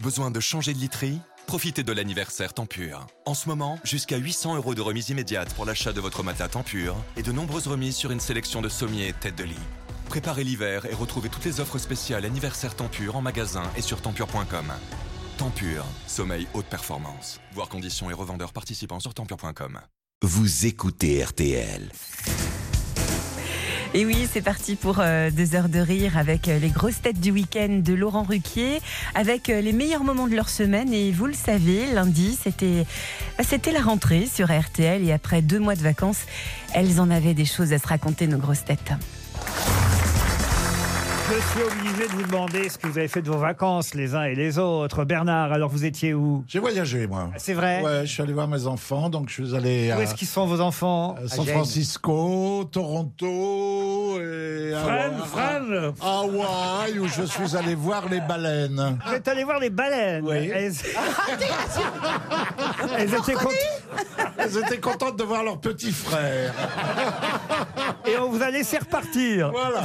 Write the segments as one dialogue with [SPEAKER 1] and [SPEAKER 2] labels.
[SPEAKER 1] Besoin de changer de literie Profitez de l'anniversaire Tempur. En ce moment, jusqu'à 800 euros de remise immédiate pour l'achat de votre matelas Tempur et de nombreuses remises sur une sélection de sommiers et têtes de lit. Préparez l'hiver et retrouvez toutes les offres spéciales anniversaire Tempur en magasin et sur tempur.com. Tempur, sommeil haute performance. Voir conditions et revendeurs participants sur tempur.com.
[SPEAKER 2] Vous écoutez RTL.
[SPEAKER 3] Et oui, c'est parti pour euh, deux heures de rire avec euh, les grosses têtes du week-end de Laurent Ruquier, avec euh, les meilleurs moments de leur semaine. Et vous le savez, lundi, c'était bah, c'était la rentrée sur RTL. Et après deux mois de vacances, elles en avaient des choses à se raconter, nos grosses têtes.
[SPEAKER 4] Je suis obligé de vous demander ce que vous avez fait de vos vacances, les uns et les autres. Bernard, alors vous étiez où
[SPEAKER 5] J'ai voyagé, moi.
[SPEAKER 4] C'est vrai
[SPEAKER 5] Ouais, je suis allé voir mes enfants, donc je suis allé
[SPEAKER 4] Où
[SPEAKER 5] à,
[SPEAKER 4] est-ce qu'ils sont vos enfants
[SPEAKER 5] à San Francisco, Toronto et
[SPEAKER 4] Fran,
[SPEAKER 5] Hawa-
[SPEAKER 4] Fran
[SPEAKER 5] Hawaï, où je suis allé voir les baleines.
[SPEAKER 4] Vous êtes allé voir les baleines
[SPEAKER 5] Oui.
[SPEAKER 4] Elles, Elles étaient contentes.
[SPEAKER 5] Elles étaient contentes de voir leur petit frère.
[SPEAKER 4] Et on vous a laissé repartir.
[SPEAKER 5] Voilà.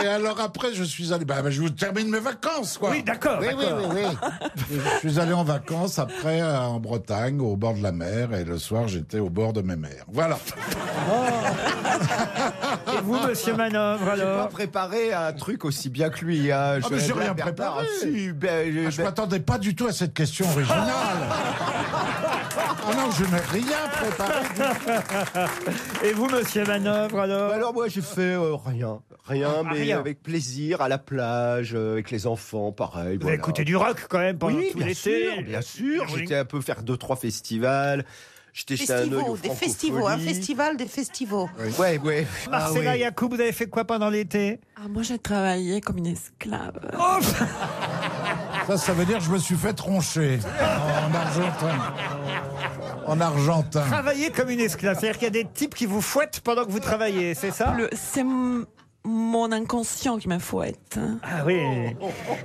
[SPEAKER 5] Et alors après, je suis allé. Bah, bah, je vous termine mes vacances, quoi.
[SPEAKER 4] Oui, d'accord,
[SPEAKER 5] Oui, oui,
[SPEAKER 4] d'accord.
[SPEAKER 5] oui, oui. je suis allé en vacances après euh, en Bretagne, au bord de la mer, et le soir, j'étais au bord de mes mers. Voilà.
[SPEAKER 4] Oh. Et vous, monsieur Manœuvre,
[SPEAKER 6] pas
[SPEAKER 4] alors Ah,
[SPEAKER 6] préparé un truc aussi bien que lui. hein.
[SPEAKER 5] mais j'ai
[SPEAKER 6] Bernard,
[SPEAKER 5] rien préparé.
[SPEAKER 6] si, ben, je-
[SPEAKER 5] Ah, Je m'attendais pas du tout à cette question originale. Ah non, je n'ai rien préparé.
[SPEAKER 4] Et vous, monsieur Manœuvre, alors
[SPEAKER 6] ben alors moi j'ai fait euh, rien, rien,
[SPEAKER 4] Ah,
[SPEAKER 6] mais
[SPEAKER 4] rien.
[SPEAKER 6] avec plaisir, à la plage, euh, avec les enfants, pareil.
[SPEAKER 4] Vous avez écouté du rock quand même pendant
[SPEAKER 6] oui,
[SPEAKER 4] tout
[SPEAKER 6] bien
[SPEAKER 4] l'été.
[SPEAKER 6] sûr, bien sûr. J'étais un peu faire deux trois festivals. J'étais chez un œil
[SPEAKER 7] Festivaux,
[SPEAKER 6] aux
[SPEAKER 7] des festivals, un
[SPEAKER 6] Francophonies.
[SPEAKER 7] festival des festivals.
[SPEAKER 6] Ouais, ouais.
[SPEAKER 4] Marcella
[SPEAKER 6] Ah, oui.
[SPEAKER 4] Yacoub, vous avez fait quoi pendant l'été Oh,
[SPEAKER 8] Ah, moi, j'ai travaillé comme une esclave.
[SPEAKER 5] Ça, ça veut dire que je me suis fait troncher en argentin. En argentin.
[SPEAKER 4] Travailler comme une esclave. C'est-à-dire qu'il y a des types qui vous fouettent pendant que vous travaillez, c'est ça
[SPEAKER 8] Le- C'est m- mon inconscient qui hein. me fouette.
[SPEAKER 4] Ah oui.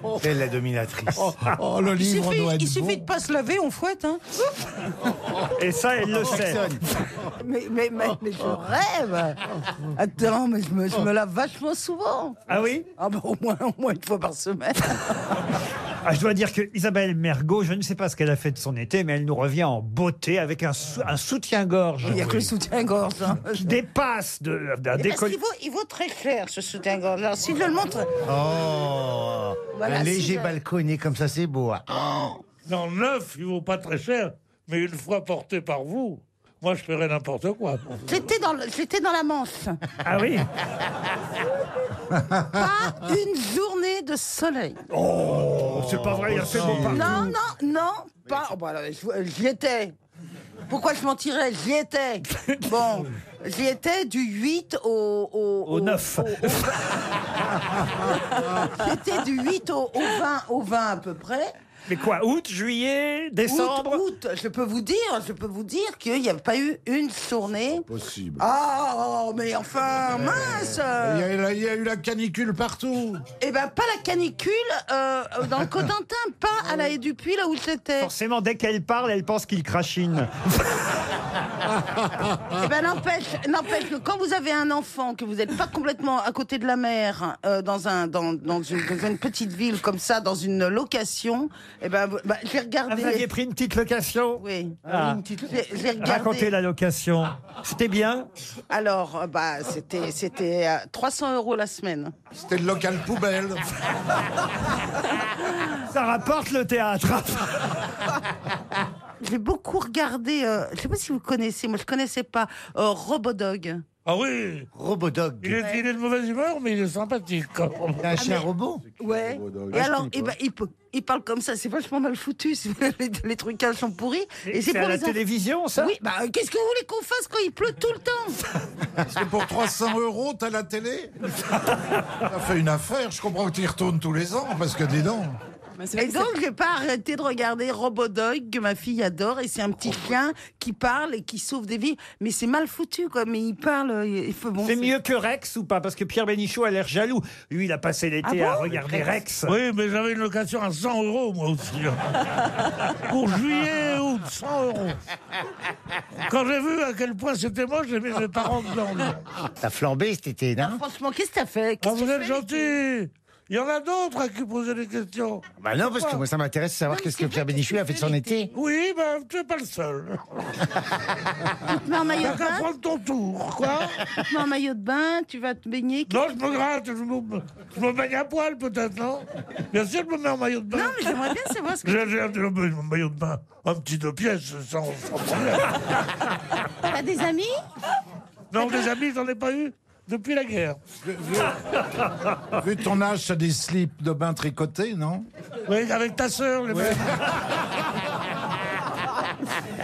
[SPEAKER 4] Ah.
[SPEAKER 9] Telle la dominatrice.
[SPEAKER 5] Oh, le
[SPEAKER 7] Il
[SPEAKER 5] livre
[SPEAKER 7] suffit,
[SPEAKER 5] doit être
[SPEAKER 7] il suffit
[SPEAKER 5] bon.
[SPEAKER 7] de pas se laver, on fouette. Hein.
[SPEAKER 4] Et ça, elle le sait.
[SPEAKER 7] Mais, mais, mais, mais je rêve. Attends, mais je me, je me lave vachement souvent.
[SPEAKER 4] Ah oui
[SPEAKER 7] Ah bah, au, moins, au moins une fois par semaine.
[SPEAKER 4] Ah, je dois dire que Isabelle Mergot, je ne sais pas ce qu'elle a fait de son été, mais elle nous revient en beauté avec un, sou- un soutien-gorge.
[SPEAKER 7] Ah, Il n'y a que le soutien-gorge. hein.
[SPEAKER 4] qui dépasse de, d'un
[SPEAKER 7] Parce
[SPEAKER 4] décolleté.
[SPEAKER 7] qu'il vaut, Eh ben, il vaut très cher ce soutien-gorge. Alors, si je le montre,
[SPEAKER 9] Oh
[SPEAKER 7] Voilà,
[SPEAKER 9] Un
[SPEAKER 7] si
[SPEAKER 9] léger
[SPEAKER 7] je-
[SPEAKER 9] balconnier comme ça, c'est beau. hein.
[SPEAKER 10] Non, neuf, il vaut pas très cher, mais une fois porté par vous, moi je ferais n'importe quoi.
[SPEAKER 7] j'étais dans, le- j'étais dans la Manche.
[SPEAKER 4] Ah oui
[SPEAKER 7] Pas une journée de soleil.
[SPEAKER 4] Oh, C'est pas vrai, il
[SPEAKER 5] Oh,
[SPEAKER 4] a fait beau partout.
[SPEAKER 7] Non, non, non, pas. oh, bah, alors, je- j'y étais. Pourquoi je mentirais J'y étais. Bon, j'y étais du 8 au. Au,
[SPEAKER 4] Au 9.
[SPEAKER 7] J'étais du 8 au, au 20, au 20 à peu près.
[SPEAKER 4] Mais quoi Août, juillet,
[SPEAKER 7] Août,
[SPEAKER 4] décembre
[SPEAKER 7] août, je peux vous dire, je peux vous dire qu'il n'y a pas eu une journée.
[SPEAKER 5] Possible.
[SPEAKER 7] Ah, oh, mais enfin, mince
[SPEAKER 5] Il y,
[SPEAKER 7] euh,
[SPEAKER 5] a, eu la- il y a eu la canicule partout.
[SPEAKER 7] Eh ben, pas la canicule euh, dans le Cotentin, pas à la Haie du Puy, là où j'étais.
[SPEAKER 4] Forcément, dès qu'elle parle, elle pense qu'il crachine.
[SPEAKER 7] Eh ben n'empêche, n'empêche que quand vous avez un enfant, que vous n'êtes pas complètement à côté de la mer, euh, dans un, dans, dans une, dans une petite ville comme ça, dans une location, eh ben, vous- bah, j'ai
[SPEAKER 4] Ah,
[SPEAKER 7] regardé.
[SPEAKER 4] vous aviez pris une petite location
[SPEAKER 7] Oui.
[SPEAKER 4] Ah.
[SPEAKER 7] J'ai j'ai
[SPEAKER 4] Racontez
[SPEAKER 7] regardé.
[SPEAKER 4] la location.
[SPEAKER 7] Ah,
[SPEAKER 4] C'était bien
[SPEAKER 7] Alors, euh, bah, c'était, c'était euh, 300 euros la semaine.
[SPEAKER 5] C'était le local poubelle.
[SPEAKER 4] Ça rapporte le théâtre.
[SPEAKER 7] J'ai beaucoup regardé. euh, je sais pas si vous connaissez, moi je connaissais pas euh, Robodog.
[SPEAKER 10] Ah oui, il
[SPEAKER 9] Robodog.
[SPEAKER 10] est, il est de mauvaise humeur, mais il est sympathique quand même. Ah,
[SPEAKER 9] Un chien robot
[SPEAKER 7] Ouais. Et alors, eh ben, il, peut- il parle comme ça, c'est vachement mal foutu. c'est- les, les trucages sont pourris. Et c'est
[SPEAKER 4] C'est à
[SPEAKER 7] pour
[SPEAKER 4] la
[SPEAKER 7] les enfants.
[SPEAKER 4] télévision, ça
[SPEAKER 7] Oui, bah euh, qu'est-ce que vous voulez qu'on fasse quand il pleut tout le temps
[SPEAKER 5] Parce que pour 300 euros, t'as la télé. T'as fait une affaire. Je comprends que tu y retournes tous les ans, parce que dis donc.
[SPEAKER 8] Mais c'est vrai
[SPEAKER 7] Et
[SPEAKER 8] que c'est-
[SPEAKER 7] donc, j'ai pas arrêté de regarder Robodog, que ma fille adore, et c'est un petit chien qui parle et qui sauve des vies. Mais c'est mal foutu, quoi. Mais il parle, euh, il faut bon.
[SPEAKER 4] C'est mieux que Rex ou pas Parce que Pierre Bénichou a l'air jaloux. Lui, il a passé l'été
[SPEAKER 7] Ah
[SPEAKER 4] à
[SPEAKER 7] bon
[SPEAKER 4] regarder Rex.
[SPEAKER 10] Oui, mais j'avais une location à 100 euros, moi aussi. hein. Pour juillet et août, 100 euros. Quand j'ai vu à quel point c'était moche, j'ai mis mes parents dedans.
[SPEAKER 9] T'as flambé cet été, non
[SPEAKER 7] Franchement, qu'est-ce que t'as fait
[SPEAKER 10] Ah,
[SPEAKER 7] Qu'est-ce que
[SPEAKER 10] vous
[SPEAKER 7] tu
[SPEAKER 10] êtes
[SPEAKER 7] fais
[SPEAKER 10] gentil Il y en a d'autres à qui poser des questions.
[SPEAKER 9] Bah non, parce que moi, ça m'intéresse de savoir qu'est-ce que Pierre Bénichou a fait de son été.
[SPEAKER 10] Oui, ben, tu n'es pas le seul.
[SPEAKER 7] mets en maillot de
[SPEAKER 10] Chacun
[SPEAKER 7] bain.
[SPEAKER 10] prend ton tour, quoi.
[SPEAKER 7] Tu te mets en maillot de bain, tu vas te baigner.
[SPEAKER 10] Non, je me gratte, je me, je me baigne à poil, peut-être, non Bien sûr, je me mets en maillot de bain.
[SPEAKER 7] Non, mais j'aimerais bien savoir ce que.
[SPEAKER 10] J'ai j'ai un un maillot de bain, un petit deux pièces, sans, sans problème.
[SPEAKER 7] T'as Ah, des amis
[SPEAKER 10] Non, des amis, j'en ai pas eu depuis la guerre.
[SPEAKER 11] Vu ton âge, t'as des slips de bain tricotés, non
[SPEAKER 10] Oui, avec ta sœur, les mecs.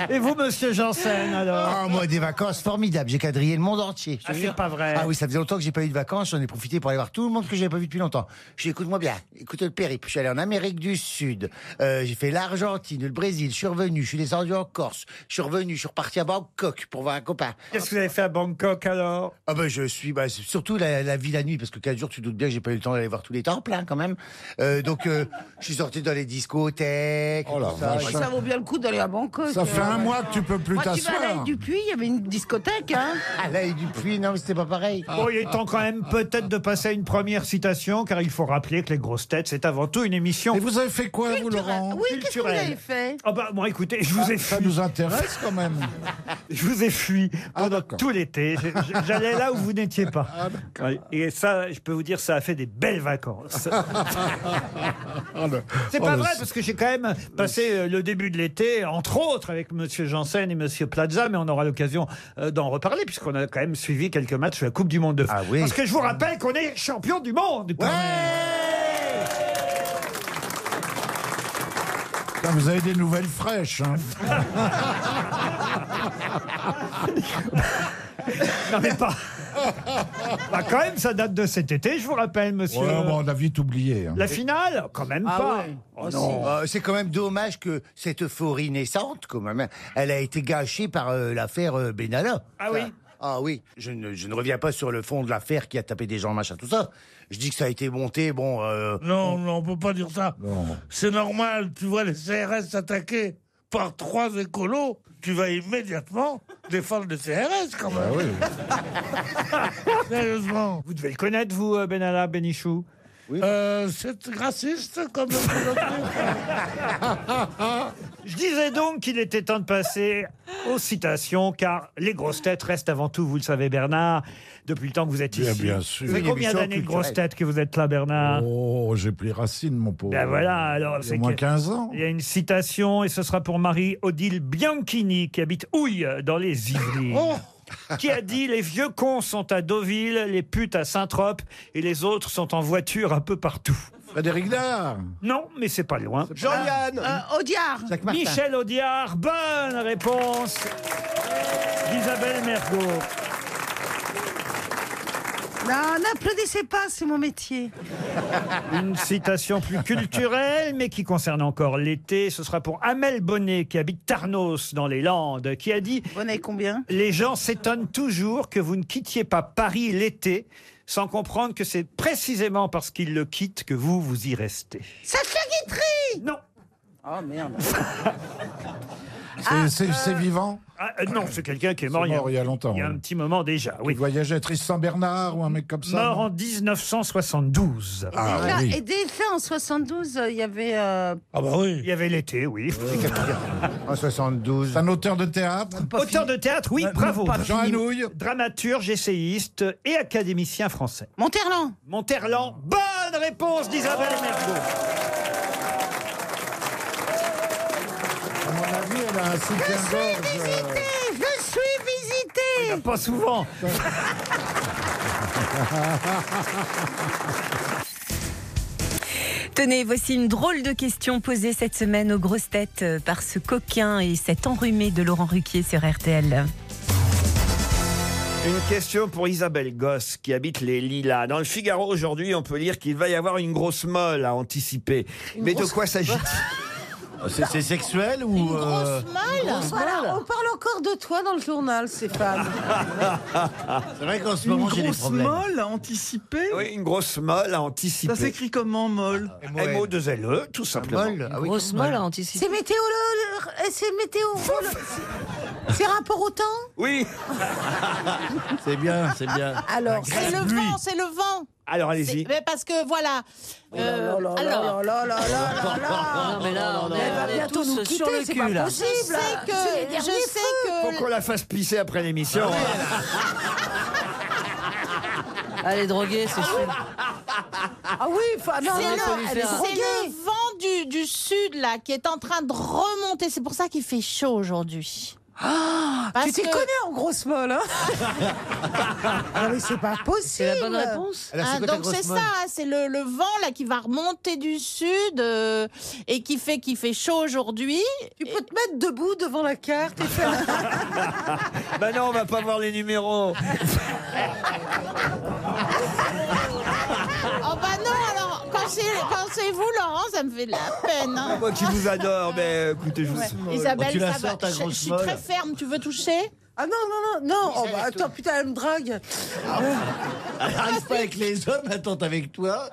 [SPEAKER 4] Et vous, monsieur Janssen, alors
[SPEAKER 9] Ah, moi, des vacances formidables. J'ai quadrillé le monde entier. je te
[SPEAKER 4] Ah, c'est
[SPEAKER 9] jure.
[SPEAKER 4] pas vrai.
[SPEAKER 9] Ah oui, ça faisait longtemps que j'ai pas eu de vacances. J'en ai profité pour aller voir tout le monde que j'avais pas vu depuis longtemps. Je dis, écoute-moi bien. Écoute le périple. Je suis allé en Amérique du Sud. Euh, j'ai fait l'Argentine, le Brésil. Je suis revenu. Je suis descendu en Corse. Je suis revenu. Je suis reparti à Bangkok pour voir un copain.
[SPEAKER 4] Qu'est-ce que vous avez fait à Bangkok, alors
[SPEAKER 9] Ah ben je suis bah, c'est surtout la, la vie la nuit parce que quatre jours tu doutes bien que j'ai pas eu le temps d'aller voir tous les temples hein, quand même. Euh, donc euh, je suis sorti dans les discothèques.
[SPEAKER 11] Oh la
[SPEAKER 9] tout ça.
[SPEAKER 11] vache.
[SPEAKER 7] Ça vaut bien le coup d'aller à Bangkok.
[SPEAKER 11] Ça fait
[SPEAKER 7] euh.
[SPEAKER 11] un mois que tu peux plus
[SPEAKER 7] Moi, tu vas à l'Aïe
[SPEAKER 11] t'asseoir.
[SPEAKER 7] du Puy, il y avait une discothèque, hein.
[SPEAKER 9] Ah là et du puits non mais c'était pas pareil.
[SPEAKER 4] Bon, il est temps quand même peut-être de passer à une première citation, car il faut rappeler que les grosses têtes, c'est avant tout une émission.
[SPEAKER 11] Et vous avez fait quoi, vous, Laurent
[SPEAKER 7] Oui, qu'est-ce que vous
[SPEAKER 4] culturel.
[SPEAKER 7] avez fait
[SPEAKER 4] Ah bah bon, écoutez, je vous ai
[SPEAKER 11] Ça
[SPEAKER 4] fui,
[SPEAKER 11] nous intéresse quand même.
[SPEAKER 4] je vous ai fui
[SPEAKER 11] Ah,
[SPEAKER 4] pendant
[SPEAKER 11] d'accord. Ah,
[SPEAKER 4] tout l'été. J'ai- J'allais là où vous n'étiez pas. Ouais, Et ça, je peux vous dire, ça a fait des belles vacances.
[SPEAKER 11] Oh, le-
[SPEAKER 4] C'est
[SPEAKER 11] oh,
[SPEAKER 4] pas
[SPEAKER 11] le-
[SPEAKER 4] vrai parce que j'ai quand même passé euh, le début de l'été, entre autres avec Monsieur Janssen et Monsieur Plaza, mais on aura l'occasion euh, d'en reparler puisqu'on a quand même suivi quelques matchs de la Coupe du Monde de
[SPEAKER 9] Ah
[SPEAKER 4] foot.
[SPEAKER 9] oui.
[SPEAKER 4] Parce que je vous rappelle qu'on est champion du monde. quand même.
[SPEAKER 11] Putain, vous avez des nouvelles fraîches. hein.
[SPEAKER 4] Non mais pas. bah, quand même, ça date de cet été. Je vous rappelle, Monsieur.
[SPEAKER 11] Ouais, bon, on a vite oublié. hein.
[SPEAKER 4] La finale, quand même
[SPEAKER 9] Ah
[SPEAKER 4] pas. Oh non.
[SPEAKER 9] Euh, c'est quand même dommage que cette euphorie naissante quand même, elle a été gâchée par euh, l'affaire euh, Benalla.
[SPEAKER 4] Ah oui.
[SPEAKER 9] Ça- Ah oui, je ne, je ne reviens pas sur le fond de l'affaire qui a tapé des gens, machin, tout ça. Je dis que ça a été monté, bon... euh,
[SPEAKER 10] Non, non, on peut pas dire ça. C'est normal, tu vois les CRS attaqués par trois écolos, tu vas immédiatement défendre les CRS quand même. Sérieusement.
[SPEAKER 4] Vous devez le connaître, vous, euh, Benalla Benichou.
[SPEAKER 10] Euh, c'est raciste comme.
[SPEAKER 4] Je disais donc qu'il était temps de passer aux citations, car les grosses têtes restent avant tout, vous le savez, Bernard, depuis le temps que vous êtes
[SPEAKER 11] Bien,
[SPEAKER 4] ici.
[SPEAKER 11] bien
[SPEAKER 4] Ça
[SPEAKER 11] sûr.
[SPEAKER 4] fait
[SPEAKER 9] Une
[SPEAKER 4] combien
[SPEAKER 9] émission
[SPEAKER 4] d'années de grosses
[SPEAKER 9] culturelle.
[SPEAKER 4] têtes que vous êtes là, Bernard
[SPEAKER 11] Oh, j'ai pris racine, mon pauvre.
[SPEAKER 4] Ben voilà, alors,
[SPEAKER 11] Oh, Il y
[SPEAKER 4] c'est
[SPEAKER 11] a moins
[SPEAKER 4] que-
[SPEAKER 11] 15 ans.
[SPEAKER 4] Il y a une citation, et ce sera pour Marie-Odile Bianchini, qui habite Houille, dans les Yvelines.
[SPEAKER 11] Oh
[SPEAKER 4] Qui a dit les vieux cons sont à Deauville, les putes à Saint-Trope et les autres sont en voiture un peu partout.
[SPEAKER 11] Frédéric Dard.
[SPEAKER 4] Non, mais c'est pas loin.
[SPEAKER 12] Jean-Yann
[SPEAKER 7] Euh, Audiard.
[SPEAKER 9] Jacques Martin.
[SPEAKER 4] Michel Audiard, bonne réponse d'Isabelle Mergot.
[SPEAKER 7] Non, n'applaudissez pas, c'est mon métier.
[SPEAKER 4] Une citation plus culturelle, mais qui concerne encore l'été. Ce sera pour Amel Bonnet, qui habite Tarnos, dans les Landes, qui a dit
[SPEAKER 7] Vous en avez combien
[SPEAKER 4] Les gens s'étonnent toujours que vous ne quittiez pas Paris l'été, sans comprendre que c'est précisément parce qu'ils le quittent que vous, vous y restez.
[SPEAKER 7] Sacha Guitry
[SPEAKER 4] Non
[SPEAKER 7] Oh merde.
[SPEAKER 11] C'est c'est- c'est vivant.
[SPEAKER 4] Ah, euh, Non, c'est quelqu'un qui est mort,
[SPEAKER 11] C'est
[SPEAKER 4] il y a-
[SPEAKER 11] mort il y a longtemps,
[SPEAKER 4] Il y a un
[SPEAKER 11] oui.
[SPEAKER 4] petit moment déjà,
[SPEAKER 11] Il
[SPEAKER 4] oui.
[SPEAKER 11] voyageait à Tristan Bernard ou un mec comme ça.
[SPEAKER 4] Mort
[SPEAKER 11] non
[SPEAKER 4] en 1972.
[SPEAKER 11] Ah,
[SPEAKER 7] déjà,
[SPEAKER 11] oui.
[SPEAKER 7] Et déjà en 72, euh, il y avait. euh,
[SPEAKER 10] Ah bah oui.
[SPEAKER 4] Il y avait l'été, oui.
[SPEAKER 11] Ah,
[SPEAKER 9] En 72.
[SPEAKER 11] C'est un auteur de théâtre.
[SPEAKER 4] Auteur de théâtre, oui, bravo.
[SPEAKER 11] Jean Anouilh.
[SPEAKER 4] Dramaturge, essayiste et académicien français.
[SPEAKER 7] Monterland.
[SPEAKER 4] Monterland, bonne réponse d'Isabelle Mergo.
[SPEAKER 11] À mon avis, elle a un soutien-gorge. euh,
[SPEAKER 7] Eh, je suis visité.
[SPEAKER 4] Eh ben, Pas souvent.
[SPEAKER 3] Tenez, voici une drôle de question posée cette semaine aux grosses têtes euh, par ce coquin et cet enrhumé de Laurent Ruquier sur RTL.
[SPEAKER 13] Une question pour Isabelle Gosse qui habite les Lilas. Dans le Figaro aujourd'hui, on peut lire qu'il va y avoir une grosse molle à anticiper. Mais de quoi s'agit-il
[SPEAKER 9] C'est c'est sexuel ou... euh,
[SPEAKER 7] Mal. Voilà, on parle encore de toi dans le journal, Stéphane.
[SPEAKER 9] C'est vrai qu'en ce
[SPEAKER 8] Une
[SPEAKER 9] moment j'ai des
[SPEAKER 8] grosse
[SPEAKER 9] problèmes.
[SPEAKER 8] molle à anticiper
[SPEAKER 13] Oui, une grosse molle à anticiper.
[SPEAKER 8] Ça s'écrit comment, molle
[SPEAKER 13] mo 2 le tout simplement.
[SPEAKER 9] Molle Ah oui, grosse molle.
[SPEAKER 7] C'est météorologue. euh, C'est météorologue. C'est rapport au temps
[SPEAKER 4] Oui C'est bien, c'est bien.
[SPEAKER 14] Ah, Alors, c'est le vent, c'est le vent.
[SPEAKER 4] Alors, allez-y.
[SPEAKER 14] C'est- mais parce que voilà.
[SPEAKER 4] Oh
[SPEAKER 14] euh, alors,
[SPEAKER 4] Non, mais là, on
[SPEAKER 7] Elle va bientôt nous quitter, c'est pas
[SPEAKER 14] je sais
[SPEAKER 7] possible. C'est les
[SPEAKER 14] que, je
[SPEAKER 7] derniers
[SPEAKER 14] sais
[SPEAKER 4] Faut
[SPEAKER 14] que,
[SPEAKER 4] qu'on la fasse pisser après l'émission.
[SPEAKER 15] Allez, droguer, c'est sûr.
[SPEAKER 7] Ah oui, faut, ah non,
[SPEAKER 14] c'est
[SPEAKER 7] non, non,
[SPEAKER 14] le,
[SPEAKER 7] elle est
[SPEAKER 14] c'est le
[SPEAKER 7] droguée.
[SPEAKER 14] vent du, du sud là qui est en train de remonter. C'est pour ça qu'il fait chaud aujourd'hui.
[SPEAKER 7] Ah,
[SPEAKER 14] Parce
[SPEAKER 7] tu t'y
[SPEAKER 14] que-
[SPEAKER 7] connais en grosse molle, hein Ah oui, c'est pas possible.
[SPEAKER 14] Ah, donc c'est ça, hein, c'est le, le vent là qui va remonter du sud euh, et qui fait qu'il fait chaud aujourd'hui. Tu peux te mettre debout devant la carte et faire.
[SPEAKER 4] Bah non, on va pas voir les numéros.
[SPEAKER 14] oh bah non alors quand c'est quand c'est vous Laurent ça me fait de la peine.
[SPEAKER 13] Ah,
[SPEAKER 14] hein.
[SPEAKER 4] Ah, Moi qui vous adore, mais euh, écoutez, je vous...
[SPEAKER 14] Isabelle, ça va. Je, je suis très ferme. Tu veux toucher
[SPEAKER 7] Ah non, non, non, non. Oh, bah, attends, putain, elle me drague.
[SPEAKER 13] Ah Elle arrive pas avec les hommes, attends avec toi.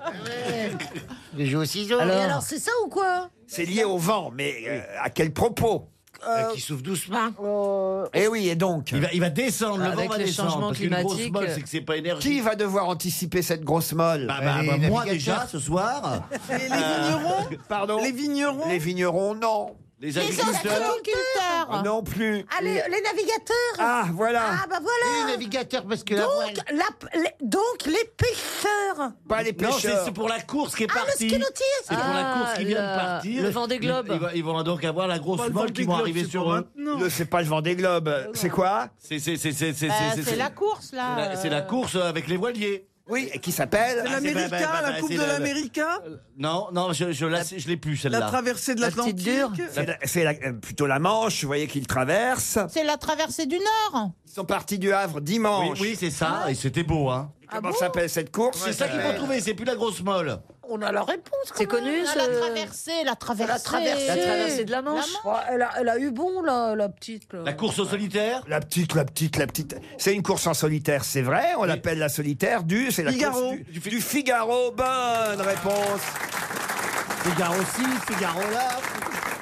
[SPEAKER 4] Les jeux aussi
[SPEAKER 7] Et alors, c'est ça ou quoi
[SPEAKER 4] C'est lié au vent, mais euh, à quel propos
[SPEAKER 7] Euh, ah. Qui
[SPEAKER 13] souffle doucement.
[SPEAKER 4] Eh oui, et donc
[SPEAKER 13] Il va- il va descendre, le Avec vent va les descendre, changements parce qu'une grosse
[SPEAKER 4] climatique.
[SPEAKER 13] climatiques,
[SPEAKER 9] euh,
[SPEAKER 13] molle, c'est que c'est pas énergique.
[SPEAKER 4] Qui va devoir anticiper cette grosse molle
[SPEAKER 13] Bah, bah, bah, moi déjà ce soir. Euh,
[SPEAKER 4] les vignerons Pardon Les vignerons Les vignerons, non. Les
[SPEAKER 7] agriculteurs
[SPEAKER 4] Ah Non plus.
[SPEAKER 14] Ah,
[SPEAKER 7] Allez, les navigateurs
[SPEAKER 4] Ah, voilà
[SPEAKER 7] Ah, bah voilà Les
[SPEAKER 13] navigateurs, parce que...
[SPEAKER 7] Donc, la- les, donc les pêcheurs
[SPEAKER 4] Pas les
[SPEAKER 13] Non, c'est c'est pour la course qui est
[SPEAKER 7] Ah, le
[SPEAKER 13] partie.
[SPEAKER 7] skinotier,
[SPEAKER 13] C'est pour la
[SPEAKER 7] Ah,
[SPEAKER 13] course qui vient
[SPEAKER 7] la-
[SPEAKER 13] de partir.
[SPEAKER 7] le Vendée Globe.
[SPEAKER 13] Ils, ils vont- ils vont donc avoir la
[SPEAKER 4] Pas
[SPEAKER 13] grosse
[SPEAKER 4] le
[SPEAKER 13] molle
[SPEAKER 4] Vendée
[SPEAKER 13] qui vont
[SPEAKER 4] Globe,
[SPEAKER 13] arriver
[SPEAKER 4] c'est
[SPEAKER 13] sur
[SPEAKER 4] pour
[SPEAKER 13] eux.
[SPEAKER 4] Le- C'est pas le Vendée Globe. C'est quoi
[SPEAKER 13] C'est c'est- c'est- c'est- c'est-
[SPEAKER 14] Bah,
[SPEAKER 13] c'est-
[SPEAKER 14] c'est la course là.
[SPEAKER 13] c'est la- c'est la course avec les voiliers.
[SPEAKER 4] Oui, et qui s'appelle
[SPEAKER 13] Ah, Euh. c'est- bah, bah, bah, bah, c'est le- Non, non, je, je, la- je l'ai plus celle-là.
[SPEAKER 4] C'est la- C'est la- euh, plutôt la Manche, vous voyez qu'ils traversent.
[SPEAKER 14] C'est la traversée du Nord.
[SPEAKER 4] Ils sont partis du Havre dimanche. Ah.
[SPEAKER 13] Oui, oui, c'est ça, et c'était beau, hein.
[SPEAKER 4] Comment s'appelle cette course
[SPEAKER 13] C'est ça qu'ils vont trouver, c'est plus la grosse molle.
[SPEAKER 7] On a la réponse.
[SPEAKER 14] C'est
[SPEAKER 7] connu,
[SPEAKER 14] La
[SPEAKER 7] ce-
[SPEAKER 14] traversée, la traversée.
[SPEAKER 7] Ouais, Oh, elle, a, elle a eu bon, là, la petite. là.
[SPEAKER 13] course au solitaire
[SPEAKER 4] La petite, la petite, la petite. C'est une course en solitaire, c'est vrai. On l'appelle la solitaire du. C'est la
[SPEAKER 13] Figaro.
[SPEAKER 4] course du, du Figaro. Bonne réponse.
[SPEAKER 13] Figaro ci, Figaro là.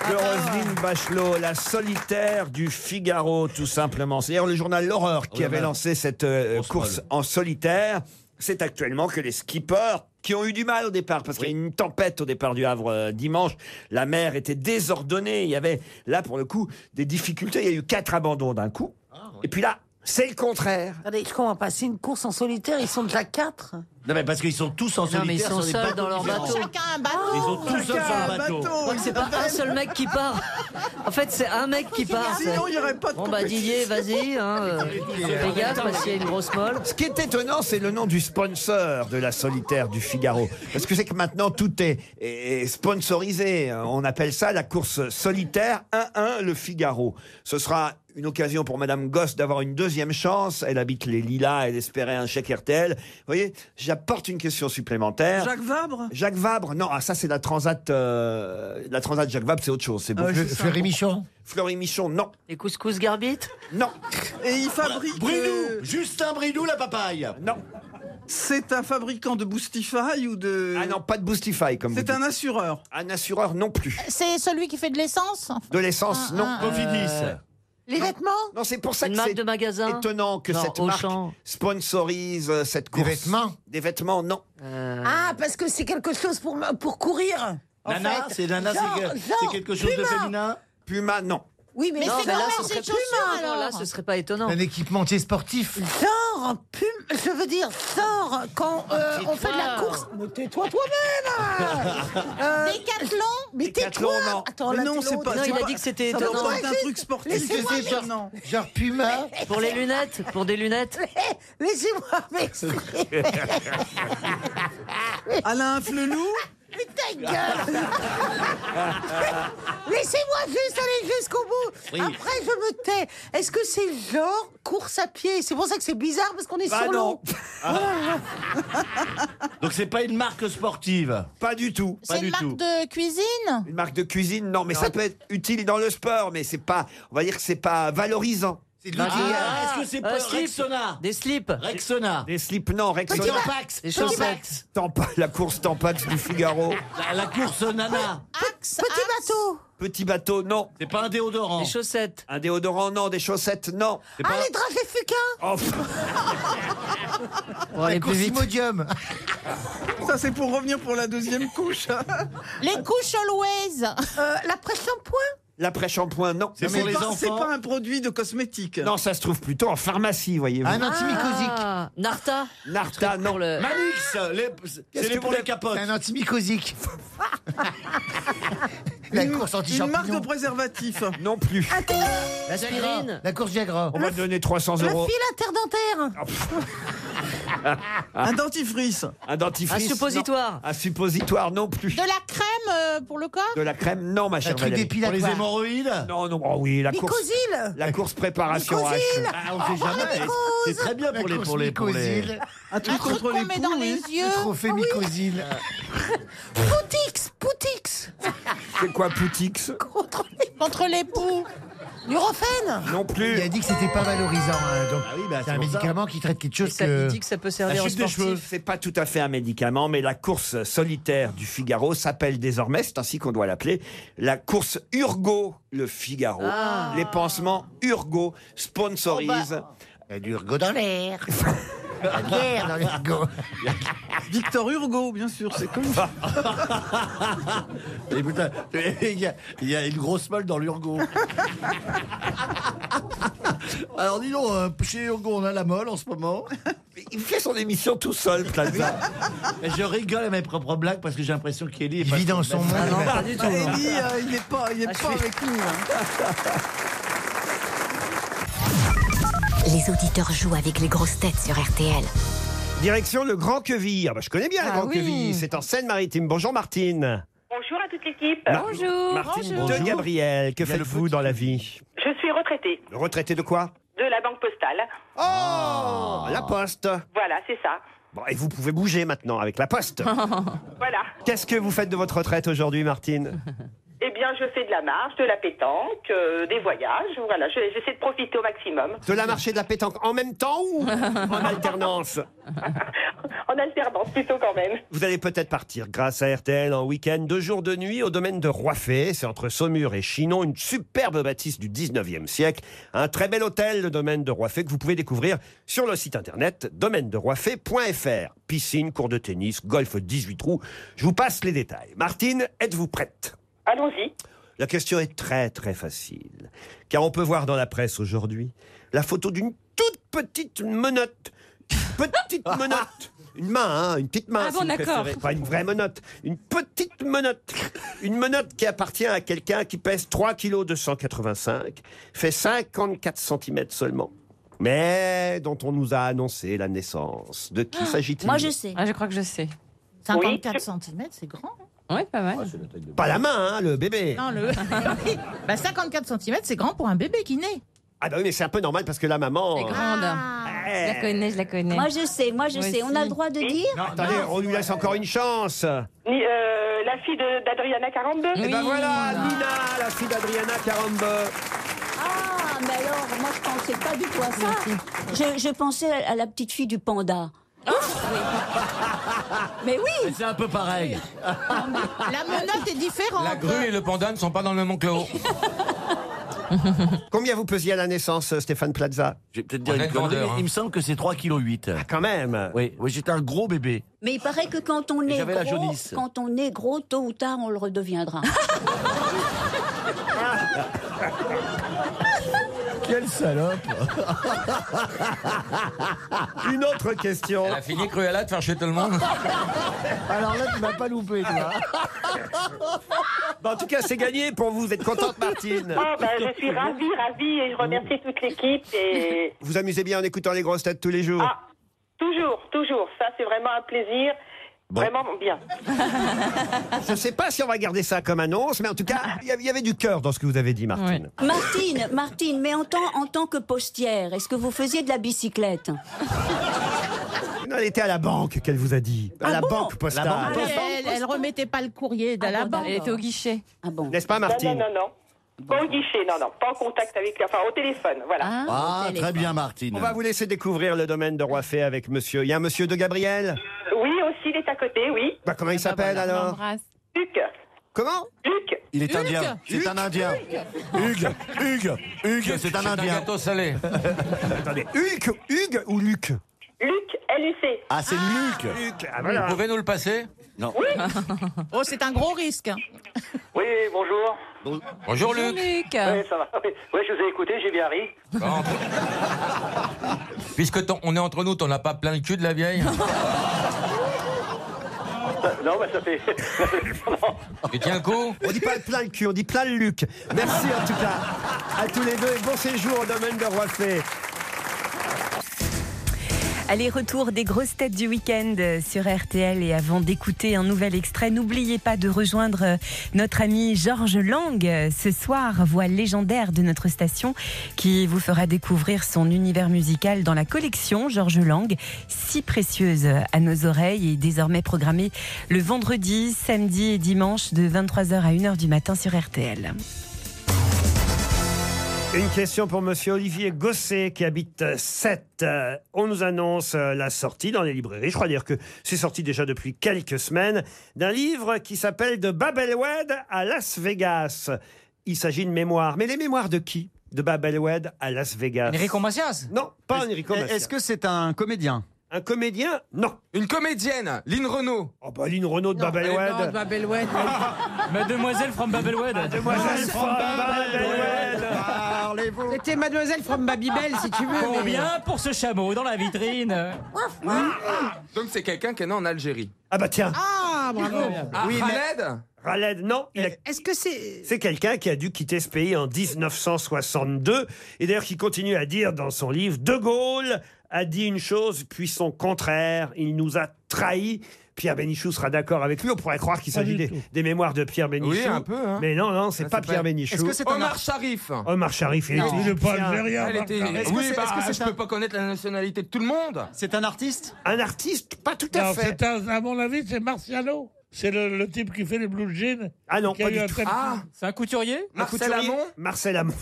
[SPEAKER 4] De Roselyne Bachelot, la solitaire du Figaro, tout simplement. C'est d'ailleurs le journal L'Horreur qui
[SPEAKER 13] Oh là
[SPEAKER 4] avait
[SPEAKER 13] là.
[SPEAKER 4] lancé cette euh, course en solitaire. C'est actuellement que les skippers qui ont eu du mal au départ, parce qu'il y a eu une tempête au départ du Havre euh, dimanche, la mer était désordonnée, il y avait là pour le coup des difficultés, il y a eu quatre abandons d'un coup,
[SPEAKER 13] Ah,
[SPEAKER 4] et puis là, c'est le contraire.
[SPEAKER 7] Attendez, je comprends pas. C'est une course en solitaire, ils sont déjà quatre.
[SPEAKER 13] Non, mais parce qu'ils sont tous en
[SPEAKER 7] Non, mais ils
[SPEAKER 13] solitaire.
[SPEAKER 7] sont
[SPEAKER 13] sur des
[SPEAKER 7] seuls
[SPEAKER 13] bateaux
[SPEAKER 7] dans leur
[SPEAKER 13] différents.
[SPEAKER 7] bateau.
[SPEAKER 14] Chacun un bateau.
[SPEAKER 13] Ils sont tous seuls sur le bateau.
[SPEAKER 15] Je crois que c'est pas un seul mec qui part. En fait, c'est un mec qui part.
[SPEAKER 4] Sinon, il y aurait pas de
[SPEAKER 15] Bon, bah,
[SPEAKER 4] compétition.
[SPEAKER 15] Didier, vas-y. Hein, euh, fais gaffe, parce qu'il y a une grosse molle.
[SPEAKER 4] Ce qui est étonnant, c'est le nom du sponsor de la solitaire du Figaro. Parce que c'est que maintenant, tout est, est sponsorisé. On appelle ça la course solitaire 1-1 le Figaro. Ce sera une occasion pour Madame Gosse d'avoir une deuxième chance. Elle habite les Lilas, elle espérait un chèque RTL. Vous voyez, j'apporte une question supplémentaire.
[SPEAKER 10] Jacques Vabre
[SPEAKER 4] Jacques Vabre, non, ah, ça c'est la Transat. euh, la Transat Jacques Vabre, c'est autre chose. C'est
[SPEAKER 10] Ah ouais,
[SPEAKER 4] beaucoup-
[SPEAKER 10] c'est ça. Fleury
[SPEAKER 13] Michon
[SPEAKER 4] Fleury Michon, non.
[SPEAKER 15] Les couscous Garbit
[SPEAKER 4] Non.
[SPEAKER 10] Et il fabrique.
[SPEAKER 13] Bridou Justin Bridou, la papaye
[SPEAKER 4] Non.
[SPEAKER 10] C'est un fabricant de Boostify ou de. Ah
[SPEAKER 4] non, pas de Boostify comme Ah
[SPEAKER 10] C'est un assureur.
[SPEAKER 4] Un assureur non plus.
[SPEAKER 14] C'est celui qui fait de l'essence.
[SPEAKER 4] De l'essence, non.
[SPEAKER 14] Ah, ah,
[SPEAKER 4] Cofidis.
[SPEAKER 14] Les vêtements
[SPEAKER 4] Non, c'est pour ça
[SPEAKER 14] Une
[SPEAKER 4] que
[SPEAKER 14] marque
[SPEAKER 4] c'est
[SPEAKER 14] de magasin
[SPEAKER 4] étonnant que
[SPEAKER 14] Non,
[SPEAKER 4] cette
[SPEAKER 14] Auchan.
[SPEAKER 4] marque sponsorise euh, cette course. Des vêtements Des vêtements, non.
[SPEAKER 14] Euh.
[SPEAKER 7] Ah, parce que c'est quelque chose pour, pour courir. en
[SPEAKER 13] Nana,
[SPEAKER 7] fait.
[SPEAKER 13] c'est Nana, c'est
[SPEAKER 7] Genre-
[SPEAKER 13] que-
[SPEAKER 7] genre
[SPEAKER 13] c'est quelque chose de
[SPEAKER 7] Puma.
[SPEAKER 13] féminin
[SPEAKER 4] Puma, non.
[SPEAKER 7] Oui, mais,
[SPEAKER 15] Non,
[SPEAKER 7] c'est
[SPEAKER 15] mais
[SPEAKER 7] quand
[SPEAKER 15] là,
[SPEAKER 7] même
[SPEAKER 15] ce serait
[SPEAKER 7] c'est
[SPEAKER 15] plus
[SPEAKER 7] Puma,
[SPEAKER 15] marrant,
[SPEAKER 7] alors.
[SPEAKER 15] là, ce serait pas étonnant.
[SPEAKER 13] Un équipementier sportif.
[SPEAKER 7] Genre, pum, je veux dire, sort quand
[SPEAKER 13] Bah,
[SPEAKER 7] euh,
[SPEAKER 15] Tais-toi.
[SPEAKER 7] on fait de la course. Mais tais-toi toi-même
[SPEAKER 14] hein.
[SPEAKER 7] euh,
[SPEAKER 14] Décathlon
[SPEAKER 7] Mais tais-toi
[SPEAKER 13] Décathlon, non.
[SPEAKER 7] Attends,
[SPEAKER 13] Mais
[SPEAKER 7] là,
[SPEAKER 13] non,
[SPEAKER 7] t'es
[SPEAKER 13] c'est
[SPEAKER 7] l'autre.
[SPEAKER 13] pas- Non, c'est il a pas- dit que c'était ça doit étonnant. pas être un truc sportif.
[SPEAKER 7] Laissez-moi
[SPEAKER 13] Est-ce que c'est
[SPEAKER 7] m'ex-
[SPEAKER 13] genre- genre Puma
[SPEAKER 15] Pour les lunettes Pour des lunettes
[SPEAKER 7] Laissez-moi m'exprimer
[SPEAKER 10] Alain Flelou
[SPEAKER 7] Mais ta
[SPEAKER 13] Ah,
[SPEAKER 7] gueule Laissez-moi juste aller jusqu'au bout
[SPEAKER 10] Oui.
[SPEAKER 7] Après, je me tais Est-ce que c'est genre course à pied C'est pour ça que c'est bizarre, parce qu'on est
[SPEAKER 4] Ah
[SPEAKER 13] Bah
[SPEAKER 7] sur
[SPEAKER 13] non.
[SPEAKER 7] l'eau
[SPEAKER 13] Donc c'est pas une marque sportive.
[SPEAKER 4] Pas du tout.
[SPEAKER 14] C'est une marque de cuisine
[SPEAKER 4] Une marque de cuisine, non, mais ça peut être utile dans le sport, mais c'est pas, on va dire que euh, c'est pas valorisant.
[SPEAKER 16] C'est
[SPEAKER 13] lui qui a- Ah, est-ce que c'est pas Rexona
[SPEAKER 16] Des slips.
[SPEAKER 13] Rexona.
[SPEAKER 4] Des slips, non, Rexona.
[SPEAKER 13] Petit Tampax,
[SPEAKER 4] Des
[SPEAKER 13] petit
[SPEAKER 4] chaussettes.
[SPEAKER 13] Tampax.
[SPEAKER 4] Tampa- la course Tampax du Figaro.
[SPEAKER 13] La, la course nana.
[SPEAKER 7] Petit bateau.
[SPEAKER 4] Petit bateau, non.
[SPEAKER 13] C'est pas un déodorant.
[SPEAKER 4] Des chaussettes. Un déodorant, non. Des chaussettes, non.
[SPEAKER 7] Ah, les dragées fucains
[SPEAKER 4] Oh, pff.
[SPEAKER 16] aller plus vite.
[SPEAKER 17] Cosimodium. Ça, c'est pour revenir pour la deuxième couche. hein.
[SPEAKER 7] Les couches always
[SPEAKER 14] Euh,
[SPEAKER 7] L'après-shampoing
[SPEAKER 4] L'après-shampoing, non.
[SPEAKER 17] C'est pour les pas- enfants. c'est pas un produit de cosmétique.
[SPEAKER 4] Non, ça se trouve plutôt en pharmacie, voyez-vous.
[SPEAKER 16] Un antimycosique. Narta.
[SPEAKER 4] Narta, non.
[SPEAKER 13] Manix, les- c'est les pour les capotes.
[SPEAKER 9] Un antimycosique.
[SPEAKER 17] La course anti Une marque de préservatif.
[SPEAKER 4] Non plus.
[SPEAKER 9] L'aspirine. La course Viagra.
[SPEAKER 4] On va te donner 300
[SPEAKER 18] Le
[SPEAKER 4] euros.
[SPEAKER 18] fil
[SPEAKER 13] Ah,
[SPEAKER 18] interdentaire.
[SPEAKER 4] Un
[SPEAKER 17] dentifrice.
[SPEAKER 4] Ah. Un dentifrice.
[SPEAKER 7] Un
[SPEAKER 4] non.
[SPEAKER 7] suppositoire.
[SPEAKER 4] Un suppositoire, non plus.
[SPEAKER 7] De la crème euh, pour le corps
[SPEAKER 4] De la crème, non, ma chère
[SPEAKER 13] truc
[SPEAKER 4] Valérie.
[SPEAKER 13] dépilatoire. Pour les
[SPEAKER 4] hémorroïdes Non, non, oh oui, la course.
[SPEAKER 18] Nicosil.
[SPEAKER 4] La course préparation
[SPEAKER 13] Nicosil.
[SPEAKER 4] H.
[SPEAKER 13] Ah,
[SPEAKER 14] Oh,
[SPEAKER 13] on sait jamais. C'est très bien pour les pour les pour les.
[SPEAKER 17] Un truc contre les
[SPEAKER 7] qu'on met dans
[SPEAKER 17] poux,
[SPEAKER 7] les
[SPEAKER 14] hein.
[SPEAKER 17] oui.
[SPEAKER 7] yeux. Ah
[SPEAKER 9] Trophée mycosile.
[SPEAKER 7] Poutix, Poutix
[SPEAKER 4] C'est quoi Poutix
[SPEAKER 7] Contre les, contre les poux. Nurofen
[SPEAKER 4] Non plus.
[SPEAKER 9] Il a dit que c'était pas valorisant. hein,
[SPEAKER 4] Ah
[SPEAKER 9] donc c'est un
[SPEAKER 4] bah, pour ça.
[SPEAKER 9] médicament qui traite quelque chose
[SPEAKER 16] ça,
[SPEAKER 9] que.
[SPEAKER 16] il dit que ça peut servir
[SPEAKER 4] La
[SPEAKER 16] aux
[SPEAKER 4] chute des cheveux,
[SPEAKER 16] sportifs.
[SPEAKER 4] c'est pas tout à fait un médicament, mais la course solitaire du Figaro s'appelle désormais, c'est ainsi qu'on doit l'appeler, la course Urgo le Figaro.
[SPEAKER 9] Ah.
[SPEAKER 4] Les pansements Urgo sponsorisent.
[SPEAKER 9] Il y a du Urgo dans l'air. La bière dans l'Urgo.
[SPEAKER 17] Victor Hugo, bien sûr, c'est comme
[SPEAKER 13] Et putain, il y, a, il y a une grosse molle dans l'urgo. Alors dis donc, euh, chez Urgo, on a la molle en ce moment.
[SPEAKER 4] Il fait son émission tout seul, Plaza.
[SPEAKER 13] Je rigole à mes propres blagues parce que j'ai l'impression qu'Eli
[SPEAKER 9] Il vit dans son monde.
[SPEAKER 13] Ah non, pas du tout.
[SPEAKER 17] Ellie, euh, il n'est pas, il est pas avec nous. hein.
[SPEAKER 19] Les auditeurs jouent avec les grosses têtes sur RTL.
[SPEAKER 4] Direction le Grand Queville. Ah bah, je connais bien le
[SPEAKER 19] Ah
[SPEAKER 4] Grand
[SPEAKER 19] oui.
[SPEAKER 4] Queville, c'est en Seine-Maritime. Bonjour Martine.
[SPEAKER 14] Bonjour à toute l'équipe.
[SPEAKER 4] Mar- Martine de Gabriel, que faites-vous dans la vie
[SPEAKER 14] Je suis retraitée
[SPEAKER 4] Retraité de quoi
[SPEAKER 14] de la Banque Postale.
[SPEAKER 4] Oh La Poste.
[SPEAKER 14] Voilà, c'est ça.
[SPEAKER 4] Bon, et vous pouvez bouger maintenant avec la Poste.
[SPEAKER 14] voilà.
[SPEAKER 4] Qu'est-ce que vous faites de votre retraite aujourd'hui, Martine
[SPEAKER 14] Eh bien, je fais de la marche, de la pétanque, euh, des voyages. Voilà, je- j'essaie de profiter au maximum.
[SPEAKER 4] De la marché de la pétanque en même temps ou en alternance
[SPEAKER 14] En alternance plutôt quand même.
[SPEAKER 4] Vous allez peut-être partir grâce à RTL en week-end, deux jours de nuit au domaine de Roiffet. C'est entre Saumur et Chinon, une superbe bâtisse du 19e siècle. Un très bel hôtel, le domaine de Roiffet, que vous pouvez découvrir sur le site internet domaine de Piscine, cours de tennis, golf 18 trous. Je vous passe les détails. Martine, êtes-vous prête
[SPEAKER 14] Allons-y.
[SPEAKER 4] La question est très très facile, car on peut voir dans la presse aujourd'hui la photo d'une toute petite menotte, petite menotte, une main, hein, une petite main,
[SPEAKER 20] Ah bon,
[SPEAKER 4] si vous
[SPEAKER 20] d'accord.
[SPEAKER 4] préférez, pas une vraie menotte, une petite menotte, une menotte qui appartient à quelqu'un qui pèse 3 kg 285, fait 54 cm seulement. Mais dont on nous a annoncé la naissance. De qui s'agit-il
[SPEAKER 20] Ah, je crois que je sais.
[SPEAKER 7] 54
[SPEAKER 20] cm, c'est grand. Oui, pas mal.
[SPEAKER 4] Pas la main, hein, le bébé.
[SPEAKER 7] hein Non, le... Oui. bah, 54 cm, c'est grand pour un bébé qui naît. Ah.
[SPEAKER 4] Ah bah oui, mais c'est un peu normal parce que la maman. euh,
[SPEAKER 20] Je la connais, je la connais.
[SPEAKER 15] Moi je sais, moi je
[SPEAKER 20] Moi
[SPEAKER 15] sais. On a
[SPEAKER 20] aussi.
[SPEAKER 15] le droit de dire
[SPEAKER 4] Non, attendez, on lui laisse encore une chance.
[SPEAKER 14] Ni- euh, la fille de- d'Adriana 42.
[SPEAKER 13] Eh
[SPEAKER 4] Et ben voilà, Nina, la fille d'Adriana Carambe.
[SPEAKER 15] Ah, mais alors, moi je pensais pas du tout à ça. Je, je pensais à, à la petite fille du panda.
[SPEAKER 13] Ah.
[SPEAKER 15] mais oui
[SPEAKER 13] C'est un peu pareil.
[SPEAKER 7] La menotte est différente.
[SPEAKER 13] La grue et le panda ne sont pas dans le même enclos.
[SPEAKER 4] Combien vous pesiez à la naissance, euh, Stéphane Plaza
[SPEAKER 13] Je vais peut-être dire une connerie, mais il me semble que c'est 3,8 kg. Ah,
[SPEAKER 4] quand même
[SPEAKER 13] Oui, oui j'étais un gros bébé.
[SPEAKER 15] Mais il paraît que quand on
[SPEAKER 13] Et
[SPEAKER 15] est
[SPEAKER 13] j'avais
[SPEAKER 15] gros,
[SPEAKER 13] la jaunisse.
[SPEAKER 15] quand on est gros, tôt ou tard, on le redeviendra.
[SPEAKER 13] Quelle salope
[SPEAKER 4] Une autre question.
[SPEAKER 13] Elle a fini Cruella de faire chier tout le
[SPEAKER 9] hein.
[SPEAKER 13] monde Alors là, tu m'as pas loupé, toi.
[SPEAKER 4] Bah, en tout cas, c'est gagné pour vous. Vous êtes contente, Martine
[SPEAKER 14] Oh, ben, je suis ravie, ravie et je remercie toute l'équipe. Et Ah,
[SPEAKER 4] Vous amusez bien en écoutant les grosses têtes tous les jours
[SPEAKER 14] toujours, toujours. Ça, c'est vraiment un plaisir. Vraiment bien.
[SPEAKER 4] Je ne sais pas si on va garder ça comme annonce, mais en tout cas, il y avait- il y avait du cœur dans ce que vous avez dit, Martine.
[SPEAKER 15] Martine, Martine, mais en tant, en tant que postière, est-ce que vous faisiez de la bicyclette
[SPEAKER 4] Non, Elle était à la banque qu'elle vous a dit. À
[SPEAKER 15] Ah
[SPEAKER 4] la
[SPEAKER 15] bon
[SPEAKER 4] banque postale.
[SPEAKER 7] Ah, mais elle, elle remettait pas le courrier de la banque.
[SPEAKER 20] Elle était au guichet.
[SPEAKER 15] Ah bon
[SPEAKER 4] N'est-ce pas, Martine
[SPEAKER 14] Non, non, non, non.
[SPEAKER 21] Pas au guichet, non, non, pas en contact avec, enfin au téléphone, voilà.
[SPEAKER 22] Ah, très bien, Martine.
[SPEAKER 23] On va vous laisser découvrir le domaine de Roifet avec monsieur. Il y a un monsieur de Gabriel
[SPEAKER 21] Oui, aussi, il est à côté, oui.
[SPEAKER 23] Bah,
[SPEAKER 14] Ah,
[SPEAKER 23] Comment il s'appelle alors
[SPEAKER 21] Luc.
[SPEAKER 23] Comment
[SPEAKER 21] Luc.
[SPEAKER 23] Il
[SPEAKER 22] est indien. C'est un indien. Hugues, Hugues, Hugues, c'est un indien. gâteau salé.
[SPEAKER 23] Attendez, Hulk, Hugues ou Luc
[SPEAKER 21] Luc, LUC.
[SPEAKER 22] Ah, c'est Luc.
[SPEAKER 4] ah,
[SPEAKER 1] Vous pouvez nous le passer
[SPEAKER 22] Non.
[SPEAKER 24] Oh, c'est un gros risque.
[SPEAKER 25] Oui, bonjour.
[SPEAKER 1] Bonjour Luc.
[SPEAKER 25] Oui, ça va. Oui, oui, je vous ai écouté, j'ai bien ri.
[SPEAKER 1] Bah, entre- Puisque ton- on est entre nous, t'en as pas plein le cul de la vieille
[SPEAKER 25] Ça- Non, bah ça fait.
[SPEAKER 1] Tu tiens le coup
[SPEAKER 23] On dit pas plein le cul, on dit plein le Luc. Merci en tout cas à tous les deux et bon séjour au domaine de Roifet.
[SPEAKER 3] Allez, retour des grosses têtes du week-end euh, sur RTL. Et avant d'écouter un nouvel extrait, n'oubliez pas de rejoindre euh, notre ami Georges Lang euh, ce soir, voix légendaire de notre station, qui vous fera découvrir son univers musical dans la collection Georges Lang, si précieuse à nos oreilles et désormais programmée le vendredi, samedi et dimanche de 23h à 1h du matin sur RTL.
[SPEAKER 4] Une question pour Monsieur Olivier Gosset qui habite 7. On nous annonce euh, la sortie dans les librairies. Je crois dire que c'est sorti déjà depuis quelques semaines d'un livre qui s'appelle De Babelwed à Las Vegas. Il s'agit de mémoires. Mais les mémoires de qui De Babelwed à Las Vegas.
[SPEAKER 13] Enrico Macias
[SPEAKER 4] Non, pas Enrico Macias.
[SPEAKER 13] Est-ce que c'est un comédien
[SPEAKER 4] Un comédien Non.
[SPEAKER 13] Une comédienne Lynn Renault
[SPEAKER 4] Oh bah Lynn Renault de
[SPEAKER 14] euh,
[SPEAKER 13] Babelwed.
[SPEAKER 4] Babelwed.
[SPEAKER 13] Mademoiselle from Babelwed.
[SPEAKER 4] Mademoiselle from Babelwed.
[SPEAKER 14] C'était Mademoiselle from Babybel, si tu veux. mais-
[SPEAKER 13] Combien pour ce chameau dans la vitrine Donc c'est quelqu'un qui est né en Algérie.
[SPEAKER 4] Ah bah tiens.
[SPEAKER 14] Ah, bravo.
[SPEAKER 13] Ah,
[SPEAKER 4] Oui, mais-
[SPEAKER 13] Khaled
[SPEAKER 4] Khaled, non. il a-
[SPEAKER 14] Est-ce que c'est.
[SPEAKER 4] C'est quelqu'un qui a dû quitter ce pays en 1962 et d'ailleurs qui continue à dire dans son livre De Gaulle a dit une chose puis son contraire, il nous a trahis. Pierre Bénichou sera d'accord avec lui. On pourrait croire qu'il s'agit des, des mémoires de Pierre Bénichou.
[SPEAKER 13] Oui, un peu, hein.
[SPEAKER 4] Mais non, non, c'est
[SPEAKER 13] Ah,
[SPEAKER 4] pas Pierre Bénichou.
[SPEAKER 13] Est-ce que c'est un Omar Sharif
[SPEAKER 4] Omar Sharif, il
[SPEAKER 13] Non.
[SPEAKER 4] était
[SPEAKER 13] Il est pas algérien,
[SPEAKER 4] rien.
[SPEAKER 13] Elle était- Est-ce que Oui, c'est- bah, est-ce
[SPEAKER 4] ah,
[SPEAKER 13] que c'est je un- peux pas connaître la nationalité de tout le monde. C'est un artiste
[SPEAKER 4] Un artiste Pas tout
[SPEAKER 10] Non, c'est un- à mon avis, c'est Marciano. C'est le, le type qui fait les blue jeans.
[SPEAKER 4] Ah non,
[SPEAKER 10] qui a
[SPEAKER 4] pas
[SPEAKER 10] eu
[SPEAKER 4] du
[SPEAKER 10] un
[SPEAKER 4] tout.
[SPEAKER 10] tel-
[SPEAKER 4] Ah,
[SPEAKER 13] C'est un couturier
[SPEAKER 4] Marcel Amont Marcel Amont.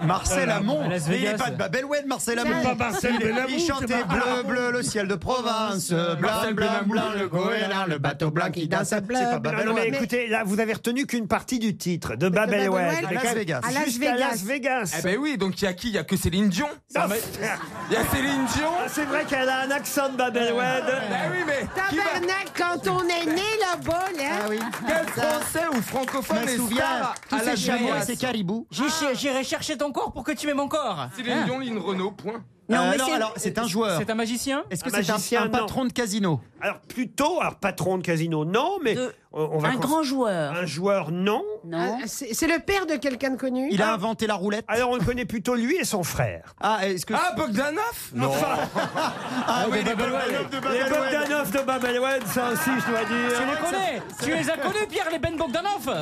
[SPEAKER 22] Marcel Amont.
[SPEAKER 13] Las
[SPEAKER 22] Mais il n'est
[SPEAKER 13] Vegas.
[SPEAKER 22] pas de Babelwed, Marcel Amont.
[SPEAKER 13] C'est pas Marcel
[SPEAKER 22] Il-
[SPEAKER 13] Benamou,
[SPEAKER 22] Il
[SPEAKER 13] c'est
[SPEAKER 22] chantait
[SPEAKER 13] Mar-
[SPEAKER 22] bleu, bleu, le ciel de province. Blanc,
[SPEAKER 13] Marcel
[SPEAKER 22] blanc,
[SPEAKER 13] Benamou.
[SPEAKER 22] blanc, le goéland, le bateau blanc qui danse. C'est pas
[SPEAKER 4] Ah non, mais
[SPEAKER 22] Babelwed.
[SPEAKER 4] écoutez, là, vous avez retenu qu'une partie du titre de
[SPEAKER 22] Babelwed
[SPEAKER 4] Babelwed.
[SPEAKER 22] à Las Vegas.
[SPEAKER 13] À Las
[SPEAKER 4] Jusqu'à Las Vegas.
[SPEAKER 13] Eh ben oui, donc il y a qui Il y a que Céline Dion
[SPEAKER 4] Non.
[SPEAKER 13] Il y a Céline Dion
[SPEAKER 4] Ah, C'est vrai qu'elle a un accent de Babelwed.
[SPEAKER 13] Ben oui, mais qui va-
[SPEAKER 14] Tabarnak, quand on est né là-bas, là. Ah oui.
[SPEAKER 13] Quel français ou francophone est star à la Vegas
[SPEAKER 22] caribous.
[SPEAKER 13] Ah, J'irai chercher ton corps pour que tu mets mon corps. Ah. Céline Dion, Lynn Renault, point.
[SPEAKER 22] Non, Euh, mais non, c'est- alors, c'est un joueur.
[SPEAKER 13] C'est un magicien Est-ce
[SPEAKER 4] que Un c'est un- magicien, bah, un non. patron
[SPEAKER 13] de casino
[SPEAKER 4] Alors plutôt, alors patron de casino, non, mais on, on va
[SPEAKER 14] un
[SPEAKER 4] cons-
[SPEAKER 14] grand
[SPEAKER 15] joueur.
[SPEAKER 4] Un joueur, non.
[SPEAKER 14] Ah, C'est c'est le père de quelqu'un de connu. Ah.
[SPEAKER 4] inventé la roulette. Alors on le connaît plutôt lui et son frère.
[SPEAKER 13] Ah, est-ce que. Ah, Bogdanov
[SPEAKER 4] Non.
[SPEAKER 13] Ah, oui, les Bogdanov de
[SPEAKER 4] Les Bogdanov de Babelwed, ça aussi, je dois
[SPEAKER 26] Tu les
[SPEAKER 4] dire.
[SPEAKER 26] connais Tu les as connus, Pierre, les Ben Bogdanov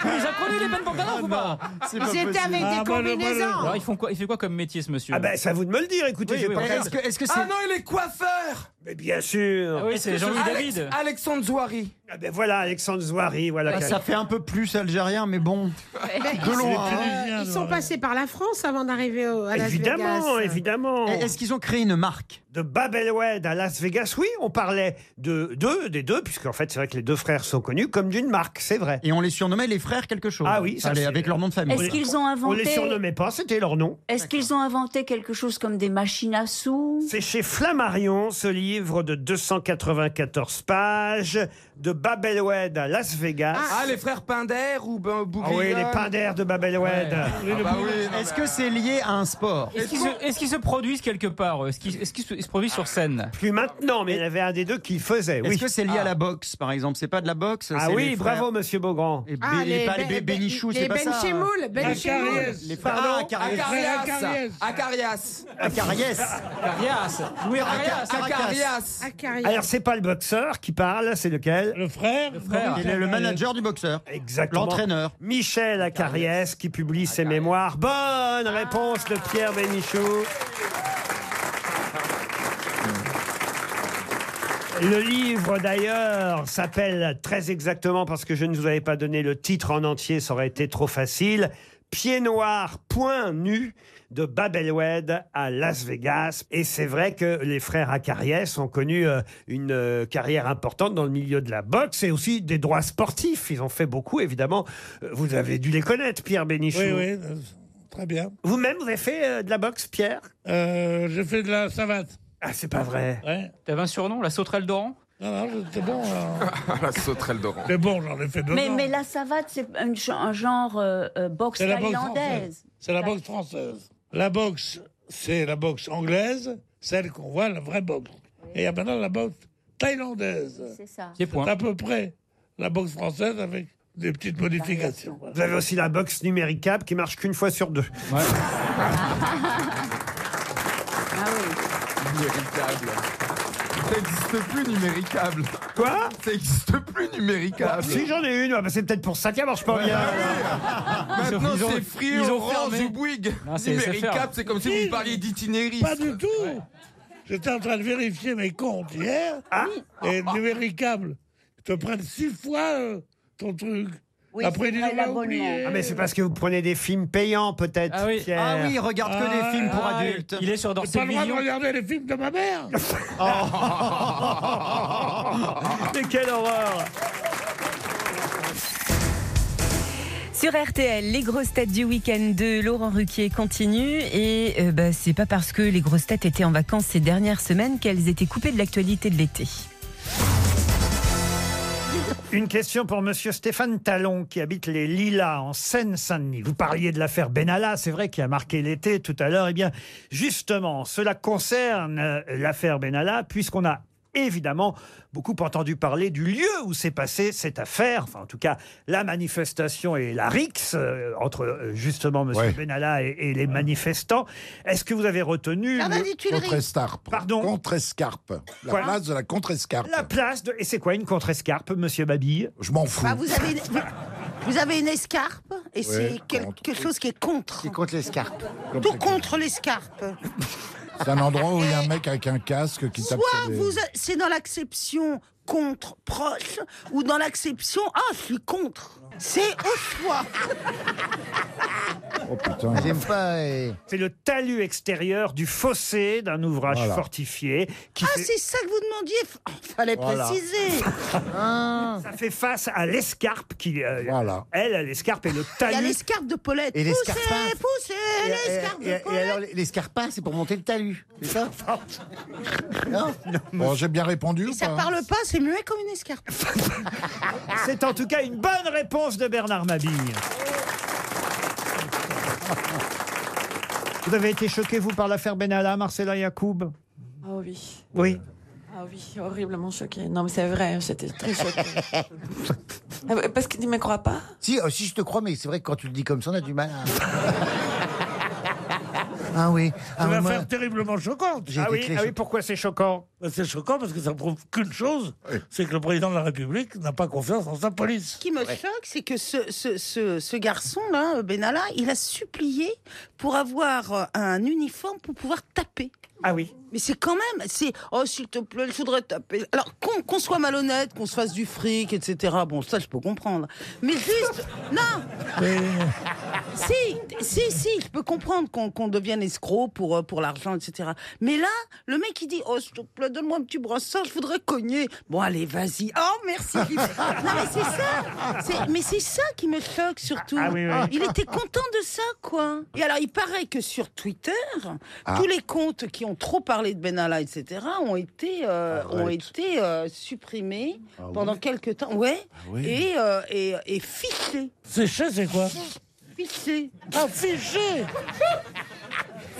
[SPEAKER 26] Tu les as connus, les Ben Bogdanov ou pas
[SPEAKER 4] Ah,
[SPEAKER 14] c'est pas Ils étaient possible. avec
[SPEAKER 4] bah,
[SPEAKER 14] des
[SPEAKER 26] moi, le- moi, le-
[SPEAKER 14] combinaisons.
[SPEAKER 26] Ah, Alors, ils font quoi Il fait quoi comme métier, ce monsieur
[SPEAKER 4] Ah ben, c'est à vous de me le dire. Écoutez,
[SPEAKER 13] Oui,
[SPEAKER 4] j'ai
[SPEAKER 13] oui,
[SPEAKER 4] pas
[SPEAKER 13] oui.
[SPEAKER 4] le-
[SPEAKER 13] Est-ce que- est-ce que c'est- Ah non, il est coiffeur
[SPEAKER 4] Mais bien sûr.
[SPEAKER 26] Ah oui, c'est Jean-Louis
[SPEAKER 13] Alex-
[SPEAKER 26] David.
[SPEAKER 13] Alexandre Zouari.
[SPEAKER 4] Ah ben voilà, Alexandre Zouari, voilà.
[SPEAKER 13] ça
[SPEAKER 4] fait un peu plus algérien, mais bon. Ah,
[SPEAKER 14] De
[SPEAKER 4] hein.
[SPEAKER 14] Ils sont passés par la France avant d'arriver au- à Las
[SPEAKER 4] Évidemment,
[SPEAKER 14] Vegas.
[SPEAKER 4] évidemment.
[SPEAKER 14] Est-ce
[SPEAKER 4] qu'ils ont créé une marque De Babelwed à Las Vegas, oui, on parlait de deux, des deux, puisqu'en fait, c'est vrai que les deux frères sont connus comme d'une marque, c'est vrai. Et on les surnommait les frères quelque chose. Ah oui, ça
[SPEAKER 13] Allez,
[SPEAKER 4] c'est-
[SPEAKER 13] avec leur nom de famille.
[SPEAKER 4] On
[SPEAKER 13] Est-ce
[SPEAKER 4] les-
[SPEAKER 15] qu'ils ont
[SPEAKER 4] On les
[SPEAKER 15] inventé-
[SPEAKER 4] surnommait pas, c'était leur nom.
[SPEAKER 15] Est-ce qu'ils ont inventé quelque chose comme des machines à sous
[SPEAKER 4] C'est chez Flammarion, ce livre de 294 pages, de Babelwed à Las Vegas.
[SPEAKER 13] Ah, les frères Pinder ou ben,
[SPEAKER 4] Ah oui, les Ah, pains d'air de Babelwed. bah
[SPEAKER 13] Est-ce que c'est lié à un sport
[SPEAKER 4] Est-ce
[SPEAKER 13] Est-ce
[SPEAKER 4] qu'ils
[SPEAKER 13] qu'ils
[SPEAKER 4] se-
[SPEAKER 13] se produisent quelque part Est-ce qu'ils se produisent sur scène
[SPEAKER 4] Plus maintenant, mais il y en avait un des deux qui le faisait.
[SPEAKER 13] Est-ce
[SPEAKER 4] Eh oui.
[SPEAKER 13] que c'est lié à la boxe, par exemple C'est pas de la boxe
[SPEAKER 4] Ah oui, bravo, monsieur Beaugrand.
[SPEAKER 13] Et,
[SPEAKER 14] Ah,
[SPEAKER 13] et
[SPEAKER 14] les
[SPEAKER 13] pas les
[SPEAKER 14] Ben-
[SPEAKER 13] Bé- Bénichou,
[SPEAKER 14] les
[SPEAKER 13] c'est pas ça hein.
[SPEAKER 14] Benchemoul, Benchemoul. Acariès.
[SPEAKER 13] Les frères-
[SPEAKER 14] Pardon
[SPEAKER 13] Ah, Acariès.
[SPEAKER 14] Acariès.
[SPEAKER 13] Acariès. Acarias. Acariès. Acarias. Oui, Acarias. Acarias.
[SPEAKER 14] Acarias.
[SPEAKER 4] Alors, c'est pas le boxeur qui parle, c'est lequel
[SPEAKER 10] Le frère. Le
[SPEAKER 13] frère.
[SPEAKER 4] Il est le manager du boxeur. Exactement.
[SPEAKER 13] L'entraîneur.
[SPEAKER 4] Michel Acariès qui publie ses mémoires. Bonne réponse de Pierre Bénichou. Le livre, d'ailleurs, s'appelle très exactement, parce que je ne vous avais pas donné le titre en entier, ça aurait été trop facile, Pieds noirs, point nu, de Babelwed à Las Vegas. Et c'est vrai que les frères Acariès ont connu euh, une euh, carrière importante dans le milieu de la boxe et aussi des droits sportifs. Ils ont fait beaucoup, évidemment. Euh, Vous avez dû les connaître, Pierre Bénichou.
[SPEAKER 10] Oui, oui, euh, très bien.
[SPEAKER 4] Vous-même, vous avez fait euh, de la boxe, Pierre
[SPEAKER 10] Euh, J'ai fait de la savate.
[SPEAKER 4] Ah, c'est pas vrai.
[SPEAKER 10] Ouais.
[SPEAKER 27] T'avais un surnom, la sauterelle d'Oran
[SPEAKER 10] Non, non, c'était bon. euh. alors.
[SPEAKER 1] la sauterelle d'Oran.
[SPEAKER 10] Mais bon, j'en ai fait deux.
[SPEAKER 15] Mais,
[SPEAKER 10] ans.
[SPEAKER 15] mais la savate, c'est un, ch- un genre euh, euh, boxe
[SPEAKER 10] C'est la boxe
[SPEAKER 15] thaïlandaise.
[SPEAKER 10] française. C'est la boxe française. La boxe, c'est la boxe anglaise, celle qu'on voit, la vraie boxe. Et il y a maintenant la boxe thaïlandaise.
[SPEAKER 15] C'est ça.
[SPEAKER 10] C'est à peu près la boxe française avec des petites modifications.
[SPEAKER 4] Vous avez aussi la boxe numéricable qui marche qu'une fois sur deux.
[SPEAKER 8] Ah
[SPEAKER 1] Numéricable. Ça n'existe plus, numéricable.
[SPEAKER 4] Quoi
[SPEAKER 1] Ça n'existe plus, numéricable.
[SPEAKER 4] Si j'en ai une, ah, bah, c'est peut-être pour ça qu'elle marche pas bien.
[SPEAKER 1] Maintenant,
[SPEAKER 4] Ils ont-
[SPEAKER 1] c'est Free,
[SPEAKER 4] ils ont
[SPEAKER 1] Orange
[SPEAKER 4] fermé.
[SPEAKER 1] ou Bouygues.
[SPEAKER 4] Non, c'est SFR.
[SPEAKER 1] Numéricable, c'est comme si vous
[SPEAKER 10] Si.
[SPEAKER 1] me parliez d'itinéris.
[SPEAKER 10] Pas du tout. J'étais en train de vérifier mes comptes hier.
[SPEAKER 1] Ah.
[SPEAKER 10] Et numéricable, ils te prennent six fois euh, ton truc.
[SPEAKER 15] Oui,
[SPEAKER 10] Après,
[SPEAKER 15] c'est
[SPEAKER 10] ils
[SPEAKER 15] vrai,
[SPEAKER 10] disent, on l'a
[SPEAKER 15] l'abonnement.
[SPEAKER 10] oublié.
[SPEAKER 4] Ah, mais c'est parce que vous prenez des films payants, peut-être.
[SPEAKER 1] Ah oui.
[SPEAKER 4] Pierre.
[SPEAKER 1] Ah oui, il regarde que des films pour
[SPEAKER 4] ah oui.
[SPEAKER 1] adultes.
[SPEAKER 27] Il est sur
[SPEAKER 10] J'ai pas
[SPEAKER 27] Dorset
[SPEAKER 10] le droit de
[SPEAKER 27] Vision.
[SPEAKER 10] regarder les films de ma mère.
[SPEAKER 4] Mais quelle horreur
[SPEAKER 3] Sur RTL, les grosses têtes du week-end de Laurent Ruquier continuent et euh, bah, c'est pas parce que les grosses têtes étaient en vacances ces dernières semaines qu'elles étaient coupées de l'actualité de l'été.
[SPEAKER 4] Une question pour Monsieur Stéphane Talon qui habite les Lilas en Seine-Saint-Denis. Vous parliez de l'affaire Benalla, c'est vrai, qui a marqué l'été tout à l'heure. Eh bien, justement, cela concerne euh, l'affaire Benalla puisqu'on a évidemment beaucoup entendu parler du lieu où s'est passée cette affaire, enfin en tout cas la manifestation et la rixe euh, entre euh, justement Monsieur Benalla et, et les manifestants. Est-ce que vous avez retenu
[SPEAKER 11] Jardin
[SPEAKER 4] le-
[SPEAKER 11] des Tuileries. Contrescarpe.
[SPEAKER 4] Pardon.
[SPEAKER 11] Contrescarpe. La
[SPEAKER 4] Quoi
[SPEAKER 11] place de la contrescarpe.
[SPEAKER 4] La place de... Et c'est quoi une contre-escarpe, monsieur Babille
[SPEAKER 11] Je m'en fous.
[SPEAKER 7] Bah, vous, avez une, vous, vous avez une escarpe et c'est quelque chose qui est contre. Qui
[SPEAKER 9] contre l'escarpe.
[SPEAKER 7] Tout contre l'escarpe.
[SPEAKER 11] C'est un endroit où il y a un mec avec un casque qui tape
[SPEAKER 7] Soit
[SPEAKER 11] sur des-
[SPEAKER 7] vous, a- c'est dans l'acception contre proche ou dans l'acception ah je suis contre. C'est au choix.
[SPEAKER 11] Oh putain.
[SPEAKER 9] J'aime pas. euh,
[SPEAKER 4] C'est le talus extérieur du fossé d'un ouvrage
[SPEAKER 9] Voilà.
[SPEAKER 4] fortifié qui
[SPEAKER 7] Ah
[SPEAKER 4] fait-
[SPEAKER 7] c'est ça que vous demandiez. Oh, fallait
[SPEAKER 4] Voilà.
[SPEAKER 7] préciser. Ah.
[SPEAKER 4] ça fait face à l'escarpe qui euh, elle l'escarpe et le
[SPEAKER 7] Il y a
[SPEAKER 4] talus.
[SPEAKER 7] l'escarpe de Paulette.
[SPEAKER 9] Et
[SPEAKER 7] poussez,
[SPEAKER 9] l'escarpin.
[SPEAKER 7] poussez
[SPEAKER 9] Et,
[SPEAKER 7] l'escarpe
[SPEAKER 9] et-
[SPEAKER 7] de
[SPEAKER 9] et
[SPEAKER 7] Paulette.
[SPEAKER 9] alors, les- l'escarpin, c'est pour monter le talus, c'est ça Non
[SPEAKER 11] Bon, j'ai bien répondu. ou
[SPEAKER 7] Ça
[SPEAKER 11] pas
[SPEAKER 7] parle pas, c'est muet comme une escarpe.
[SPEAKER 4] C'est en tout cas une bonne réponse de Bernard Mabille. Vous avez été choqué vous par l'affaire Benalla, Marcella Yacoub
[SPEAKER 5] Ah oui.
[SPEAKER 4] Oui.
[SPEAKER 5] Ah oui, horriblement choquée. Non, mais c'est vrai, j'étais très choquée. Ah, Parce que tu ne me crois pas
[SPEAKER 9] Si, euh, si je te crois, mais c'est vrai que quand tu le dis comme ça, on a du mal à. ah oui. Ah,
[SPEAKER 10] C'est une
[SPEAKER 9] mais moi-
[SPEAKER 10] affaire terriblement choquante.
[SPEAKER 9] J'ai Ah été oui, très ah oui, choqué.
[SPEAKER 4] pourquoi c'est choquant
[SPEAKER 10] C'est choquant parce que ça prouve qu'une chose, c'est que le président de la République n'a pas confiance en sa police.
[SPEAKER 7] Ce qui me choque, c'est que ce, ce, ce, ce garçon-là, euh, Benalla, il a supplié pour avoir euh, un uniforme pour pouvoir taper.
[SPEAKER 4] Ah oui.
[SPEAKER 7] Mais c'est quand même, c'est oh s'il te plaît, je voudrais taper. Alors qu'on qu'on soit malhonnête, qu'on se fasse du fric, etc. Bon, ça je peux comprendre. Mais juste, non. Si, si, si, je peux comprendre qu'on qu'on devienne escroc pour, euh, pour l'argent, etc. Mais là, le mec il dit Oh, s'il te plaît, donne-moi un petit brassard, je voudrais cogner. Bon, allez, vas-y. Oh, merci. Philippe. non, mais c'est ça. C'est- Mais c'est ça qui me choque surtout.
[SPEAKER 4] Ah oui, oui.
[SPEAKER 7] Il était content de ça, quoi. Et alors, il paraît que sur Twitter,
[SPEAKER 4] Ah.
[SPEAKER 7] tous les comptes qui ont trop parlé de Ben Benalla, etc., ont été, euh, ont été euh, supprimés pendant quelques temps. Ouais.
[SPEAKER 10] oui.
[SPEAKER 7] Et, euh, et, et fichés.
[SPEAKER 10] Sécher, c'est quoi
[SPEAKER 7] Fichés.
[SPEAKER 10] Ah, fichés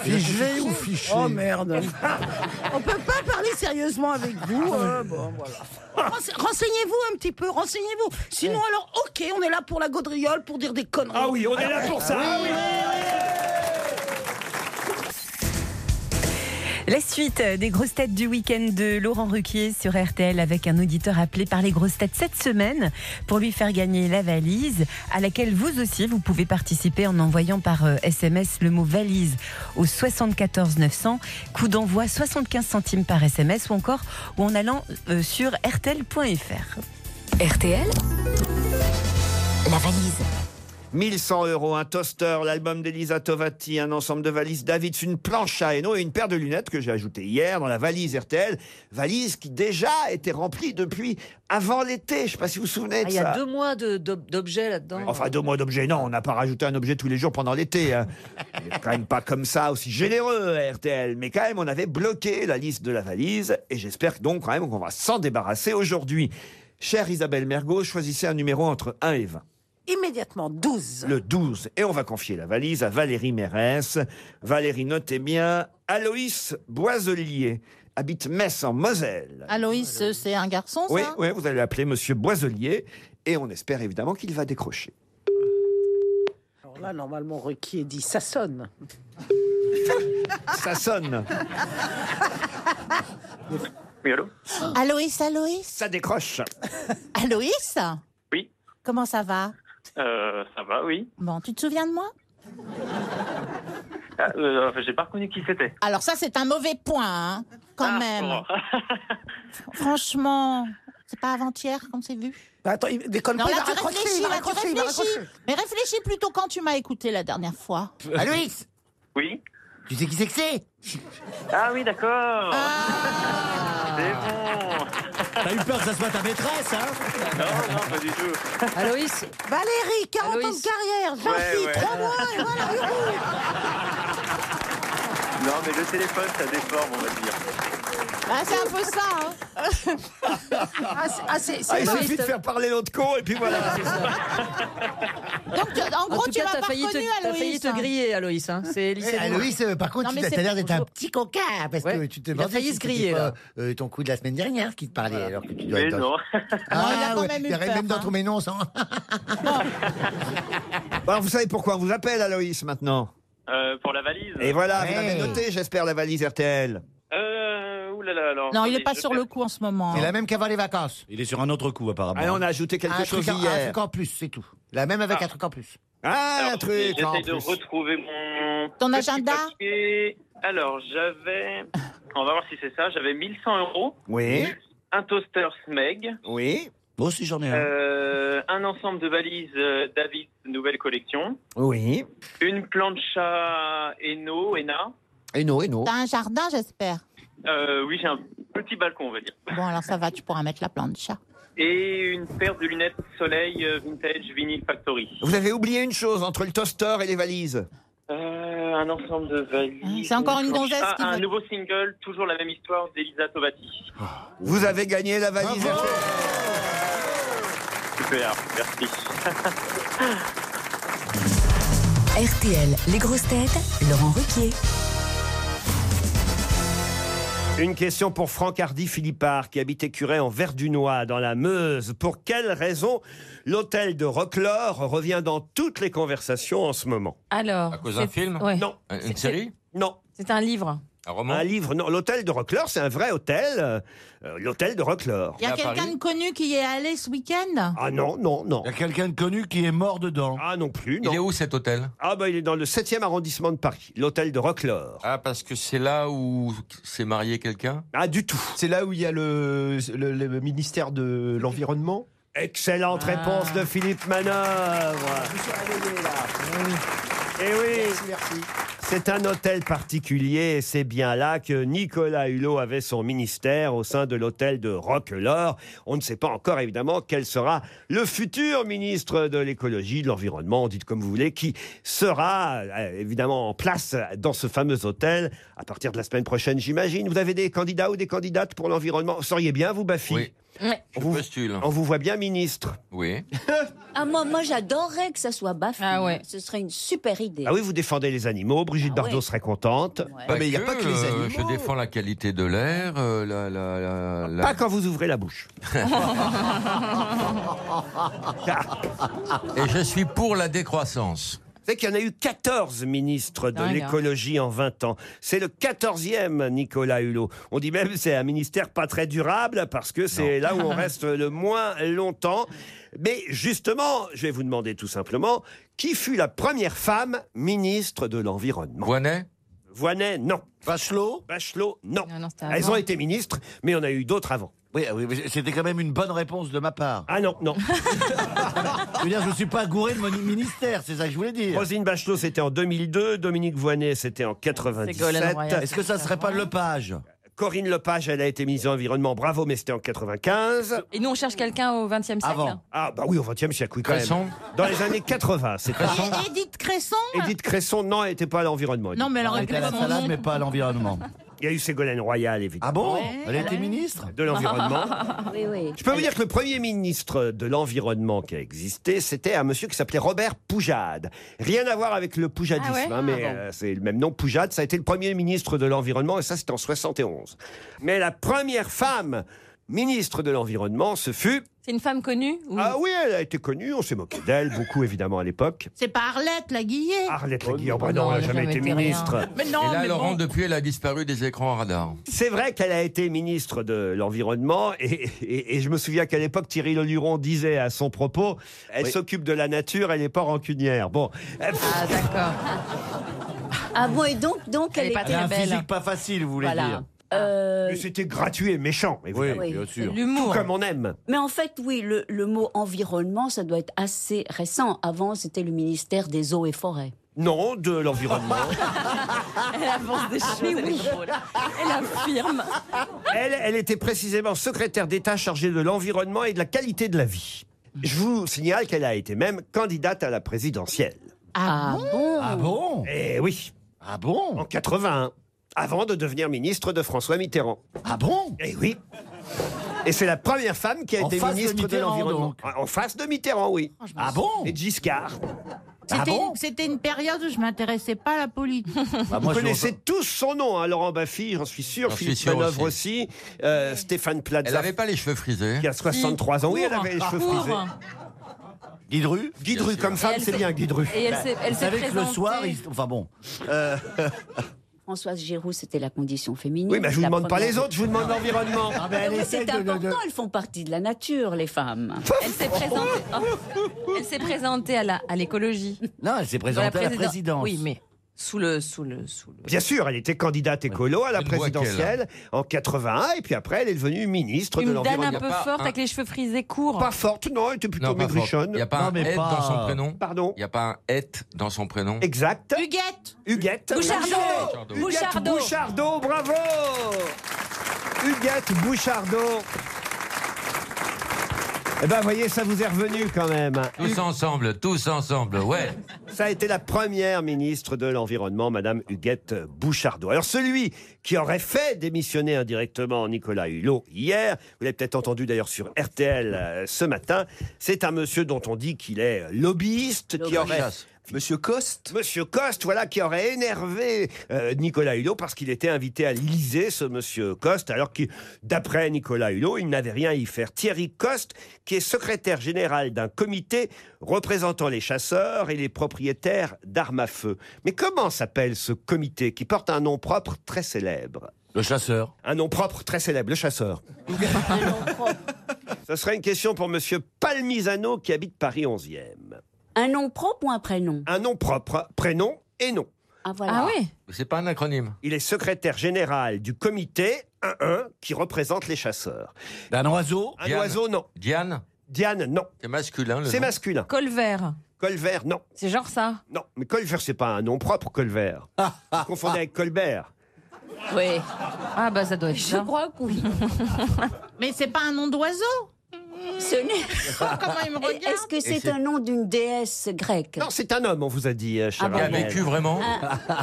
[SPEAKER 7] Fichés ou fichés Oh merde. On peut pas parler sérieusement avec vous. euh, bon, voilà. Rense- Renseignez-vous un petit peu, renseignez-vous. Sinon, alors, ok, on est là pour la gaudriole, pour dire des conneries.
[SPEAKER 4] Ah oui, on est là pour ça. Ah oui.
[SPEAKER 3] La suite des grosses têtes du week-end de Laurent Ruquier sur RTL avec un auditeur appelé par les grosses têtes cette semaine pour lui faire gagner la valise à laquelle vous aussi vous pouvez participer en envoyant par euh, SMS le mot valise au 74 900, coup d'envoi 75 centimes par SMS ou encore ou en allant euh, sur rtl.fr.
[SPEAKER 20] RTL
[SPEAKER 4] La valise. 1100 euros, un toaster, l'album d'Elisa Tovati, un ensemble de valises Davids, une planche à Hainaut et une paire de lunettes que j'ai ajoutées hier dans la valise RTL. Valise qui déjà était remplie depuis avant l'été. Je ne sais pas si vous vous souvenez de
[SPEAKER 28] Ah, Il y
[SPEAKER 4] ça.
[SPEAKER 28] a deux mois de- d'ob- d'objets là-dedans.
[SPEAKER 4] Enfin, deux mois d'objets, non, on n'a pas rajouté un objet tous les jours pendant l'été. hein. On n'est quand même pas comme ça, aussi généreux, hein, à RTL. Mais quand même, on avait bloqué la liste de la valise et j'espère que donc quand même qu'on va s'en débarrasser aujourd'hui. Chère Isabelle Mergot, choisissez un numéro entre 1 et 20.
[SPEAKER 7] Immédiatement, 12.
[SPEAKER 4] Le 12. Et on va confier la valise à Valérie Mérès. Valérie, notez bien, Aloïs Boiselier habite Metz en Moselle.
[SPEAKER 14] Aloïs, euh, c'est un garçon,
[SPEAKER 4] Oui,
[SPEAKER 14] ça
[SPEAKER 4] oui, vous allez l'appeler Monsieur Boiselier et on espère évidemment qu'il va décrocher.
[SPEAKER 7] Alors là, normalement, Ruquier dit ça sonne.
[SPEAKER 4] Ça sonne.
[SPEAKER 26] Oui, allô
[SPEAKER 14] Aloïs, Aloïs
[SPEAKER 4] Ça décroche.
[SPEAKER 14] Aloïs
[SPEAKER 26] Oui.
[SPEAKER 14] Comment ça va
[SPEAKER 26] Euh, ça va, oui.
[SPEAKER 14] Bon, tu te souviens de moi
[SPEAKER 26] Ah, euh, enfin, j'ai pas reconnu qui c'était.
[SPEAKER 14] Alors ça, c'est un mauvais point, hein, quand même.
[SPEAKER 26] Ah, Bon.
[SPEAKER 14] Franchement, c'est pas avant-hier qu'on s'est vu.
[SPEAKER 7] Bah, Attends, il déconne
[SPEAKER 14] Non,
[SPEAKER 7] pas, il
[SPEAKER 14] là,
[SPEAKER 7] va
[SPEAKER 14] tu
[SPEAKER 7] raccrocher,
[SPEAKER 14] réfléchis,
[SPEAKER 7] il va
[SPEAKER 14] là, tu
[SPEAKER 7] raccrocher, il va
[SPEAKER 14] réfléchis.
[SPEAKER 7] raccrocher.
[SPEAKER 14] Mais réfléchis plutôt quand tu m'as écouté la dernière fois.
[SPEAKER 9] Aloïs
[SPEAKER 26] Oui
[SPEAKER 9] Tu sais qui c'est que c'est
[SPEAKER 26] Ah oui, d'accord.
[SPEAKER 14] Ah.
[SPEAKER 26] C'est bon.
[SPEAKER 13] T'as eu peur que ça soit ta maîtresse, hein
[SPEAKER 26] Non, non, pas du tout.
[SPEAKER 28] Aloïs
[SPEAKER 7] Valérie, 40 ans de carrière,
[SPEAKER 26] Ouais,
[SPEAKER 7] Jean-Philippe,
[SPEAKER 26] ouais.
[SPEAKER 7] 3 mois, et voilà, youhou.
[SPEAKER 26] Non, mais le téléphone, ça déforme, on va dire.
[SPEAKER 14] Ah, c'est un peu ça. hein.
[SPEAKER 7] Ah, c'est- ah, c'est-
[SPEAKER 4] Ah,
[SPEAKER 7] c'est
[SPEAKER 4] il
[SPEAKER 7] moche.
[SPEAKER 4] suffit de faire parler l'autre con et puis voilà.
[SPEAKER 14] Donc, tu- en
[SPEAKER 28] En
[SPEAKER 14] gros,
[SPEAKER 28] tout
[SPEAKER 14] tu
[SPEAKER 28] cas,
[SPEAKER 14] m'as
[SPEAKER 28] t'as
[SPEAKER 14] pas
[SPEAKER 28] failli,
[SPEAKER 14] reconnu,
[SPEAKER 28] te- t'as failli
[SPEAKER 14] Aloïs.
[SPEAKER 28] te
[SPEAKER 14] hein.
[SPEAKER 28] griller, Aloïs. Hein. C'est lycée
[SPEAKER 9] Eh,
[SPEAKER 28] noir.
[SPEAKER 9] Aloïs, euh, par contre,
[SPEAKER 28] Non,
[SPEAKER 9] tu
[SPEAKER 28] mais
[SPEAKER 9] t'as
[SPEAKER 28] c'est
[SPEAKER 9] t'as l'air d'être un
[SPEAKER 28] bonjour.
[SPEAKER 9] petit coquin parce que
[SPEAKER 28] Ouais.
[SPEAKER 9] tu t'es
[SPEAKER 28] Il a
[SPEAKER 9] vendu
[SPEAKER 28] failli
[SPEAKER 9] si
[SPEAKER 28] se
[SPEAKER 9] c'était
[SPEAKER 28] griller,
[SPEAKER 9] pas,
[SPEAKER 28] là.
[SPEAKER 9] euh, ton coup de la semaine dernière qui te parlait alors que tu dois
[SPEAKER 26] Mais
[SPEAKER 9] être
[SPEAKER 26] non.
[SPEAKER 9] Ah,
[SPEAKER 14] il a quand même eu
[SPEAKER 9] t'aurais
[SPEAKER 14] peur,
[SPEAKER 9] même dans
[SPEAKER 14] hein.
[SPEAKER 9] ton ménon sans.
[SPEAKER 4] Alors vous savez pourquoi on vous appelle Aloïs maintenant
[SPEAKER 26] Euh, pour la valise
[SPEAKER 4] Et voilà, vous
[SPEAKER 9] Ouais.
[SPEAKER 4] l'avez noté, j'espère, la valise RTL.
[SPEAKER 26] Euh, oulala, alors.
[SPEAKER 14] Non, il
[SPEAKER 26] attendez,
[SPEAKER 14] est pas
[SPEAKER 26] je
[SPEAKER 14] sur
[SPEAKER 26] vais-
[SPEAKER 14] le coup en ce moment. hein.
[SPEAKER 9] C'est la même qu'avant les vacances.
[SPEAKER 13] Il est sur un autre coup, apparemment.
[SPEAKER 4] Ah, on a ajouté quelque
[SPEAKER 9] un,
[SPEAKER 4] chose
[SPEAKER 9] truc en, un
[SPEAKER 4] hier.
[SPEAKER 9] truc en plus, c'est tout. La même avec un truc en plus.
[SPEAKER 4] Ah, un
[SPEAKER 26] Alors,
[SPEAKER 4] truc en
[SPEAKER 26] J'essaie de
[SPEAKER 4] plus.
[SPEAKER 26] retrouver mon.
[SPEAKER 14] Ton
[SPEAKER 26] petit
[SPEAKER 14] agenda
[SPEAKER 26] papier. Alors, j'avais. On va voir si c'est ça. J'avais 1100 euros,
[SPEAKER 4] Oui,
[SPEAKER 26] un toaster Smeg,
[SPEAKER 4] oui,
[SPEAKER 13] Moi aussi, j'en ai
[SPEAKER 14] hein.
[SPEAKER 13] un.
[SPEAKER 26] euh, un ensemble de valises euh, David, nouvelle collection,
[SPEAKER 4] oui.
[SPEAKER 26] une plancha Eno, Ena.
[SPEAKER 4] Et non, et non.
[SPEAKER 14] T'as un jardin, j'espère.
[SPEAKER 26] Euh, oui, j'ai un petit balcon, on va dire.
[SPEAKER 14] Bon, alors ça va, tu pourras mettre la plancha.
[SPEAKER 26] Et une paire de lunettes soleil euh, vintage Vinyl Factory.
[SPEAKER 4] Vous avez oublié une chose entre le toaster et les valises.
[SPEAKER 26] Euh, un ensemble de valises.
[SPEAKER 14] C'est encore une
[SPEAKER 26] plancha.
[SPEAKER 14] gonzesse qui
[SPEAKER 26] Ah, Un
[SPEAKER 14] veut-
[SPEAKER 26] nouveau single, toujours la même histoire d'Elisa Tovati.
[SPEAKER 4] Vous avez gagné la valise RTL.
[SPEAKER 26] Super, merci.
[SPEAKER 20] Ah. RTL, les grosses têtes, Laurent Ruquier.
[SPEAKER 4] Une question pour Franck Hardy Philippard, qui habite Écureuil en Verdunois, dans la Meuse. Pour quelle raison l'hôtel de Roquelaure revient dans toutes les conversations en ce moment
[SPEAKER 14] Ah,
[SPEAKER 29] Alors.
[SPEAKER 13] À cause d'un
[SPEAKER 29] c'est-
[SPEAKER 13] film
[SPEAKER 29] ouais.
[SPEAKER 4] Non,
[SPEAKER 13] Un-
[SPEAKER 29] C'est-
[SPEAKER 13] Une série
[SPEAKER 4] non.
[SPEAKER 29] C'est un livre.
[SPEAKER 13] Un roman
[SPEAKER 4] Un livre, non. L'hôtel de Roquelaure, c'est un vrai hôtel. euh, euh, l'hôtel de Roquelaure.
[SPEAKER 14] Il y a
[SPEAKER 13] à
[SPEAKER 14] quelqu'un
[SPEAKER 13] Paris
[SPEAKER 14] de connu qui y est allé ce week-end
[SPEAKER 4] Ah non, non, non.
[SPEAKER 13] Il y a quelqu'un de connu qui est mort dedans.
[SPEAKER 4] Ah non plus,
[SPEAKER 13] Il est
[SPEAKER 4] non.
[SPEAKER 13] où cet hôtel
[SPEAKER 4] Ah bah il est dans le 7e arrondissement de Paris, l'hôtel de Roquelaure.
[SPEAKER 13] Ah, parce que c'est là où s'est marié quelqu'un
[SPEAKER 4] Ah du tout.
[SPEAKER 6] C'est là où il y a le, le- le ministère de l'Environnement
[SPEAKER 4] Excellente
[SPEAKER 29] Ah.
[SPEAKER 4] réponse de Philippe Manœuvre.
[SPEAKER 9] Ah
[SPEAKER 4] Eh oui,
[SPEAKER 6] Merci.
[SPEAKER 4] c'est un hôtel particulier et c'est bien là que Nicolas Hulot avait son ministère au sein de l'hôtel de Roquelaure. On ne sait pas encore évidemment quel sera le futur ministre de l'écologie, de l'environnement, dites comme vous voulez, qui sera euh, évidemment en place dans ce fameux hôtel à partir de la semaine prochaine, j'imagine. Vous avez des candidats ou des candidates pour l'environnement Vous Seriez bien vous, Bafi
[SPEAKER 13] Oui.
[SPEAKER 29] Ouais.
[SPEAKER 13] Je
[SPEAKER 4] Vous-
[SPEAKER 13] postule.
[SPEAKER 4] On vous voit bien ministre.
[SPEAKER 13] Oui.
[SPEAKER 15] Ah, moi, moi j'adorerais que ça soit Bafi.
[SPEAKER 29] Ah ouais.
[SPEAKER 15] Ce serait une super idée.
[SPEAKER 4] Ah oui, vous défendez les animaux. Brigitte
[SPEAKER 15] Ah
[SPEAKER 4] Bardot
[SPEAKER 15] ouais.
[SPEAKER 4] serait contente.
[SPEAKER 15] Ouais.
[SPEAKER 6] Bah, mais il n'y a pas que les
[SPEAKER 13] euh,
[SPEAKER 6] animaux.
[SPEAKER 13] Je défends la qualité de l'air, euh, la, la, la, la-
[SPEAKER 4] Pas quand vous ouvrez la bouche.
[SPEAKER 13] et je suis pour la décroissance.
[SPEAKER 4] savez qu'il y en a eu 14 ministres de
[SPEAKER 6] Ah,
[SPEAKER 30] Dingue, hein.
[SPEAKER 4] l'écologie en 20 ans. C'est le 14e Nicolas Hulot. On dit même que c'est un ministère pas très durable parce que c'est là où on reste le moins longtemps. Mais justement, je vais vous demander tout simplement, qui fut la première femme ministre de l'Environnement Voinet Voinet, non. Bachelot Bachelot, non. Elles ont été ministres, mais on a eu d'autres avant. Oui,
[SPEAKER 13] ah
[SPEAKER 4] c'était quand même une bonne réponse de ma part. Ah non, non.
[SPEAKER 13] Je veux dire, je ne suis pas gouré de mon ministère, c'est ça que je voulais dire.
[SPEAKER 4] Rosine Bachelot, c'était en 2002. Dominique Voynet, c'était en 97.
[SPEAKER 13] Ségolène Royal. Est-ce que ça serait pas
[SPEAKER 4] Lepage Corinne Lepage, elle a été ministre de l'Environnement. Bravo, mais c'était en 95.
[SPEAKER 20] Et nous, on cherche quelqu'un au XXe siècle. hein.
[SPEAKER 4] Ah bah oui, au 20e siècle, oui, quand
[SPEAKER 20] Cresson
[SPEAKER 4] même. Dans les années 80, c'était
[SPEAKER 14] Et- Ah, Edith Cresson
[SPEAKER 4] Edith Cresson, non, elle n'était pas à l'environnement.
[SPEAKER 14] Non, mais elle aurait Elle était à la pu- salade, mais
[SPEAKER 4] pas à l'environnement. Il y a eu Ségolène Royal, évidemment.
[SPEAKER 13] Ah bon Elle a été ministre
[SPEAKER 4] De l'environnement.
[SPEAKER 13] Oui, oui.
[SPEAKER 4] Je peux vous dire que le premier ministre de l'environnement qui a existé, c'était un monsieur qui s'appelait Robert Poujade. Rien à voir avec le poujadisme,
[SPEAKER 31] Ah ouais
[SPEAKER 4] hein, mais
[SPEAKER 31] Ah bon.
[SPEAKER 4] euh, c'est le même nom, Poujade. Ça a été le premier ministre de l'environnement, et ça, c'était en 71. Mais la première femme ministre de l'environnement, ce fut...
[SPEAKER 20] C'est une femme connue ou-
[SPEAKER 4] Ah oui, elle a été connue, on s'est moqué d'elle, beaucoup évidemment à l'époque.
[SPEAKER 14] C'est pas Arlette Laguillet
[SPEAKER 4] Arlette Laguillon, bah non, elle n'a jamais été ministre.
[SPEAKER 14] Mais non,
[SPEAKER 32] Et là,
[SPEAKER 14] mais
[SPEAKER 32] Laurent,
[SPEAKER 14] bon.
[SPEAKER 32] depuis, elle a disparu des écrans radars.
[SPEAKER 4] C'est vrai qu'elle a été ministre de l'Environnement et, et- et je me souviens qu'à l'époque, Thierry Leluron disait à son propos Elle s'occupe de la nature, elle n'est pas rancunière. Bon.
[SPEAKER 14] Ah, d'accord.
[SPEAKER 15] Ah bon, et donc, donc elle,
[SPEAKER 4] est pas
[SPEAKER 15] était-
[SPEAKER 4] très Elle a un belle. physique
[SPEAKER 13] pas facile, vous
[SPEAKER 4] voulez
[SPEAKER 15] Voilà.
[SPEAKER 4] dire.
[SPEAKER 15] Euh,
[SPEAKER 4] Mais c'était gratuit et méchant, évidemment.
[SPEAKER 15] Oui, bien sûr.
[SPEAKER 4] Tout comme on aime.
[SPEAKER 15] Mais en fait, oui, le, le mot environnement, ça doit être assez récent. Avant, c'était le ministère des eaux et forêts.
[SPEAKER 4] Non, de l'environnement.
[SPEAKER 20] Elle avance des
[SPEAKER 5] Ah,
[SPEAKER 20] choses.
[SPEAKER 15] Mais
[SPEAKER 20] elle est
[SPEAKER 15] oui.
[SPEAKER 20] drôle. Elle affirme.
[SPEAKER 4] Elle, elle était précisément secrétaire d'État chargée de l'environnement et de la qualité de la vie. Je vous signale qu'elle a été même candidate à la présidentielle.
[SPEAKER 15] Ah, bon
[SPEAKER 4] Ah bon Eh oui. Ah bon En 81, avant de devenir ministre de François Mitterrand. Ah bon Eh oui. Et c'est la première femme qui a
[SPEAKER 13] En
[SPEAKER 4] été
[SPEAKER 13] face de
[SPEAKER 4] ministre de
[SPEAKER 13] Mitterrand,
[SPEAKER 4] l'Environnement.
[SPEAKER 13] donc.
[SPEAKER 4] En face de Mitterrand, oui. Ah bon Bah, Et Giscard.
[SPEAKER 14] C'était
[SPEAKER 4] Ah
[SPEAKER 14] une- c'était une période où je m'intéressais pas à la politique.
[SPEAKER 4] Vous connaissez tous son nom, hein, Laurent Baffy, j'en suis sûr,
[SPEAKER 32] J'en suis
[SPEAKER 4] Philippe
[SPEAKER 32] sûr
[SPEAKER 4] Manœuvre aussi, euh, Stéphane Plaza.
[SPEAKER 32] Elle n'avait pas les cheveux frisés. hein.
[SPEAKER 4] Qui a 63 ans. Oui, elle avait les cheveux frisés. Guidru Guidru, comme femme,
[SPEAKER 15] Et elle
[SPEAKER 4] c'est
[SPEAKER 15] s'est-
[SPEAKER 4] bien, Guidru.
[SPEAKER 15] et elle s'est- elle
[SPEAKER 13] Bah, Vous
[SPEAKER 15] s'est
[SPEAKER 13] savez que le
[SPEAKER 15] présentée.
[SPEAKER 13] soir, il- enfin bon. Euh,
[SPEAKER 15] Françoise Giroud, c'était la condition féminine.
[SPEAKER 13] Oui, mais je vous
[SPEAKER 15] La
[SPEAKER 13] demande pas
[SPEAKER 15] première-
[SPEAKER 13] les autres, je vous demande l'environnement. Ah, mais elle
[SPEAKER 15] Non, mais
[SPEAKER 13] essaie
[SPEAKER 15] C'est
[SPEAKER 13] de- de- de-
[SPEAKER 15] important, elles font partie de la nature, les femmes.
[SPEAKER 20] Elle s'est présentée. oh. Elle s'est présentée à la à l'écologie.
[SPEAKER 13] Non, elle s'est
[SPEAKER 20] Dans
[SPEAKER 13] présentée à la
[SPEAKER 20] présiden-
[SPEAKER 13] présidence.
[SPEAKER 20] Oui, mais sous le sous le sous le.
[SPEAKER 4] Bien sûr, elle était candidate écolo à la
[SPEAKER 32] voit qu'elle, hein
[SPEAKER 4] présidentielle en 81, et puis après, elle est devenue ministre de
[SPEAKER 20] Une dame
[SPEAKER 4] l'environnement.
[SPEAKER 20] un peu forte avec les cheveux frisés courts.
[SPEAKER 4] Pas forte, non, elle était plutôt
[SPEAKER 32] Non, pas fort.
[SPEAKER 4] maigrichonne.
[SPEAKER 32] Il n'y a pas
[SPEAKER 4] Non,
[SPEAKER 32] un
[SPEAKER 4] mais
[SPEAKER 32] et
[SPEAKER 4] pas-
[SPEAKER 32] dans son prénom
[SPEAKER 4] Pardon
[SPEAKER 32] Il n'y a pas un et dans son prénom
[SPEAKER 4] Exact.
[SPEAKER 14] Huguette
[SPEAKER 4] Huguette.
[SPEAKER 32] Bouchardot.
[SPEAKER 4] Huguette Bouchardot. bravo Huguette Bouchardot. Eh ben, voyez, ça vous est revenu quand même.
[SPEAKER 32] Tous ensemble, tous ensemble,
[SPEAKER 13] Bah
[SPEAKER 32] ouais.
[SPEAKER 4] Ça a été la première ministre de l'Environnement, Madame Huguette Bouchardot. Alors celui qui aurait fait démissionner indirectement Nicolas Hulot hier, vous l'avez peut-être entendu d'ailleurs sur RTL euh, ce matin, c'est un monsieur dont on dit qu'il est lobbyiste, qui
[SPEAKER 33] Lobbyiste.
[SPEAKER 4] aurait... Monsieur Coste Monsieur Coste, voilà, qui aurait énervé euh, Nicolas Hulot parce qu'il était invité à l'Élysée, ce monsieur Coste, alors que, d'après Nicolas Hulot, il n'avait rien à y faire. Thierry Coste, qui est secrétaire général d'un comité représentant les chasseurs et les propriétaires d'armes à feu. Mais comment s'appelle ce comité qui porte un nom propre très célèbre
[SPEAKER 13] Le chasseur.
[SPEAKER 4] Un nom propre très célèbre, le chasseur. Ce serait une question pour monsieur Palmisano qui habite Paris 11e.
[SPEAKER 15] Un nom propre ou un prénom
[SPEAKER 4] Un nom propre, prénom et nom.
[SPEAKER 15] Ah voilà.
[SPEAKER 4] C'est pas un acronyme. Il est secrétaire général du comité 1-1 qui représente les chasseurs.
[SPEAKER 13] D'un oiseau
[SPEAKER 4] Un oiseau, non.
[SPEAKER 32] Diane
[SPEAKER 4] Diane, non.
[SPEAKER 32] C'est masculin, le
[SPEAKER 4] C'est
[SPEAKER 32] nom.
[SPEAKER 4] masculin.
[SPEAKER 20] Colvert.
[SPEAKER 4] Colvert, non.
[SPEAKER 20] C'est genre ça.
[SPEAKER 4] Non, mais Colvert, c'est pas un nom propre, Colvert. Vous confondez avec Colbert.
[SPEAKER 20] Oui. Ah bah ça doit être
[SPEAKER 14] Je
[SPEAKER 20] ça.
[SPEAKER 14] crois que oui. Mais c'est pas un nom d'oiseau Oh,
[SPEAKER 15] Ce n'est-
[SPEAKER 14] Ah,
[SPEAKER 15] Est-ce que
[SPEAKER 4] Et
[SPEAKER 15] c'est
[SPEAKER 4] c'est-
[SPEAKER 15] un nom d'une déesse grecque
[SPEAKER 4] Non, c'est un homme, on vous a dit, euh,
[SPEAKER 20] Ah
[SPEAKER 32] Qui
[SPEAKER 4] cher
[SPEAKER 32] a
[SPEAKER 4] Ariel.
[SPEAKER 32] vécu vraiment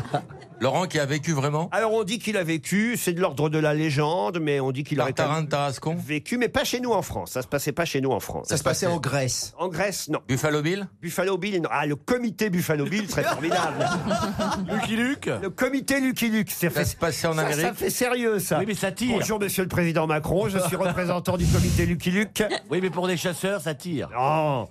[SPEAKER 32] Laurent qui a vécu vraiment
[SPEAKER 4] Alors on dit qu'il a vécu, c'est de l'ordre de la légende, mais on dit qu'il aurait vécu, mais pas chez nous en France. Ça se passait pas chez nous en France.
[SPEAKER 33] Ça se passait en Grèce.
[SPEAKER 4] En Grèce, non.
[SPEAKER 32] Buffalo Bill
[SPEAKER 4] Buffalo Bill, non. Ah, le comité Buffalo Bill serait formidable.
[SPEAKER 13] Lucky Luke
[SPEAKER 4] Le comité Lucky Luke. Ça, fait-
[SPEAKER 32] se passait en
[SPEAKER 4] ça-
[SPEAKER 32] Amérique
[SPEAKER 4] Ça fait sérieux, ça.
[SPEAKER 13] Oui, mais ça tire.
[SPEAKER 4] Bonjour, monsieur le président Macron. Je suis représentant du comité Lucky Luke. Oh.
[SPEAKER 13] Oui, mais pour des chasseurs, ça tire.
[SPEAKER 4] Non.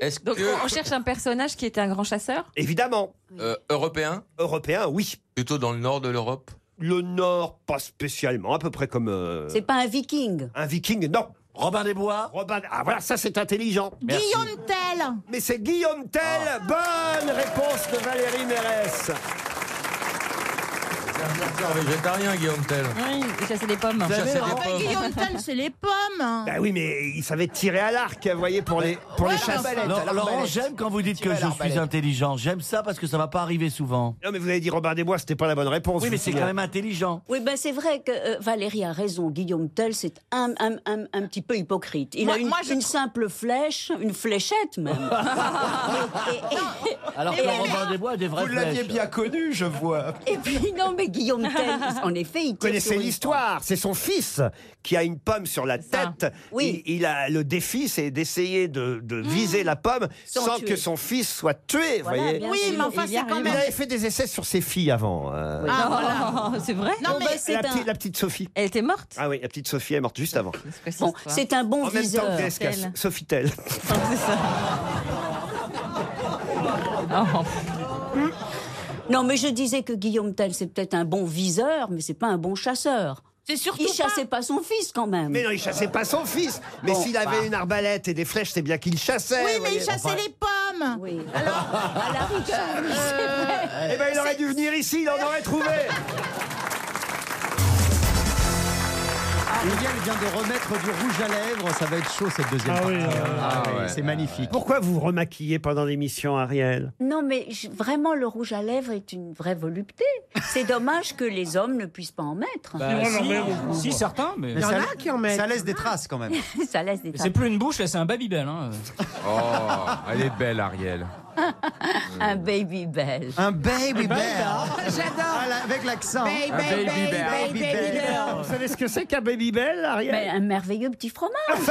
[SPEAKER 34] Est-ce
[SPEAKER 20] Donc
[SPEAKER 34] que.
[SPEAKER 20] on cherche un personnage qui était un grand chasseur
[SPEAKER 4] Évidemment.
[SPEAKER 34] Euh, européen
[SPEAKER 4] Européen, oui.
[SPEAKER 34] Plutôt dans le nord de l'Europe
[SPEAKER 4] Le Nord, pas spécialement, à peu près comme. euh,
[SPEAKER 15] C'est pas un viking.
[SPEAKER 4] Un viking, non. Robin des Bois Robin. Ah voilà, ça c'est intelligent.
[SPEAKER 14] Guillaume Tell.
[SPEAKER 4] Mais c'est Guillaume Tell.
[SPEAKER 3] Ah.
[SPEAKER 4] Bonne réponse de Valérie Mérès.
[SPEAKER 34] C'est un chasseur végétarien, Guillaume Tell.
[SPEAKER 20] Oui, il chassait des pommes.
[SPEAKER 34] Il chassait des
[SPEAKER 14] Ah bah,
[SPEAKER 34] pommes.
[SPEAKER 14] Guillaume Tell, c'est les pommes.
[SPEAKER 4] Bah oui, mais il savait tirer à l'arc, vous voyez, pour les, pour les chasses.
[SPEAKER 3] Non, Laurent, j'aime quand vous dites que je suis intelligent. J'aime ça parce que ça va pas arriver souvent.
[SPEAKER 4] Non, mais vous avez dit Robin des Bois, c'était pas la bonne réponse.
[SPEAKER 3] Oui, mais
[SPEAKER 4] vous
[SPEAKER 3] c'est
[SPEAKER 4] dire.
[SPEAKER 3] quand même intelligent.
[SPEAKER 15] Oui, ben c'est vrai que euh, Valérie a raison. Guillaume Tell, c'est un, un, un, un petit peu hypocrite. Il
[SPEAKER 14] Moi-
[SPEAKER 15] a une,
[SPEAKER 14] moi, je
[SPEAKER 15] une
[SPEAKER 14] trou-
[SPEAKER 15] simple flèche, une fléchette même. Et- et- et-
[SPEAKER 3] Alors
[SPEAKER 15] Mais
[SPEAKER 3] que
[SPEAKER 15] oui,
[SPEAKER 3] Robin
[SPEAKER 15] mais-
[SPEAKER 3] des Bois a des vraies
[SPEAKER 35] Vous l'aviez
[SPEAKER 3] flèches.
[SPEAKER 35] bien connu, je vois.
[SPEAKER 15] Et puis non, mais Guillaume Tell, en effet, il
[SPEAKER 4] Vous connaissez l'histoire, c'est son fils qui a une pomme sur la tête.
[SPEAKER 15] Oui. Mmh.
[SPEAKER 4] Il, il a le défi, c'est d'essayer de, de viser la pomme
[SPEAKER 15] Sans
[SPEAKER 4] sans,
[SPEAKER 15] tuer.
[SPEAKER 4] que son fils soit tué.
[SPEAKER 15] Voilà,
[SPEAKER 4] voyez.
[SPEAKER 15] bien Oui, sûr. mais enfin, Il y c'est quand arrive. même-
[SPEAKER 4] Il avait fait des essais sur ses filles avant. euh,
[SPEAKER 20] Ah,
[SPEAKER 15] voilà.
[SPEAKER 20] c'est vrai
[SPEAKER 15] Non, mais c'est
[SPEAKER 4] bah, la,
[SPEAKER 15] un-
[SPEAKER 4] petite- la petite Sophie.
[SPEAKER 20] Elle était morte
[SPEAKER 4] Ah oui, la petite Sophie est morte juste avant.
[SPEAKER 15] Ah. Bon, c'est un bon
[SPEAKER 4] en même
[SPEAKER 15] viseur.
[SPEAKER 4] temps que Nesca,
[SPEAKER 15] Tell.
[SPEAKER 4] Sophie Tell.
[SPEAKER 15] Non, mais je disais que Guillaume Tell, c'est peut-être un bon viseur, mais c'est pas un bon chasseur.
[SPEAKER 14] C'est surtout
[SPEAKER 15] Il chassait pas son fils quand même.
[SPEAKER 4] Mais non, il chassait pas son fils. Mais
[SPEAKER 15] Bon,
[SPEAKER 4] s'il avait
[SPEAKER 15] bah.
[SPEAKER 4] une arbalète et des flèches, c'est bien qu'il chassait.
[SPEAKER 14] Oui, mais
[SPEAKER 4] voyez.
[SPEAKER 14] il chassait les pommes.
[SPEAKER 15] Oui.
[SPEAKER 14] Alors, à la rigueur, c'est vrai.
[SPEAKER 4] Eh ben, il aurait dû venir ici, il en aurait trouvé.
[SPEAKER 13] Miguel vient de remettre du rouge à lèvres, ça va être chaud cette deuxième
[SPEAKER 36] Ah oui,
[SPEAKER 13] partie.
[SPEAKER 36] ah oui.
[SPEAKER 13] Ah
[SPEAKER 4] Ah
[SPEAKER 13] oui,
[SPEAKER 4] ouais.
[SPEAKER 13] c'est magnifique.
[SPEAKER 4] Pourquoi vous vous remaquillez pendant l'émission, Ariel
[SPEAKER 15] Non, mais je- vraiment, le rouge à lèvres est une vraie volupté. C'est dommage que les hommes ne puissent pas en mettre.
[SPEAKER 26] Bah, si, si, certains, mais.
[SPEAKER 13] Mais
[SPEAKER 26] Mais
[SPEAKER 13] ça-
[SPEAKER 26] ça-
[SPEAKER 37] qui en mettent.
[SPEAKER 13] Ça laisse des traces quand même.
[SPEAKER 15] Ça laisse des
[SPEAKER 26] C'est
[SPEAKER 15] traces.
[SPEAKER 26] plus une bouche, là, c'est un Babybel. Hein.
[SPEAKER 6] Oh, elle est belle, Ariel.
[SPEAKER 15] Un baby bell.
[SPEAKER 13] Un baby bear.
[SPEAKER 14] J'adore.
[SPEAKER 13] Ah, là, avec l'accent.
[SPEAKER 14] Baby, baby, baby, baby, baby bear.
[SPEAKER 4] Vous savez ce que c'est qu'un baby bell, Ariel
[SPEAKER 15] Mais un merveilleux petit fromage.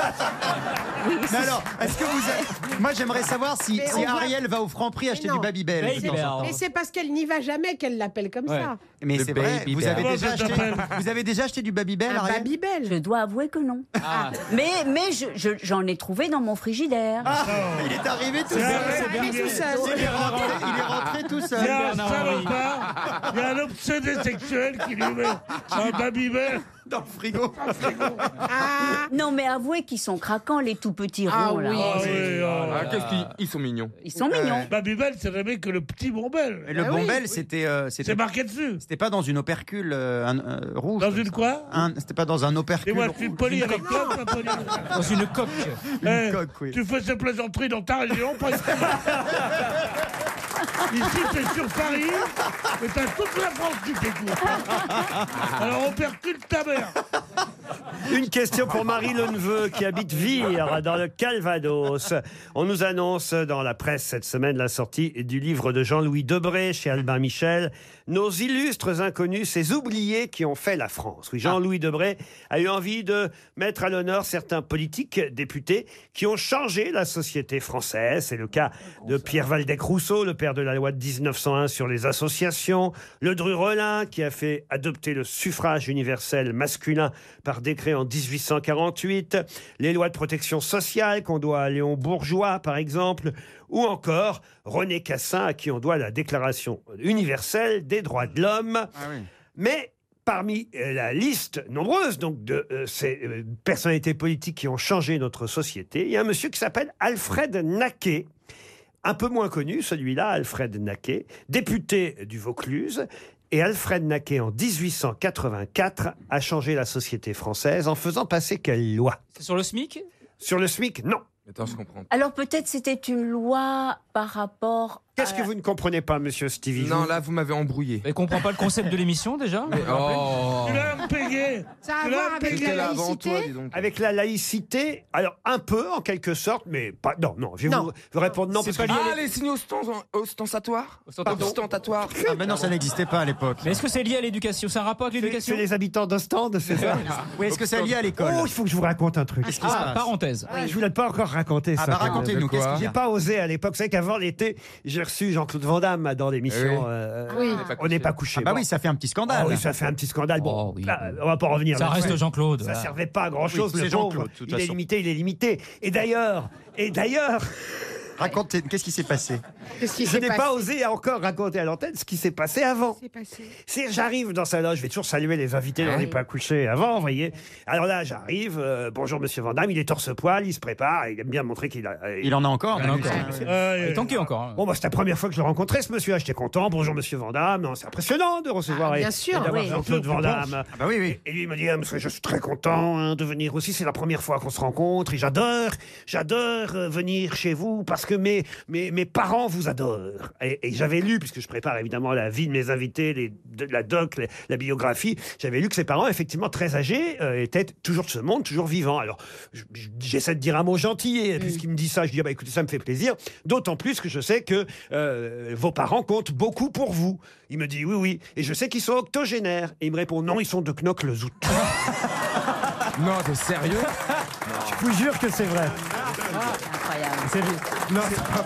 [SPEAKER 13] Mais alors, est-ce que vous avez- Moi, j'aimerais savoir si,
[SPEAKER 37] Mais
[SPEAKER 13] si
[SPEAKER 37] on voit-
[SPEAKER 13] Ariel va au Franprix acheter
[SPEAKER 37] non.
[SPEAKER 13] du Babybel. de temps en temps.
[SPEAKER 37] Mais c'est parce qu'elle n'y va jamais qu'elle l'appelle comme
[SPEAKER 13] Ouais.
[SPEAKER 37] ça.
[SPEAKER 13] Mais
[SPEAKER 3] Le
[SPEAKER 13] c'est vrai,
[SPEAKER 3] Baby
[SPEAKER 13] vous
[SPEAKER 3] Bear.
[SPEAKER 13] avez,
[SPEAKER 3] Comment
[SPEAKER 13] déjà
[SPEAKER 3] ça
[SPEAKER 13] acheté,
[SPEAKER 3] s'appelle
[SPEAKER 13] vous avez déjà acheté du Babybel,
[SPEAKER 37] Un
[SPEAKER 13] Ariel
[SPEAKER 15] Je
[SPEAKER 37] Babybel.
[SPEAKER 15] dois avouer que non.
[SPEAKER 3] Ah.
[SPEAKER 15] Mais, mais je- je- j'en ai trouvé dans mon frigidaire.
[SPEAKER 13] Ah. Il est arrivé tout seul.
[SPEAKER 37] Ça
[SPEAKER 13] Il
[SPEAKER 37] arrive tout seul.
[SPEAKER 13] est rentré, il est rentré tout
[SPEAKER 10] Il y
[SPEAKER 13] seul.
[SPEAKER 10] a un
[SPEAKER 26] Bernard Henry.
[SPEAKER 10] salopard, il y a un obsédé sexuel qui lui met un babybel.
[SPEAKER 13] Dans le frigo.
[SPEAKER 15] Non, mais avouez qu'ils sont craquants, les tout petits ronds.
[SPEAKER 37] Ah
[SPEAKER 15] là.
[SPEAKER 37] oui.
[SPEAKER 10] Ah oui, oh là
[SPEAKER 6] Ah,
[SPEAKER 10] là.
[SPEAKER 6] Qu'est-ce qu'ils ils sont mignons.
[SPEAKER 15] Ils sont mignons.
[SPEAKER 10] Babybel, c'est jamais que le petit bombel.
[SPEAKER 4] Bah
[SPEAKER 13] Le
[SPEAKER 37] Ah oui.
[SPEAKER 13] bombel, c'était euh, c'était
[SPEAKER 10] C'est marqué dessus.
[SPEAKER 13] c'était pas dans une opercule euh, un- euh, rouge.
[SPEAKER 10] Dans une quoi
[SPEAKER 13] Un- C'était pas dans un
[SPEAKER 10] Et
[SPEAKER 13] opercule.
[SPEAKER 10] moi, je suis poli avec toi, pas poli avec toi.
[SPEAKER 26] Dans une coque.
[SPEAKER 10] Eh,
[SPEAKER 13] coque, oui.
[SPEAKER 10] Tu fais ces plaisanteries dans ta région, pas ici. Ici, t'es sur Paris, mais t'as toute la France qui t'écoute. Alors on percute ta mère.
[SPEAKER 4] Une question pour Marie Leneveu qui habite Vire dans le Calvados. On nous annonce dans la presse cette semaine la sortie du livre de Jean-Louis Debré chez Albin Michel, Nos illustres inconnus, ces oubliés qui ont fait la France. Oui, Jean-Louis Debré a eu envie de mettre à l'honneur certains politiques, députés qui ont changé la société française. C'est le cas de Pierre Valdec Rousseau, le père de la loi de 1901 sur les associations, le Drurelin qui a fait adopter le suffrage universel masculin par décret en 1848, les lois de protection sociale qu'on doit à Léon Bourgeois par exemple, ou encore René Cassin à qui on doit la déclaration universelle des droits de l'homme. Mais parmi euh, la liste nombreuse donc de euh, ces euh, personnalités politiques qui ont changé notre société, il y a un monsieur qui s'appelle Alfred Naquet. Un peu moins connu, celui-là, Alfred Naquet, député du Vaucluse. Et Alfred Naquet, en 1884, a changé la société française en faisant passer quelle loi
[SPEAKER 26] C'est sur le SMIC
[SPEAKER 4] Sur le SMIC, non.
[SPEAKER 6] Attends, je comprends.
[SPEAKER 15] Alors peut-être c'était une loi par rapport.
[SPEAKER 4] Qu'est-ce
[SPEAKER 15] à-
[SPEAKER 4] que vous ne comprenez pas, monsieur Stevie
[SPEAKER 6] Non, là, vous m'avez embrouillé.
[SPEAKER 26] Elle comprend pas le concept de l'émission déjà
[SPEAKER 6] Mais- oh.
[SPEAKER 10] Tu l'as impégé.
[SPEAKER 37] Ça a à
[SPEAKER 10] Tu l'as
[SPEAKER 37] voir avec
[SPEAKER 10] impégé.
[SPEAKER 6] J'étais
[SPEAKER 37] la
[SPEAKER 6] là avant
[SPEAKER 37] laïcité.
[SPEAKER 6] toi, dis donc.
[SPEAKER 4] Avec la laïcité, alors un peu en quelque sorte, mais pas. Non, non, je vais
[SPEAKER 37] Non.
[SPEAKER 4] Vous, vous répondre non.
[SPEAKER 26] C'est
[SPEAKER 4] parce
[SPEAKER 26] pas
[SPEAKER 4] que-
[SPEAKER 26] lié à
[SPEAKER 6] Ah,
[SPEAKER 26] l'é-
[SPEAKER 6] les signes ostens- ostensatoires
[SPEAKER 26] Ostentatoires.
[SPEAKER 6] Ostentatoires.
[SPEAKER 13] Ah, mais non, ça n'existait pas à l'époque.
[SPEAKER 26] Mais est-ce que c'est lié à l'éducation C'est un rapport avec
[SPEAKER 4] C'est
[SPEAKER 26] l'éducation
[SPEAKER 4] c'est les habitants d'Ostende, c'est ça
[SPEAKER 13] Oui, est-ce que c'est lié à l'école
[SPEAKER 4] Oh, il faut que je vous raconte un truc.
[SPEAKER 13] qui se
[SPEAKER 26] Ah,
[SPEAKER 13] passe
[SPEAKER 26] parenthèse.
[SPEAKER 4] Ah, je vous l'ai pas encore raconté
[SPEAKER 13] Ah
[SPEAKER 4] ça.
[SPEAKER 13] bah racontez-nous,
[SPEAKER 6] quoi
[SPEAKER 13] qu'est-ce qu'il y
[SPEAKER 4] J'ai
[SPEAKER 13] a
[SPEAKER 4] pas osé à l'époque. Vous savez qu'avant l'été, j'ai reçu Jean-Claude Van Damme dans
[SPEAKER 6] Eh oui.
[SPEAKER 4] l'émission. euh, On n'est pas couché.
[SPEAKER 13] Bah
[SPEAKER 4] Bon.
[SPEAKER 13] oui, ça fait un petit
[SPEAKER 4] Ah
[SPEAKER 13] scandale.
[SPEAKER 4] oui, ça fait un petit scandale. Bon,
[SPEAKER 26] Oh oui.
[SPEAKER 4] là, on va pas en revenir.
[SPEAKER 26] Ça
[SPEAKER 4] là-dessus.
[SPEAKER 26] reste Jean-Claude.
[SPEAKER 4] Ça
[SPEAKER 26] voilà.
[SPEAKER 4] servait pas à grand chose.
[SPEAKER 13] Oui,
[SPEAKER 4] le
[SPEAKER 13] c'est Jean-Claude,
[SPEAKER 4] pauvre.
[SPEAKER 13] de toute
[SPEAKER 4] Il est
[SPEAKER 13] façon.
[SPEAKER 4] limité, il est limité. Et d'ailleurs, et d'ailleurs,
[SPEAKER 38] Raconte, qu'est-ce qui s'est passé
[SPEAKER 14] Qu'est-ce qui
[SPEAKER 4] Je
[SPEAKER 14] s'est
[SPEAKER 4] n'ai
[SPEAKER 14] passé
[SPEAKER 4] pas osé encore raconter à l'antenne ce qui s'est passé avant. C'est j'arrive dans sa loge, je vais toujours saluer les invités, on n'est pas couché avant, vous voyez. Alors là, j'arrive, euh, bonjour monsieur Van Damme, il est torse-poil, il se prépare, il aime bien montrer qu'il a...
[SPEAKER 13] Il en a encore, il en a encore.
[SPEAKER 4] monsieur.
[SPEAKER 13] Euh, Il est tanké encore, hein.
[SPEAKER 4] Ah, Bon, bah, c'est la première fois que je le rencontrais, ce monsieur-là, j'étais content, bonjour monsieur Van Damme, c'est impressionnant de recevoir
[SPEAKER 13] Ah,
[SPEAKER 4] et-
[SPEAKER 13] bien
[SPEAKER 4] et
[SPEAKER 13] sûr,
[SPEAKER 4] d'avoir
[SPEAKER 13] oui.
[SPEAKER 4] Jean-Claude Van Damme.
[SPEAKER 13] Ah bah oui, oui.
[SPEAKER 4] Et lui, il me dit, ah, monsieur, je suis très content hein, de venir aussi, c'est la première fois qu'on se rencontre, et j'adore, j'adore euh, venir chez vous, parce que mes, mes, mes parents vous adorent. Et, et j'avais lu, puisque je prépare évidemment la vie de mes invités, les, de- la doc, la, la biographie, j'avais lu que ses parents, effectivement très âgés, euh, étaient toujours de ce monde, toujours vivants. Alors, je- je- j'essaie de dire un mot gentil, et puisqu'il me dit ça, je dis, ah bah écoutez, ça me fait plaisir, d'autant plus que je sais que euh, vos parents comptent beaucoup pour vous. Il me dit, oui, oui, et je sais qu'ils sont octogénaires. Et il me répond, non, ils sont de Knock-le-Zout. non, t'es sérieux
[SPEAKER 7] Je vous jure que c'est vrai.
[SPEAKER 13] C'est
[SPEAKER 7] Non, c'est pas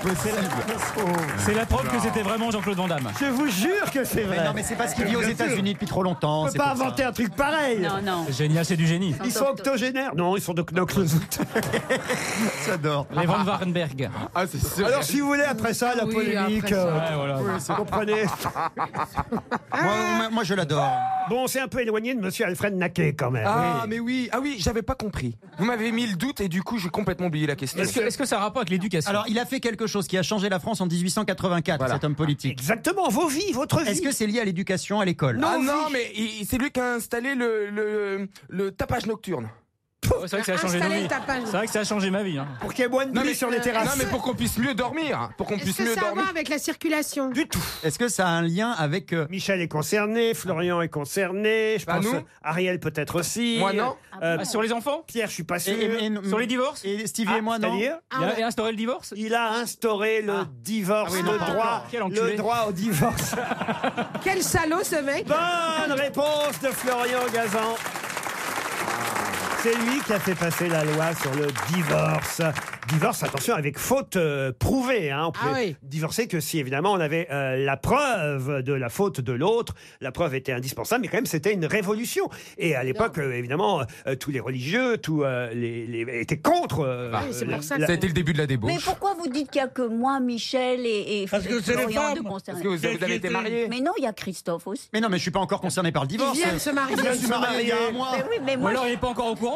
[SPEAKER 13] c'est la preuve que
[SPEAKER 7] Non.
[SPEAKER 13] c'était vraiment Jean-Claude Van Damme.
[SPEAKER 7] Je vous jure que c'est
[SPEAKER 13] Mais
[SPEAKER 7] vrai.
[SPEAKER 13] non, mais c'est parce qu'il vit aux
[SPEAKER 7] Bien sûr.
[SPEAKER 13] États-Unis depuis trop longtemps,
[SPEAKER 7] On peut
[SPEAKER 13] c'est
[SPEAKER 7] pas
[SPEAKER 13] pour ça.
[SPEAKER 7] inventer un truc pareil.
[SPEAKER 13] Non, non. C'est génial, c'est du génie.
[SPEAKER 7] Ils sont octogénaires. Non, ils sont de Knock-le-Zout.
[SPEAKER 13] J'adore. Les Van Warenberg.
[SPEAKER 7] Ah, c'est sûr. Alors, si vous voulez, après ça, la
[SPEAKER 13] Oui,
[SPEAKER 7] polémique.
[SPEAKER 13] après ça.
[SPEAKER 7] euh,
[SPEAKER 13] Ouais, voilà.
[SPEAKER 7] vous comprenez
[SPEAKER 13] Ah. moi, je l'adore.
[SPEAKER 4] Bon, c'est un peu éloigné de monsieur Alfred Naquet quand même.
[SPEAKER 13] Ah,
[SPEAKER 4] Oui.
[SPEAKER 13] mais oui. Ah oui, j'avais pas compris.
[SPEAKER 6] Vous m'avez mis le doute et du coup, j'ai complètement oublié la question.
[SPEAKER 13] Est-ce que, est-ce que ça a rapport avec l'éducation
[SPEAKER 6] Alors,
[SPEAKER 13] il a fait quelque chose qui a changé la France en 1884, cet homme politique.
[SPEAKER 4] Exactement, vos vies, votre vie.
[SPEAKER 13] Est-ce que c'est lié à l'éducation, à l'école
[SPEAKER 6] Non, Ah non, mais il- c'est lui qui a installé le, le, le tapage nocturne.
[SPEAKER 13] c'est vrai que ça a changé
[SPEAKER 6] Installer
[SPEAKER 13] nos
[SPEAKER 6] le
[SPEAKER 13] vies.
[SPEAKER 6] tapage.
[SPEAKER 13] C'est vrai que ça a changé ma vie. hein.
[SPEAKER 4] Pour qu'il y ait moins de
[SPEAKER 6] Non,
[SPEAKER 4] bruit
[SPEAKER 6] mais- euh,
[SPEAKER 4] sur les
[SPEAKER 6] Non,
[SPEAKER 4] terrasses.
[SPEAKER 6] mais pour qu'on puisse mieux dormir. Pour qu'on
[SPEAKER 14] Est-ce
[SPEAKER 6] puisse
[SPEAKER 14] que
[SPEAKER 6] mieux
[SPEAKER 14] ça a à
[SPEAKER 6] dormir.
[SPEAKER 14] voir avec la circulation
[SPEAKER 4] Du tout.
[SPEAKER 13] Est-ce que ça a un lien avec. euh,
[SPEAKER 4] Michel est concerné, Florian est concerné, je
[SPEAKER 13] Bah,
[SPEAKER 4] pense
[SPEAKER 13] nous
[SPEAKER 4] euh, Ariel peut-être aussi.
[SPEAKER 13] Moi, non.
[SPEAKER 4] Euh,
[SPEAKER 13] Ah, sur les enfants
[SPEAKER 4] Pierre, je suis pas sûr.
[SPEAKER 13] Et- et- et- Sur les divorces Et Stevie et moi, non
[SPEAKER 4] c'est-à-dire
[SPEAKER 13] Ah, Il a- ouais. il a instauré
[SPEAKER 4] le divorce Il a instauré le divorce,
[SPEAKER 13] Ah oui, non,
[SPEAKER 4] le,
[SPEAKER 13] pas
[SPEAKER 4] droit,
[SPEAKER 13] encore. Quel enculé.
[SPEAKER 4] le droit au divorce.
[SPEAKER 14] Quel salaud ce mec
[SPEAKER 4] Bonne réponse de Florian Gazan. C'est lui qui a fait passer la loi sur le divorce. Divorce, attention, avec faute euh, prouvée. hein. On pouvait
[SPEAKER 14] Ah
[SPEAKER 4] divorcer que si, évidemment, on avait euh, la preuve de la faute de l'autre. La preuve était indispensable, mais quand même, c'était une révolution. Et à l'époque, euh, évidemment, euh, tous les religieux tous, euh, les, les- étaient contre. euh,
[SPEAKER 14] Ah
[SPEAKER 4] la- la-
[SPEAKER 6] Ça a été le début de la
[SPEAKER 15] Mais
[SPEAKER 6] débauche.
[SPEAKER 15] pourquoi vous dites qu'il n'y a que moi, Michel et, et
[SPEAKER 6] Parce que
[SPEAKER 15] et
[SPEAKER 6] c'est les
[SPEAKER 15] Florian
[SPEAKER 6] femmes.
[SPEAKER 15] de concerner
[SPEAKER 6] Parce que vous avez- vous avez été mariés.
[SPEAKER 15] Mais non, il y a Christophe aussi.
[SPEAKER 13] Mais non, mais je suis pas encore concerné par le divorce.
[SPEAKER 15] vient de se marier.
[SPEAKER 13] Il vient de se marier il y a un mois.
[SPEAKER 15] Mais oui, mais
[SPEAKER 13] Ou
[SPEAKER 15] moi,
[SPEAKER 13] alors
[SPEAKER 15] je-
[SPEAKER 13] il est pas encore au courant.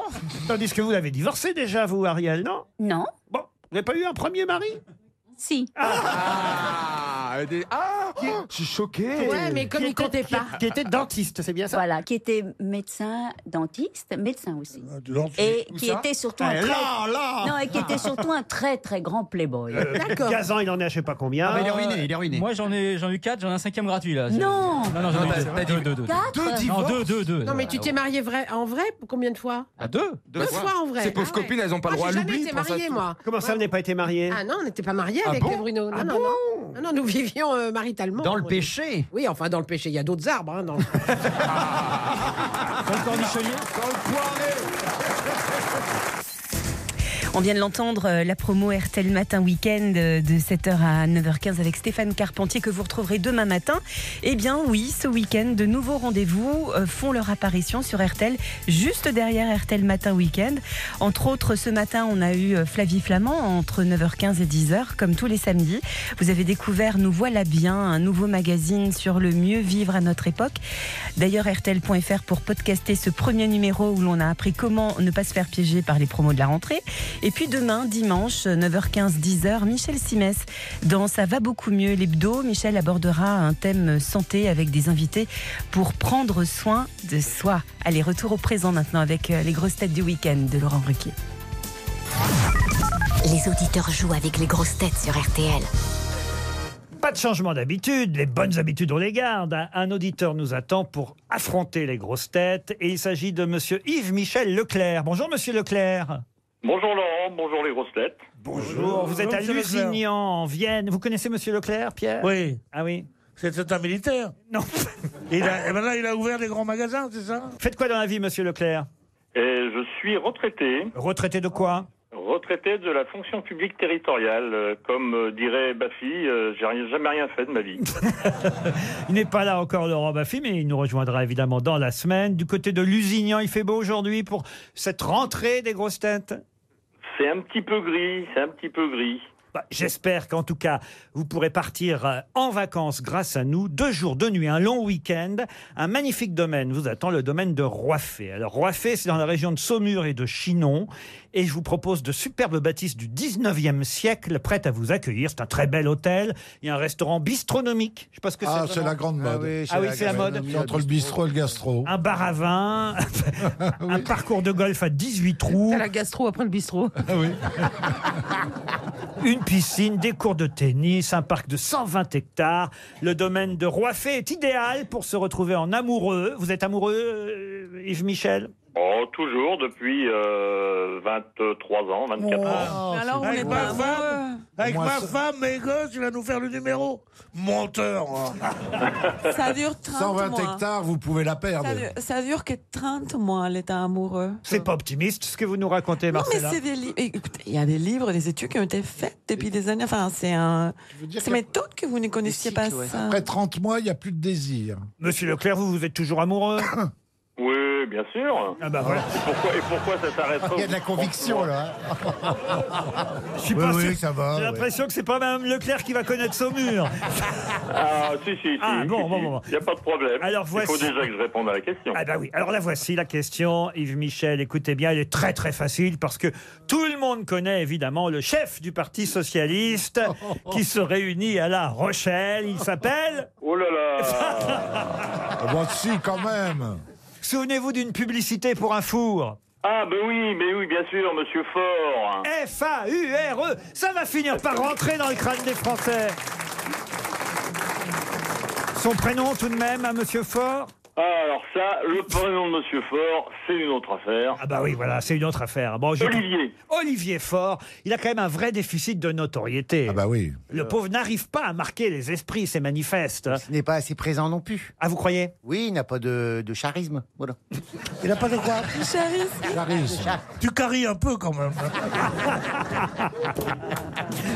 [SPEAKER 4] Tandis que vous l'avez divorcé déjà, vous, Ariel, non
[SPEAKER 15] Non.
[SPEAKER 4] Bon, vous n'avez pas eu un premier mari
[SPEAKER 15] Si.
[SPEAKER 6] Ah, des- ah, oh, je suis choqué.
[SPEAKER 15] Ouais, mais comme
[SPEAKER 4] Qui
[SPEAKER 15] il
[SPEAKER 4] était-
[SPEAKER 15] comptait
[SPEAKER 4] qui-
[SPEAKER 15] pas.
[SPEAKER 4] Qui était dentiste, c'est bien ça
[SPEAKER 15] Voilà, qui était médecin dentiste, médecin aussi. Et
[SPEAKER 4] Euh, Où
[SPEAKER 15] qui
[SPEAKER 4] ça
[SPEAKER 15] était surtout
[SPEAKER 4] Eh,
[SPEAKER 15] un très...
[SPEAKER 4] là, là
[SPEAKER 15] Non, et qui était surtout un très très grand playboy.
[SPEAKER 4] Euh, Gazan, il en est à je sais pas
[SPEAKER 6] Ah,
[SPEAKER 4] combien.
[SPEAKER 13] Ah, bah, il est ruiné. Moi j'en ai, j'en ai eu 4, j'en ai un cinquième gratuit là.
[SPEAKER 15] Non
[SPEAKER 13] Non, non, j'en
[SPEAKER 6] Ah, bah,
[SPEAKER 13] ai Non, eu t'as- t'as deux, dit deux, deux.
[SPEAKER 15] quatre
[SPEAKER 13] Non, deux, deux, deux.
[SPEAKER 14] Non, mais tu t'es marié vrai, en vrai combien de fois
[SPEAKER 13] À deux
[SPEAKER 14] Deux fois. fois, en vrai.
[SPEAKER 6] Ces pauvres
[SPEAKER 14] Ah ouais.
[SPEAKER 6] copines, elles n'ont pas le
[SPEAKER 14] Moi,
[SPEAKER 6] droit à
[SPEAKER 14] j'ai jamais
[SPEAKER 6] l'oubli.
[SPEAKER 14] été
[SPEAKER 6] pense à
[SPEAKER 14] mariée,
[SPEAKER 6] tout.
[SPEAKER 14] moi.
[SPEAKER 4] Comment ça, vous n'avez pas été marié
[SPEAKER 14] Ah non, on n'était pas mariés
[SPEAKER 4] Ah
[SPEAKER 14] avec
[SPEAKER 4] bon
[SPEAKER 14] Bruno. Non,
[SPEAKER 4] Ah
[SPEAKER 14] non,
[SPEAKER 4] bon
[SPEAKER 14] non. Non, non, nous vivions euh, maritalement.
[SPEAKER 13] Dans le
[SPEAKER 14] Oui.
[SPEAKER 13] péché
[SPEAKER 14] Oui, enfin, dans le péché. Il y a d'autres arbres. Hein, dans le-
[SPEAKER 3] On vient de l'entendre, euh, la promo RTL Matin Week-end euh, de 7h à 9h15 avec Stéphane Carpentier que vous retrouverez demain matin. Eh bien oui, ce week-end, de nouveaux rendez-vous euh, font leur apparition sur RTL, juste derrière RTL Matin Week-end. Entre autres, ce matin, on a eu euh, Flavie Flamand entre 9h15 et 10h, comme tous les samedis. Vous avez découvert Nous voilà bien, un nouveau magazine sur le mieux vivre à notre époque. D'ailleurs, RTL.fr pour podcaster ce premier numéro où l'on a appris comment ne pas se faire piéger par les promos de la rentrée. Et puis demain, dimanche, 9h15, 10h, Michel Simès, dans Ça va beaucoup mieux, l'hebdo, Michel abordera un thème santé avec des invités pour prendre soin de soi. Allez, retour au présent maintenant avec euh, les grosses têtes du week-end de Laurent Ruquier.
[SPEAKER 39] Les auditeurs jouent avec les grosses têtes sur RTL.
[SPEAKER 4] Pas de changement d'habitude, les bonnes habitudes on les garde. Un- Un auditeur nous attend pour affronter les grosses têtes et il s'agit de monsieur Yves-Michel Leclerc. Bonjour monsieur Leclerc.
[SPEAKER 11] Bonjour Laurent, bonjour les grosses têtes.
[SPEAKER 4] Bonjour, vous êtes à
[SPEAKER 11] Monsieur Leclerc.
[SPEAKER 4] Lusignan en Vienne. Vous connaissez monsieur Leclerc, Pierre
[SPEAKER 10] Oui.
[SPEAKER 4] Ah oui.
[SPEAKER 10] C'était un militaire.
[SPEAKER 4] Non.
[SPEAKER 10] Il a, et ben là, il a ouvert des grands magasins, c'est ça
[SPEAKER 4] Faites quoi dans la vie monsieur Leclerc
[SPEAKER 11] Et je suis retraité,
[SPEAKER 4] Retraité de quoi
[SPEAKER 11] retraité de la fonction publique territoriale. Euh, Comme euh, dirait Baffy, euh, j'ai rien- jamais rien fait de ma vie.
[SPEAKER 4] Il n'est pas là encore Laurent Baffy mais il nous rejoindra évidemment dans la semaine. Du côté de Lusignan, il fait beau aujourd'hui pour cette rentrée des grosses têtes
[SPEAKER 11] C'est un petit peu gris, c'est un petit peu gris.
[SPEAKER 4] Bah, J'espère qu'en tout cas, vous pourrez partir euh, en vacances grâce à nous. Deux jours, deux nuits, un long week-end. Un magnifique domaine vous attend, le domaine de Roiffet. Alors, Roiffet, c'est dans la région de Saumur et de Chinon. Et je vous propose de superbes bâtisses du 19e siècle prêtes à vous accueillir. C'est un très bel hôtel. Il y a un restaurant bistronomique. Je sais pas ce que
[SPEAKER 5] Ah,
[SPEAKER 4] c'est.
[SPEAKER 5] c'est
[SPEAKER 4] vraiment.
[SPEAKER 5] la grande mode.
[SPEAKER 4] Ah oui, c'est la mode.
[SPEAKER 5] Entre le bistrot et le gastro.
[SPEAKER 4] Un bar à vin, un parcours de golf à 18 trous.
[SPEAKER 7] La gastro après le bistrot.
[SPEAKER 11] Ah
[SPEAKER 4] Une piscine, des cours de tennis, un parc de 120 hectares. Le domaine de Roiffet est idéal pour se retrouver en amoureux. Vous êtes amoureux, euh, Yves Michel
[SPEAKER 11] Oh, toujours depuis euh, 23 ans, 24 ans.
[SPEAKER 10] Alors, avec ma femme, avec
[SPEAKER 11] Moi,
[SPEAKER 10] ma
[SPEAKER 11] ça-
[SPEAKER 10] femme, mes gosses, il va nous faire le numéro. Menteur.
[SPEAKER 8] Ça dure 30 mois.
[SPEAKER 5] vous pouvez la perdre.
[SPEAKER 8] Ça dure, ça dure que 30 mois, l'état amoureux.
[SPEAKER 4] C'est pas optimiste ce que vous nous racontez,
[SPEAKER 8] Non, mais
[SPEAKER 4] Marcella.
[SPEAKER 8] c'est des livres. Écoutez, il y a des livres, des études qui ont été faites depuis des années. Enfin, c'est un.
[SPEAKER 5] dire
[SPEAKER 8] C'est
[SPEAKER 5] qu'après-
[SPEAKER 8] méthode que vous ne connaissiez pas ça.
[SPEAKER 5] Après 30 mois, il n'y a plus de désir.
[SPEAKER 4] Monsieur Leclerc, vous, vous êtes toujours amoureux
[SPEAKER 11] Oui, bien sûr.
[SPEAKER 4] Ah bah voilà. Ah,
[SPEAKER 11] Et pourquoi, et pourquoi ça s'arrêterait
[SPEAKER 4] Il y a de la conviction, hein.
[SPEAKER 11] là.
[SPEAKER 4] Je suis
[SPEAKER 11] Oui,
[SPEAKER 4] pas
[SPEAKER 11] oui,
[SPEAKER 4] sûr.
[SPEAKER 11] ça va,
[SPEAKER 4] J'ai
[SPEAKER 11] ouais.
[SPEAKER 4] l'impression que c'est pas Madame Leclerc qui va connaître Saumur.
[SPEAKER 11] Ah, si, si, si.
[SPEAKER 4] Ah, bon,
[SPEAKER 11] si,
[SPEAKER 4] bon,
[SPEAKER 11] si.
[SPEAKER 4] bon, bon.
[SPEAKER 11] Il n'y a pas de problème. Il
[SPEAKER 4] Alors,
[SPEAKER 11] faut
[SPEAKER 4] voici-
[SPEAKER 11] déjà que je réponde à la question.
[SPEAKER 4] Ah bah oui. Alors la voici la question, Yves Michel. Écoutez bien, elle est très très facile parce que tout le monde connaît évidemment le chef du Parti socialiste qui se réunit à La Rochelle. Il s'appelle.
[SPEAKER 11] Oh là là
[SPEAKER 4] Voici Oh, bah, quand même. Souvenez-vous d'une publicité pour un four.
[SPEAKER 11] Ah, ben oui, mais oui, bien sûr, monsieur Fort.
[SPEAKER 4] Eh. F-A-U-R-E. E. Ça va finir par rentrer dans le crâne des Français. Son prénom tout de même à Monsieur Fort.
[SPEAKER 11] Ah, alors ça, le prénom de monsieur Fort, c'est une autre affaire.
[SPEAKER 4] Ah bah oui, voilà, c'est une autre affaire. Bon, je-
[SPEAKER 11] Olivier.
[SPEAKER 4] Olivier Faure, il a quand même un vrai déficit de notoriété. Ah bah oui. Le pauvre n'arrive pas à marquer les esprits, c'est manifeste. hein.
[SPEAKER 9] Il n'est pas assez présent non plus.
[SPEAKER 4] Ah, vous croyez
[SPEAKER 9] Oui, il n'a pas de, de charisme. Voilà.
[SPEAKER 10] Il n'a pas de quoi
[SPEAKER 9] Charisme.
[SPEAKER 10] Tu caries un peu quand même.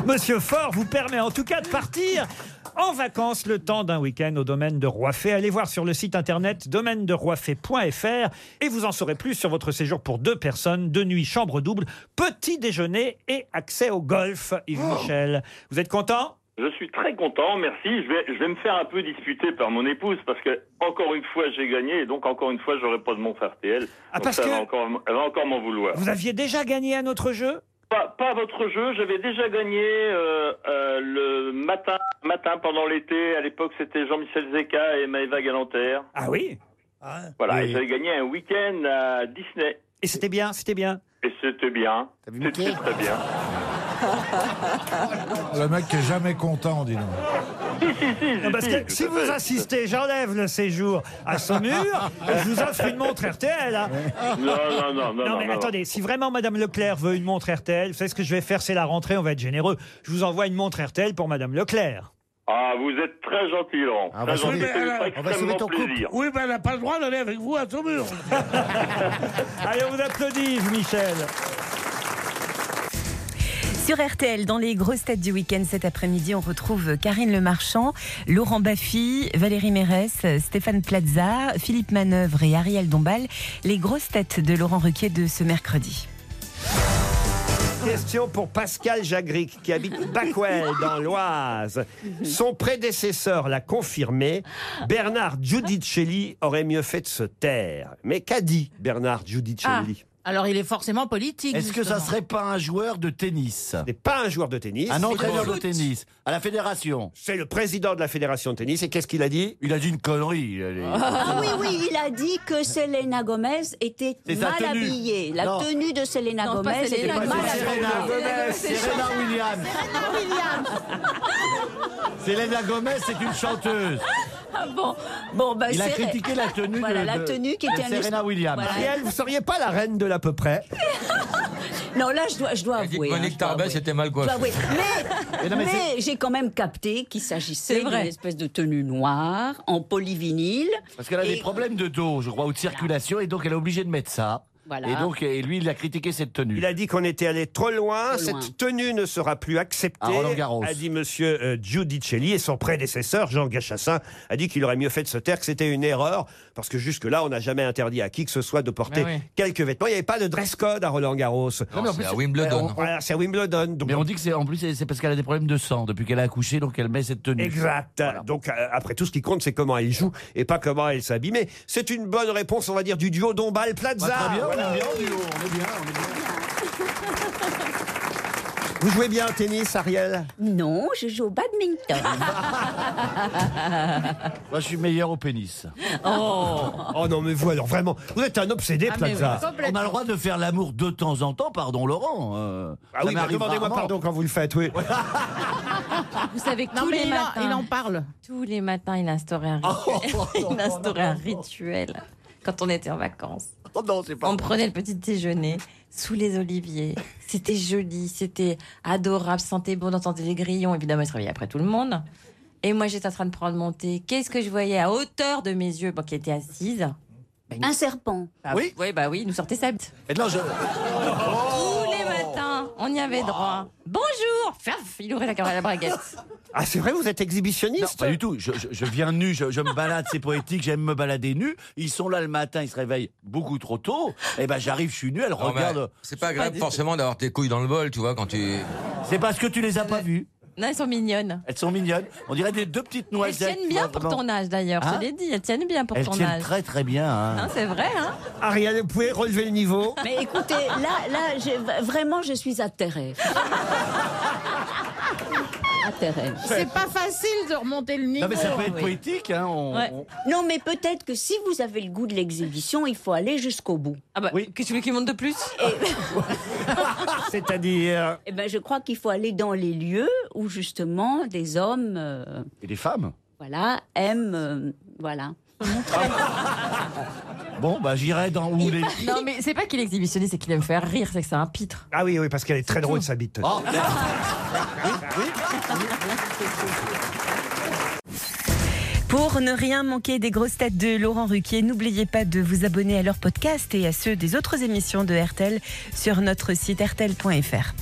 [SPEAKER 4] Monsieur Faure vous permet en tout cas de partir en vacances le temps d'un week-end au domaine de Roiffet. Allez voir sur le site internet domaine de roiffet.fr et vous en saurez plus sur votre séjour pour deux personnes, deux nuits, chambre double, petit déjeuner et accès au golf, Yves Michel. Vous êtes content
[SPEAKER 11] Je suis très content, merci. Je vais, je vais me faire un peu disputer par mon épouse parce que encore une fois j'ai gagné et donc encore une fois j'aurai pas de mon RTL.
[SPEAKER 4] Ah,
[SPEAKER 11] Donc
[SPEAKER 4] parce
[SPEAKER 11] ça, elle,
[SPEAKER 4] que-
[SPEAKER 11] va encore, elle va encore m'en vouloir.
[SPEAKER 4] Vous aviez déjà gagné à notre jeu
[SPEAKER 11] Pas, pas à votre jeu, j'avais déjà gagné euh, euh, le matin, matin pendant l'été. À l'époque c'était Jean-Michel Zeka et Maëva Galanterre.
[SPEAKER 4] Ah oui
[SPEAKER 11] Voilà,
[SPEAKER 4] Oui.
[SPEAKER 11] et j'avais gagné un week-end à Disney.
[SPEAKER 4] Et c'était bien, c'était bien.
[SPEAKER 11] Et c'était bien. C'était très bien.
[SPEAKER 5] Le mec qui est jamais content, dis donc.
[SPEAKER 4] Non, parce que si vous insistez, j'enlève le séjour à Saumur et je vous offre une montre RTL. hein.
[SPEAKER 11] Non, non, non, non,
[SPEAKER 4] Non,
[SPEAKER 11] non,
[SPEAKER 4] mais
[SPEAKER 11] non.
[SPEAKER 4] attendez, si vraiment Madame Leclerc veut une montre RTL, vous savez ce que je vais faire, c'est la rentrée, on va être généreux. Je vous envoie une montre RTL pour Madame Leclerc.
[SPEAKER 11] Ah, vous êtes très gentil, Laurent.
[SPEAKER 4] Ah, on va
[SPEAKER 11] très gentil,
[SPEAKER 4] sauver-
[SPEAKER 11] ça me fait
[SPEAKER 4] on va sauver
[SPEAKER 11] extrêmement
[SPEAKER 4] ton couple.
[SPEAKER 11] plaisir.
[SPEAKER 10] Oui, mais elle n'a pas le droit d'aller avec vous à Saumur.
[SPEAKER 4] Allez, on vous applaudit, Yves Michel.
[SPEAKER 3] Sur RTL, dans les grosses têtes du week-end cet après-midi, on retrouve Karine Le Marchand, Laurent Baffy, Valérie Mérès, Stéphane Plaza, Philippe Manœuvre et Ariel Dombal. Les grosses têtes de Laurent Ruquier de ce mercredi.
[SPEAKER 13] Question pour Pascal Jagric qui habite Bacquel dans l'Oise. Son prédécesseur l'a confirmé, Bernard Giudicelli aurait mieux fait de se taire. Mais qu'a dit Bernard
[SPEAKER 4] Ah,
[SPEAKER 14] Ah,
[SPEAKER 13] Giudicelli
[SPEAKER 7] Alors il est forcément politique.
[SPEAKER 26] Est-ce que ça serait pas un joueur de tennis
[SPEAKER 13] n'est pas un joueur de tennis.
[SPEAKER 26] Un entraîneur de tennis à la fédération.
[SPEAKER 13] C'est le président de la fédération de tennis et qu'est-ce qu'il a dit
[SPEAKER 26] Il a dit une connerie. elle est-
[SPEAKER 15] Ah oui, oui, il a dit que Selena Gomez était
[SPEAKER 26] C'est sa
[SPEAKER 15] mal
[SPEAKER 26] tenue.
[SPEAKER 15] habillée. La
[SPEAKER 26] Non.
[SPEAKER 15] tenue de Selena
[SPEAKER 26] Non, pas
[SPEAKER 15] Gomez était
[SPEAKER 26] Selena
[SPEAKER 15] mal
[SPEAKER 26] Gomez,
[SPEAKER 15] habillée.
[SPEAKER 26] Serena Gomez, Serena Williams. Selena Gomez, c'est une chanteuse.
[SPEAKER 15] Ah bon, bon bah,
[SPEAKER 26] Il a
[SPEAKER 15] c'est-
[SPEAKER 26] critiqué la tenue
[SPEAKER 15] Voilà,
[SPEAKER 26] de-
[SPEAKER 15] la
[SPEAKER 26] de-
[SPEAKER 15] tenue qui
[SPEAKER 26] de
[SPEAKER 15] était un
[SPEAKER 26] Serena
[SPEAKER 15] espèce-
[SPEAKER 26] Williams.
[SPEAKER 15] Voilà.
[SPEAKER 13] Ariel, vous seriez pas la reine de l'à peu près
[SPEAKER 15] Non, là, je dois, je dois avouer. hein, je
[SPEAKER 1] Monique
[SPEAKER 15] dois
[SPEAKER 1] Tarbes
[SPEAKER 15] avouer.
[SPEAKER 1] était mal
[SPEAKER 15] Je dois
[SPEAKER 1] coiffée.
[SPEAKER 15] avouer. Mais,
[SPEAKER 1] Mais non, mais
[SPEAKER 15] mais j'ai quand même capté qu'il
[SPEAKER 26] C'est
[SPEAKER 15] s'agissait d'une
[SPEAKER 26] vrai.
[SPEAKER 15] espèce de tenue noire en polyvinyle.
[SPEAKER 26] Parce qu'elle a
[SPEAKER 15] Et-
[SPEAKER 26] des problèmes de dos, je crois, ou de circulation, et donc elle est obligée de mettre ça.
[SPEAKER 13] Voilà.
[SPEAKER 4] Et donc,
[SPEAKER 13] et lui, il a critiqué cette tenue.
[SPEAKER 4] Il a dit qu'on était allé trop loin.
[SPEAKER 13] Trop loin.
[SPEAKER 4] Cette tenue ne sera plus acceptée.
[SPEAKER 26] Ah,
[SPEAKER 13] À Roland-Garros.
[SPEAKER 4] A dit Monsieur euh, Giudicelli et son prédécesseur Jean Gachassin a dit qu'il aurait mieux fait de se taire, que c'était une erreur parce que jusque là, on n'a jamais interdit à qui que ce soit de porter
[SPEAKER 13] Mais oui.
[SPEAKER 4] quelques vêtements. Il n'y avait pas de dress code à Roland Garros.
[SPEAKER 13] Non, mais en plus, c'est à Wimbledon.
[SPEAKER 4] Voilà, c'est à Wimbledon. Donc
[SPEAKER 13] Mais on dit que c'est en plus c'est c'est parce qu'elle a des problèmes de sang depuis qu'elle a accouché, donc elle met cette tenue.
[SPEAKER 4] Exact. Donc euh, après tout, ce qui compte, c'est comment elle joue et pas comment elle s'habille. Mais c'est une bonne réponse, on va dire, du duo Dombal Plaza.
[SPEAKER 10] Bah, très bien,
[SPEAKER 4] Voilà.
[SPEAKER 10] on est bien, on est bien, on est bien, on est bien.
[SPEAKER 4] Vous jouez bien au tennis, Ariel
[SPEAKER 15] Non, je joue au badminton.
[SPEAKER 13] Moi, je suis meilleur au pénis.
[SPEAKER 4] Oh. non, mais vous alors vraiment, vous êtes un obsédé,
[SPEAKER 13] Ah, mais
[SPEAKER 4] Plaza.
[SPEAKER 13] oui, complètement. On a le droit de faire l'amour de temps en temps, pardon Laurent. euh,
[SPEAKER 4] Ah
[SPEAKER 13] ça
[SPEAKER 4] oui, bah,
[SPEAKER 13] m'arrive
[SPEAKER 4] demandez-moi
[SPEAKER 13] rarement.
[SPEAKER 4] pardon quand vous le faites, oui.
[SPEAKER 20] Vous savez que
[SPEAKER 40] Non,
[SPEAKER 20] tous
[SPEAKER 40] mais
[SPEAKER 20] les
[SPEAKER 40] il en-
[SPEAKER 20] matins.
[SPEAKER 40] il en parle.
[SPEAKER 20] Tous les matins, il instaurait un rituel. il instaurait un rituel quand on était en vacances. on prenait le petit déjeuner sous les oliviers. C'était joli, c'était adorable, sentait bon, on entendait les grillons. Évidemment, il se réveillait après tout le monde. Et moi, j'étais en train de prendre mon thé. Qu'est-ce que je voyais à hauteur de mes yeux, bon, qui était assise Un serpent. oui. Oui, bah oui, il nous sortait sa bite.
[SPEAKER 13] Et non, je...
[SPEAKER 20] Tous les matins, on y avait droit. Bonjour Faf Il ouvrait la caméra à la braguette.
[SPEAKER 4] Ah, c'est vrai, vous êtes exhibitionniste
[SPEAKER 13] Pas du tout. Je, je- je viens nu, je, je me balade, c'est poétique, j'aime me balader nu. Ils sont là le matin, ils se réveillent beaucoup trop tôt. Et ben j'arrive, je suis nu, elle
[SPEAKER 9] Non, mais
[SPEAKER 13] regarde. euh,
[SPEAKER 9] C'est pas agréable forcément d'avoir tes couilles dans le bol, tu vois, quand tu.
[SPEAKER 13] C'est parce que tu les as pas vues.
[SPEAKER 20] Non, elles sont mignonnes.
[SPEAKER 13] Elles sont mignonnes. On dirait des deux petites
[SPEAKER 20] Elles
[SPEAKER 13] noisettes.
[SPEAKER 20] tiennent bien pour ton âge d'ailleurs,
[SPEAKER 13] Hein
[SPEAKER 20] je l'ai dit, elles tiennent bien pour
[SPEAKER 13] Elles
[SPEAKER 20] ton
[SPEAKER 13] tiennent
[SPEAKER 20] âge.
[SPEAKER 13] très très bien. hein.
[SPEAKER 20] Hein, c'est vrai, hein
[SPEAKER 4] Ariel, vous pouvez relever le niveau
[SPEAKER 15] Mais écoutez, là, là, j'ai- vraiment, je suis atterrée. atterrée.
[SPEAKER 40] C'est pas facile de remonter le niveau.
[SPEAKER 13] Non mais ça peut être poétique. Hein, on-
[SPEAKER 15] Ouais.
[SPEAKER 13] on-
[SPEAKER 15] Non, mais peut-être que si vous avez le goût de l'exhibition, il faut aller jusqu'au bout.
[SPEAKER 20] Ah bah, qu'est-ce que tu veux qu'il monte de plus
[SPEAKER 4] C'est-à-dire.
[SPEAKER 15] Eh ben, je crois qu'il faut aller dans les lieux où justement des hommes, euh,
[SPEAKER 13] Et des femmes.
[SPEAKER 15] voilà, aiment, euh, voilà.
[SPEAKER 13] Bon, bah j'irai dans où les.
[SPEAKER 20] Non, mais c'est pas qu'il est exhibitionniste, c'est qu'il aime faire rire, c'est que c'est un pitre.
[SPEAKER 4] Ah oui, oui, parce qu'elle est très drôle, sa bite.
[SPEAKER 13] Ah,
[SPEAKER 3] Pour ne rien manquer des grosses têtes de Laurent Ruquier, n'oubliez pas de vous abonner à leur podcast et à ceux des autres émissions de RTL sur notre site rtl.fr.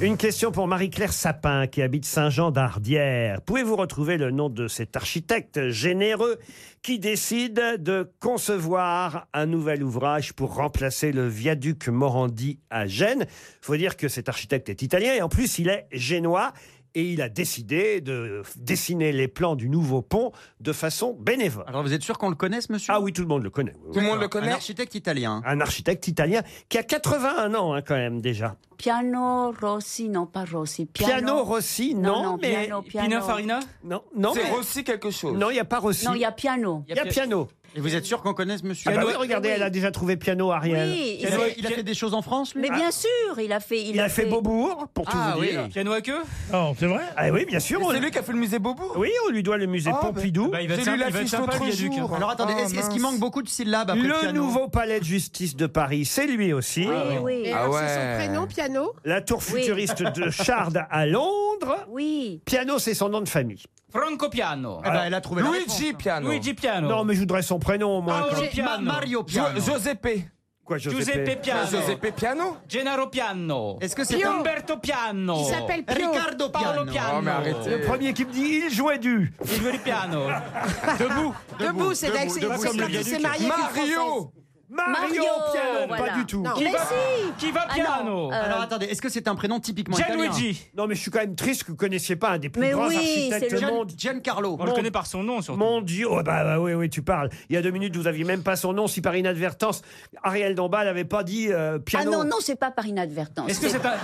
[SPEAKER 4] Une question pour Marie-Claire Sapin qui habite Saint-Jean-d'Ardière. Pouvez-vous retrouver le nom de cet architecte généreux qui décide de concevoir un nouvel ouvrage pour remplacer le viaduc Morandi à Gênes Faut dire que cet architecte est italien et en plus il est génois et il a décidé de dessiner les plans du nouveau pont de façon bénévole. Alors vous êtes sûr qu'on le connaît ce monsieur Ah oui, tout le monde le connaît.
[SPEAKER 26] Tout le monde le connaît
[SPEAKER 4] Un architecte italien. Un architecte italien qui a 81 ans hein, quand même déjà.
[SPEAKER 15] Piano Rossi, non pas Rossi. Piano,
[SPEAKER 4] Piano Rossi, non,
[SPEAKER 15] non,
[SPEAKER 4] mais
[SPEAKER 15] piano, piano. Pininfarina
[SPEAKER 4] Non, non.
[SPEAKER 26] C'est
[SPEAKER 4] mais-
[SPEAKER 26] Rossi quelque chose.
[SPEAKER 4] Non, il n'y a pas Rossi.
[SPEAKER 15] Non, il y a piano.
[SPEAKER 4] Il y a piano.
[SPEAKER 26] Et vous êtes sûr qu'on connaît ce monsieur
[SPEAKER 4] Ah bah oui, regardez, elle a déjà trouvé piano, Ariel.
[SPEAKER 15] Oui,
[SPEAKER 26] Piano, il a fait des choses en France, lui
[SPEAKER 15] Mais bien sûr, il a fait. Il,
[SPEAKER 4] Ah. Il a fait Beaubourg, pour tout
[SPEAKER 15] Ah
[SPEAKER 4] vous
[SPEAKER 15] oui.
[SPEAKER 4] dire.
[SPEAKER 26] Piano à queue
[SPEAKER 4] Non, c'est vrai Ah oui, bien sûr.
[SPEAKER 26] Mais
[SPEAKER 4] on-
[SPEAKER 26] c'est lui qui a fait le musée Beaubourg
[SPEAKER 4] Oui, on lui doit le musée
[SPEAKER 26] Ah,
[SPEAKER 4] Pompidou.
[SPEAKER 26] bah, bah, il va être Celui-là sympa- il va être qui sympa, saute le viaduc, hein. jour. Alors, attendez, est-ce- est-ce qu'il
[SPEAKER 4] mince.
[SPEAKER 26] manque beaucoup de syllabes après le
[SPEAKER 4] Le
[SPEAKER 26] piano
[SPEAKER 4] nouveau palais de justice de Paris, c'est lui aussi.
[SPEAKER 26] Ah
[SPEAKER 4] Ah
[SPEAKER 14] Oui, oui. Et alors, c'est son prénom, piano
[SPEAKER 4] La tour
[SPEAKER 14] Oui.
[SPEAKER 4] futuriste de Chardes à Londres.
[SPEAKER 15] Oui.
[SPEAKER 4] Piano, c'est son nom de famille.
[SPEAKER 41] Franco Piano.
[SPEAKER 13] Eh ben,
[SPEAKER 4] Ah bah, elle a trouvé la réponse,
[SPEAKER 26] Luigi Piano.
[SPEAKER 41] Luigi Piano.
[SPEAKER 4] Non, mais je voudrais son prénom, moi.
[SPEAKER 41] Paolo
[SPEAKER 4] quand-
[SPEAKER 41] Piano.
[SPEAKER 26] Mario Piano. Giuseppe.
[SPEAKER 4] Quoi, Giuseppe
[SPEAKER 41] Giuseppe Piano.
[SPEAKER 26] Giuseppe Piano.
[SPEAKER 41] Gennaro Piano.
[SPEAKER 26] Est-ce que c'est un-
[SPEAKER 41] Umberto Piano.
[SPEAKER 26] Il s'appelle Pio.
[SPEAKER 41] Ricardo Piano. Paolo
[SPEAKER 26] Oh,
[SPEAKER 41] Piano.
[SPEAKER 26] mais arrêtez.
[SPEAKER 4] Le premier qui me dit il jouait du.
[SPEAKER 41] Il jouait du piano.
[SPEAKER 4] Debout.
[SPEAKER 14] Debout, c'est
[SPEAKER 4] Debout,
[SPEAKER 14] d'ac- c'est-
[SPEAKER 4] debout,
[SPEAKER 14] c'est
[SPEAKER 4] comme
[SPEAKER 14] quand
[SPEAKER 4] le
[SPEAKER 14] il s'est
[SPEAKER 4] viaduc.
[SPEAKER 14] marié avec une
[SPEAKER 26] Mario.
[SPEAKER 4] Mario Piano, pas du tout.
[SPEAKER 26] Qui va-
[SPEAKER 41] Qui
[SPEAKER 14] Ah,
[SPEAKER 41] va piano
[SPEAKER 14] Euh,
[SPEAKER 26] Alors attendez, est-ce que c'est un prénom typiquement italien
[SPEAKER 4] Gianluigi. Non, mais je suis quand même triste que vous connaissiez pas un des plus
[SPEAKER 26] Mais
[SPEAKER 4] grands
[SPEAKER 26] oui, c'est
[SPEAKER 4] architectes
[SPEAKER 26] le-
[SPEAKER 4] du monde.
[SPEAKER 26] Giancarlo.
[SPEAKER 4] Mon-
[SPEAKER 41] son nom, surtout.
[SPEAKER 4] Mon Dieu, oh, bah, bah, oui, oui, tu parles. Il y a deux minutes, vous aviez même pas son nom. Si par inadvertance, Ariel Dombal n'avait pas dit
[SPEAKER 15] Ah
[SPEAKER 4] euh, piano.
[SPEAKER 15] non, non, c'est pas par inadvertance.
[SPEAKER 4] Est-ce que c'est
[SPEAKER 15] pas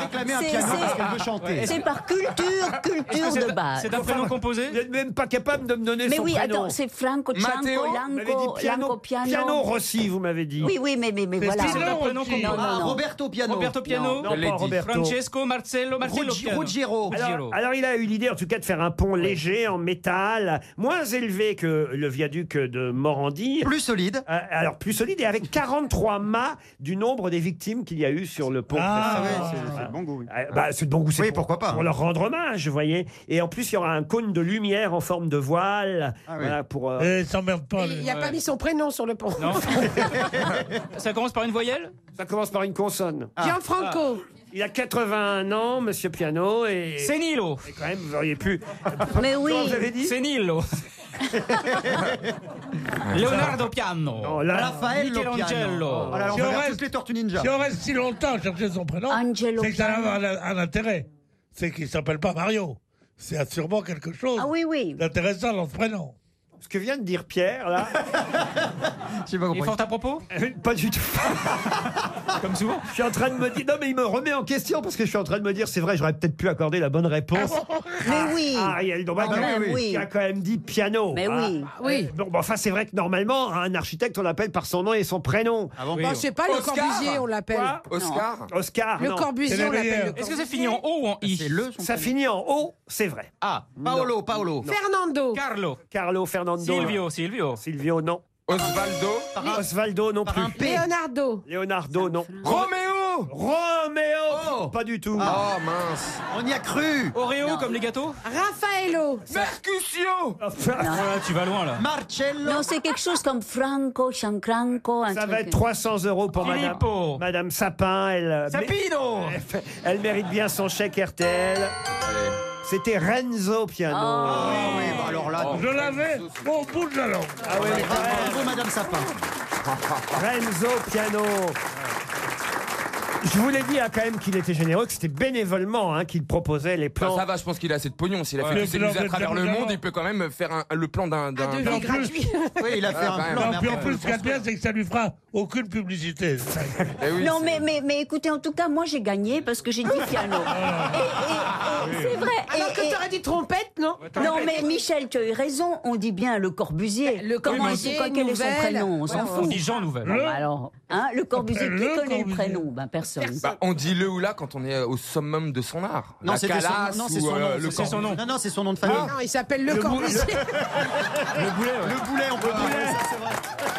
[SPEAKER 4] réclamé un piano parce qu'elle veut chanter.
[SPEAKER 15] C'est par culture, culture de base.
[SPEAKER 4] composé Vous n'êtes même pas capable de me donner
[SPEAKER 15] Mais
[SPEAKER 4] son
[SPEAKER 15] oui,
[SPEAKER 4] prénom.
[SPEAKER 15] attends, c'est Franco,
[SPEAKER 4] Matteo,
[SPEAKER 15] Cianco,
[SPEAKER 4] vous m'avez dit
[SPEAKER 15] Lanco,
[SPEAKER 4] piano,
[SPEAKER 15] Lanco Piano.
[SPEAKER 4] Piano Rossi, vous m'avez dit.
[SPEAKER 15] Oui, oui, mais, mais, mais voilà. Non, non, non.
[SPEAKER 26] Roberto
[SPEAKER 4] Piano. Non, pas Roberto.
[SPEAKER 41] Francesco Marcello Marcello
[SPEAKER 4] Ruggi-
[SPEAKER 41] Piano.
[SPEAKER 4] Ruggiero. Alors, alors, il a eu l'idée en tout cas de faire un pont léger en métal, moins élevé que le viaduc de Morandi. Plus solide. alors plus solide et avec 43 mâts du nombre des victimes qu'il y a eu sur le pont.
[SPEAKER 26] Ah,
[SPEAKER 4] précédent.
[SPEAKER 26] ouais, c'est- c'est de bon goût, oui.
[SPEAKER 4] Ah, bah, c'est de bon goût. c'est
[SPEAKER 26] Oui,
[SPEAKER 4] pour-
[SPEAKER 26] pourquoi pas. hein.
[SPEAKER 4] Pour leur rendre hommage, vous voyez. Et en plus, il y aura un cône de lumière en forme de voile.
[SPEAKER 26] Ah oui.
[SPEAKER 4] voilà, pour, euh,
[SPEAKER 42] Et ils s'emmerdent pas.
[SPEAKER 14] Il n'a pas mis son prénom
[SPEAKER 43] sur le pont.
[SPEAKER 27] Non. Ça commence par une voyelle
[SPEAKER 4] Ça commence par une consonne. Ah.
[SPEAKER 43] Gianfranco.
[SPEAKER 4] Il a 81 ans, Monsieur Piano, et...
[SPEAKER 27] Senilo.
[SPEAKER 4] Et quand même, vous auriez pu...
[SPEAKER 27] Mais oui.
[SPEAKER 4] Comment vous avez dit
[SPEAKER 27] Senilo. Leonardo Piano.
[SPEAKER 4] Ah,
[SPEAKER 10] Oh
[SPEAKER 4] Non, là- Oh
[SPEAKER 27] Raphaël Michelangelo.
[SPEAKER 10] Piano. Si on reste- Si on reste si longtemps à chercher son prénom, c'est que ça a un, un intérêt. C'est qu'il s'appelle pas Mario. C'est sûrement quelque chose d'intéressant dans ce prénom.
[SPEAKER 4] Ce que vient de dire Pierre, là.
[SPEAKER 27] Il est fort à propos
[SPEAKER 4] Euh, Pas du tout. Comme souvent. Je suis en train de me dire... Non, mais il me remet en question, parce que je suis en train de me dire, c'est vrai, j'aurais peut-être pu accorder la bonne réponse.
[SPEAKER 2] Mais oui.
[SPEAKER 4] Ah, Ariel Dombal,
[SPEAKER 2] Quand
[SPEAKER 4] quand
[SPEAKER 2] même,
[SPEAKER 4] même,
[SPEAKER 2] oui.
[SPEAKER 4] qui a quand même dit piano.
[SPEAKER 2] Mais oui.
[SPEAKER 4] Ah, oui. Bon, bon, enfin, c'est vrai que normalement, un architecte, on l'appelle par son nom et son prénom. Ah
[SPEAKER 43] Bah, c'est pas le Corbusier, on l'appelle.
[SPEAKER 4] Oscar Oscar,
[SPEAKER 43] Le
[SPEAKER 4] non.
[SPEAKER 43] Corbusier, C'est le on l'appelle le meilleur.
[SPEAKER 27] Est-ce que ça finit en O ou en I
[SPEAKER 4] Ça finit en O, c'est vrai.
[SPEAKER 27] Ah,
[SPEAKER 4] Paolo,
[SPEAKER 27] Paolo.
[SPEAKER 43] Fernando.
[SPEAKER 27] Carlo.
[SPEAKER 4] Carlo Fernando.
[SPEAKER 27] Silvio, Silvio.
[SPEAKER 4] Silvio, non. Osvaldo Osvaldo, non plus.
[SPEAKER 43] Leonardo.
[SPEAKER 4] Leonardo, non. Roméo Roméo Pas du tout.
[SPEAKER 43] Ah. Oh,
[SPEAKER 4] mince.
[SPEAKER 27] On y a cru. Oreo comme les gâteaux
[SPEAKER 43] Raffaello.
[SPEAKER 27] Mercutio Ah, Tu vas loin là.
[SPEAKER 4] Ah
[SPEAKER 15] Marcello. Non, c'est quelque chose comme Franco, Gianfranco.
[SPEAKER 4] Ça va être 300 euros pour madame, madame Sapin. Elle, euh,
[SPEAKER 15] Sapino
[SPEAKER 4] mé- elle, mérite bien son chèque RTL. C'était Renzo Piano.
[SPEAKER 10] Ah bah
[SPEAKER 4] Oh.
[SPEAKER 10] alors là, je l'avais au bout de la langue.
[SPEAKER 4] Ah oui, mais quand même.
[SPEAKER 10] Madame Sapin.
[SPEAKER 4] Renzo Piano. Je vous l'ai dit ah, quand même qu'il était généreux, que c'était bénévolement hein, qu'il proposait les plans.
[SPEAKER 10] Ah,
[SPEAKER 1] ça va, je pense qu'il a assez de pognon. S'il a
[SPEAKER 4] Ouais.
[SPEAKER 1] fait
[SPEAKER 4] Le
[SPEAKER 1] du CNews
[SPEAKER 4] plan
[SPEAKER 1] à
[SPEAKER 4] de
[SPEAKER 1] travers le
[SPEAKER 4] Jean-Jean.
[SPEAKER 1] monde, il peut quand même faire un- le plan d'un. d'un-
[SPEAKER 10] Et en plus-
[SPEAKER 1] Ah, quand même.
[SPEAKER 10] Non, puis en plus, ce qui est bien, c'est que ça lui fera aucune publicité. Eh
[SPEAKER 15] non, mais, mais, mais écoutez, en tout cas, moi j'ai gagné parce que j'ai dit piano. Et- et- et c'est vrai.
[SPEAKER 43] Alors Ah, que t'aurais dit trompette, non
[SPEAKER 15] Non, mais Michel, tu as eu raison, on dit bien le Corbusier. Le Comment
[SPEAKER 43] Corbusier,
[SPEAKER 15] est-ce- quoi- quel est son
[SPEAKER 43] Nouvelle.
[SPEAKER 15] prénom On s'en
[SPEAKER 1] Ouais,
[SPEAKER 15] fout.
[SPEAKER 1] on dit Jean Nouvelle.
[SPEAKER 15] Bon,
[SPEAKER 1] Le-
[SPEAKER 15] bah alors, hein, le Corbusier, qui
[SPEAKER 1] Le
[SPEAKER 15] connaît le
[SPEAKER 1] Corbusier.
[SPEAKER 15] prénom Ben personne.
[SPEAKER 1] Bah, on dit le ou la quand on est au summum de son art.
[SPEAKER 12] Non,
[SPEAKER 1] La
[SPEAKER 12] c'est de son-
[SPEAKER 1] calasse
[SPEAKER 12] non, c'est
[SPEAKER 1] ou,
[SPEAKER 12] son
[SPEAKER 1] euh,
[SPEAKER 12] nom,
[SPEAKER 1] le
[SPEAKER 12] c'est son
[SPEAKER 1] corbeau.
[SPEAKER 12] nom. Non, non, c'est son nom de famille.
[SPEAKER 4] Ah.
[SPEAKER 43] Non, il s'appelle Le,
[SPEAKER 12] Le bou-
[SPEAKER 43] Corbusier.
[SPEAKER 12] Le boulet, Le boulet, on peut dire.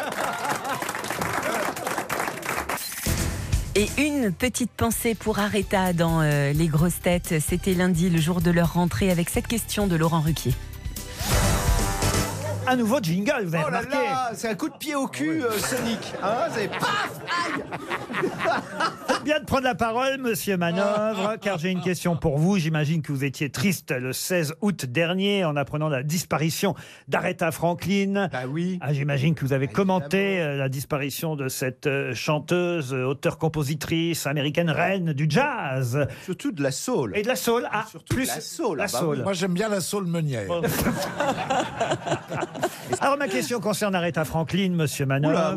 [SPEAKER 3] Et une petite pensée pour Areta dans euh, Les Grosses Têtes. C'était lundi, le jour de leur rentrée, avec cette question de Laurent Ruquier.
[SPEAKER 4] Un nouveau jingle, vous avez
[SPEAKER 6] Oh là
[SPEAKER 4] remarqué.
[SPEAKER 6] là, c'est un coup de pied au cul, euh, Sonic. Hein, c'est paf
[SPEAKER 4] Faites bien de prendre la parole, monsieur Manœuvre, car j'ai une question pour vous. J'imagine que vous étiez triste le 16 août dernier en apprenant la disparition d'Aretha Franklin. Ah oui. J'imagine que vous avez commenté euh, la disparition de cette euh, chanteuse, euh, auteure-compositrice américaine reine du jazz. Surtout de la soul. Et de la soul. Ah, bah plus La
[SPEAKER 6] bah
[SPEAKER 4] soul.
[SPEAKER 5] Moi, j'aime bien la saule meunière.
[SPEAKER 4] Alors ma question concerne Aretha Franklin, monsieur Manœuvre.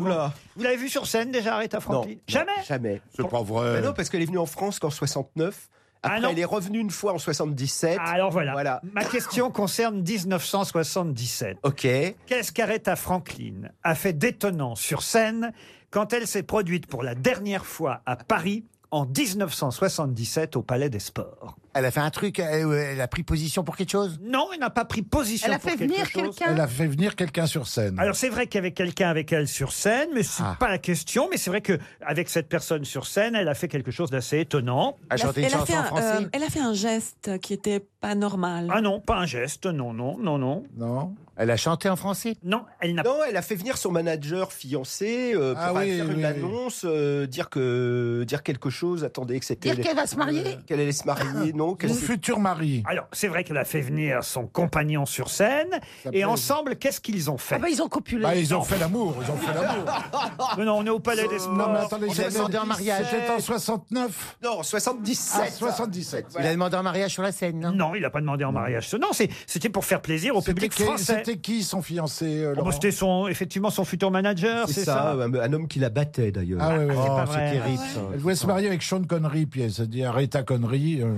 [SPEAKER 6] Oula, oula.
[SPEAKER 4] Vous l'avez vue sur scène déjà, Aretha Franklin Jamais
[SPEAKER 6] Jamais.
[SPEAKER 5] C'est pas vrai.
[SPEAKER 6] Ben non, parce qu'elle est venue en France qu'en 69.
[SPEAKER 4] Ah
[SPEAKER 6] Après, elle est revenue une fois en 77.
[SPEAKER 4] Alors voilà. Ma question concerne 1977.
[SPEAKER 6] Ok.
[SPEAKER 4] Qu'est-ce qu'Aretha Franklin a fait d'étonnant sur scène quand elle s'est produite pour la dernière fois à Paris en 1977 au Palais des Sports
[SPEAKER 9] Elle a fait un truc, elle, euh, elle a pris position pour quelque chose
[SPEAKER 4] Non, elle n'a pas pris position. pour quelque chose.
[SPEAKER 5] Elle a fait venir quelqu'un sur scène. Ah.
[SPEAKER 4] Alors c'est vrai qu'il y avait quelqu'un avec elle sur scène, mais c'est pas la question. Mais c'est vrai que avec cette personne sur scène, elle a fait quelque chose d'assez étonnant.
[SPEAKER 8] Elle a- elle a fait un, euh, elle a fait un geste qui était pas normal.
[SPEAKER 4] Ah non, pas un geste, non, non, non, Ah. non.
[SPEAKER 5] Non.
[SPEAKER 9] Elle a chanté en français
[SPEAKER 4] Non, elle n'a
[SPEAKER 6] Non, elle a fait venir son manager fiancé euh, pour
[SPEAKER 9] Ah oui,
[SPEAKER 6] faire
[SPEAKER 9] oui,
[SPEAKER 6] une
[SPEAKER 9] oui.
[SPEAKER 6] annonce, euh, dire que dire quelque chose. Attendez, que c'était Euh,
[SPEAKER 4] Dire qu'elle va se marier
[SPEAKER 6] Qu'elle allait se marier,
[SPEAKER 4] Ah.
[SPEAKER 6] non qu'elle s'est-
[SPEAKER 5] futur mari.
[SPEAKER 4] Alors, c'est vrai qu'elle a fait venir son compagnon sur scène. Et ensemble, qu'est-ce qu'ils ont fait
[SPEAKER 5] Ah bah, ils ont copulé. Bah, ils ont fait l'amour, ils ont fait l'amour.
[SPEAKER 4] Non, non, on est au Palais des Sports.
[SPEAKER 5] Non, mais attendez,
[SPEAKER 4] On
[SPEAKER 5] j'ai
[SPEAKER 4] est
[SPEAKER 5] demandé en mariage. J'étais en 69.
[SPEAKER 6] Non, 77.
[SPEAKER 5] Ah, 77.
[SPEAKER 9] Il a demandé en mariage sur la scène, non
[SPEAKER 4] Non, il n'a pas demandé en mariage. Non, c'est- c'était pour faire plaisir au public
[SPEAKER 5] C'était qui-
[SPEAKER 4] français.
[SPEAKER 5] C'était qui son fiancé euh,
[SPEAKER 4] Oh, bah,
[SPEAKER 5] Laurent
[SPEAKER 4] C'était son, effectivement son futur manager, c'est ça,
[SPEAKER 6] un, un homme qui la battait d'ailleurs.
[SPEAKER 5] Ah ouais, ouais.
[SPEAKER 4] c'est pas
[SPEAKER 5] Oh,
[SPEAKER 4] vrai.
[SPEAKER 5] c'est terrible,
[SPEAKER 4] Ah ouais.
[SPEAKER 5] Elle voulait se marier avec Sean Connery, puis elle s'est dit arrête ta connerie. euh.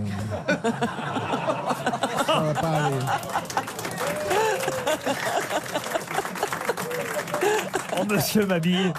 [SPEAKER 5] Ça va pas aller.
[SPEAKER 4] Oh, monsieur Mabille,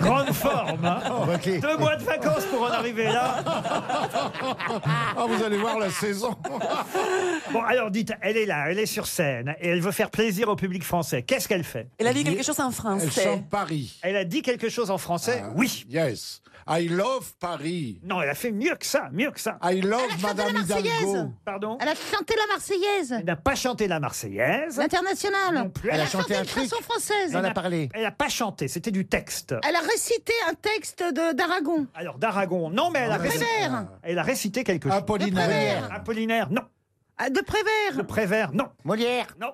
[SPEAKER 4] grande forme. hein.
[SPEAKER 5] Oh,
[SPEAKER 4] Deux mois de vacances pour en arriver là.
[SPEAKER 5] Ah, vous allez voir la saison.
[SPEAKER 4] Bon, alors dites, elle est là, elle est sur scène et elle veut faire plaisir au public français. Qu'est-ce qu'elle fait
[SPEAKER 8] Elle a dit quelque chose en français.
[SPEAKER 5] Elle chante Paris.
[SPEAKER 4] Elle a dit quelque chose en français Oui.
[SPEAKER 5] Ah, Yes. I love Paris.
[SPEAKER 4] Non, elle a fait mieux que ça, mieux que ça.
[SPEAKER 5] I love
[SPEAKER 4] Elle a chanté
[SPEAKER 5] Madame
[SPEAKER 4] la Marseillaise.
[SPEAKER 5] Hidalgo.
[SPEAKER 4] Pardon
[SPEAKER 14] Elle a chanté la Marseillaise.
[SPEAKER 4] Elle n'a pas chanté la Marseillaise.
[SPEAKER 14] L'international.
[SPEAKER 4] plus.
[SPEAKER 14] Elle a chanté une chanson française.
[SPEAKER 4] n'a- Elle n'a pas chanté, c'était du texte.
[SPEAKER 14] Elle a récité un texte de- d'Aragon. Ah,
[SPEAKER 4] Alors d'Aragon, non, mais elle a,
[SPEAKER 14] De
[SPEAKER 4] récité,
[SPEAKER 14] Prévert.
[SPEAKER 4] elle a récité quelque chose.
[SPEAKER 14] Apollinaire. De Prévert.
[SPEAKER 4] Apollinaire, non.
[SPEAKER 14] De Prévert.
[SPEAKER 4] De Prévert, non.
[SPEAKER 9] Molière.
[SPEAKER 4] Non.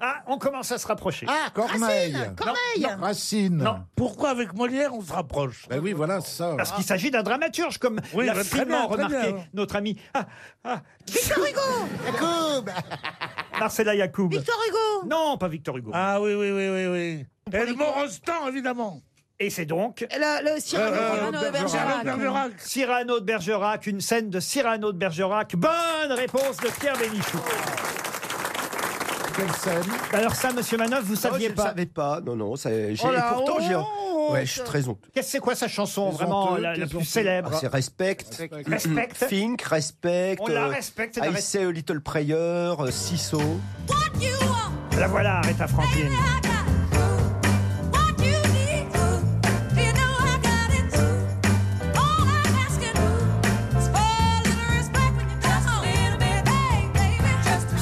[SPEAKER 4] Ah, on commence à se rapprocher.
[SPEAKER 5] Ah, Corneille. Racine,
[SPEAKER 4] Corneille.
[SPEAKER 5] Racine.
[SPEAKER 4] Non.
[SPEAKER 10] Pourquoi avec Molière on se rapproche
[SPEAKER 5] Ben oui, voilà, c'est ça.
[SPEAKER 4] Parce qu'il s'agit d'un dramaturge, comme
[SPEAKER 5] Oui,
[SPEAKER 4] l'a
[SPEAKER 5] bah, très bien,
[SPEAKER 4] finement
[SPEAKER 5] très
[SPEAKER 4] remarqué
[SPEAKER 10] hein.
[SPEAKER 5] bien.
[SPEAKER 4] notre ami ah, ah,
[SPEAKER 14] Victor Hugo.
[SPEAKER 9] Jacob.
[SPEAKER 4] Marcella Yacoub.
[SPEAKER 14] Victor Hugo.
[SPEAKER 4] Non, pas Victor Hugo.
[SPEAKER 10] Ah oui, oui, oui, oui, oui. Et le Morostan, évidemment. Euh,
[SPEAKER 4] Et c'est donc
[SPEAKER 14] Le, le Cyrano.
[SPEAKER 10] Cyrano de Bergerac. Bergerac.
[SPEAKER 4] Cyrano de Bergerac, une scène de Cyrano de Bergerac. Bonne réponse de Pierre Bénichou.
[SPEAKER 5] Quelle scène
[SPEAKER 4] Alors ça, Monsieur Manoff, vous
[SPEAKER 6] Non,
[SPEAKER 4] saviez
[SPEAKER 6] je ne
[SPEAKER 4] pas
[SPEAKER 6] savais pas. Non, non. c'est- j'ai-
[SPEAKER 4] Oh la
[SPEAKER 6] pourtant, j'ai.
[SPEAKER 4] honte
[SPEAKER 6] Ouais, je suis très honteux.
[SPEAKER 4] Qu'est-ce que c'est quoi sa chanson
[SPEAKER 6] Les
[SPEAKER 4] vraiment
[SPEAKER 6] honteux,
[SPEAKER 4] la, la
[SPEAKER 6] les
[SPEAKER 4] plus
[SPEAKER 6] honteux.
[SPEAKER 4] célèbre
[SPEAKER 6] Ah, c'est Respect.
[SPEAKER 4] Respect.
[SPEAKER 6] Think, Respect.
[SPEAKER 4] On la
[SPEAKER 6] euh,
[SPEAKER 4] respecte, la
[SPEAKER 6] I
[SPEAKER 4] res-
[SPEAKER 6] say a little prayer, euh, Sisso.
[SPEAKER 4] La voilà, Aretha Franklin.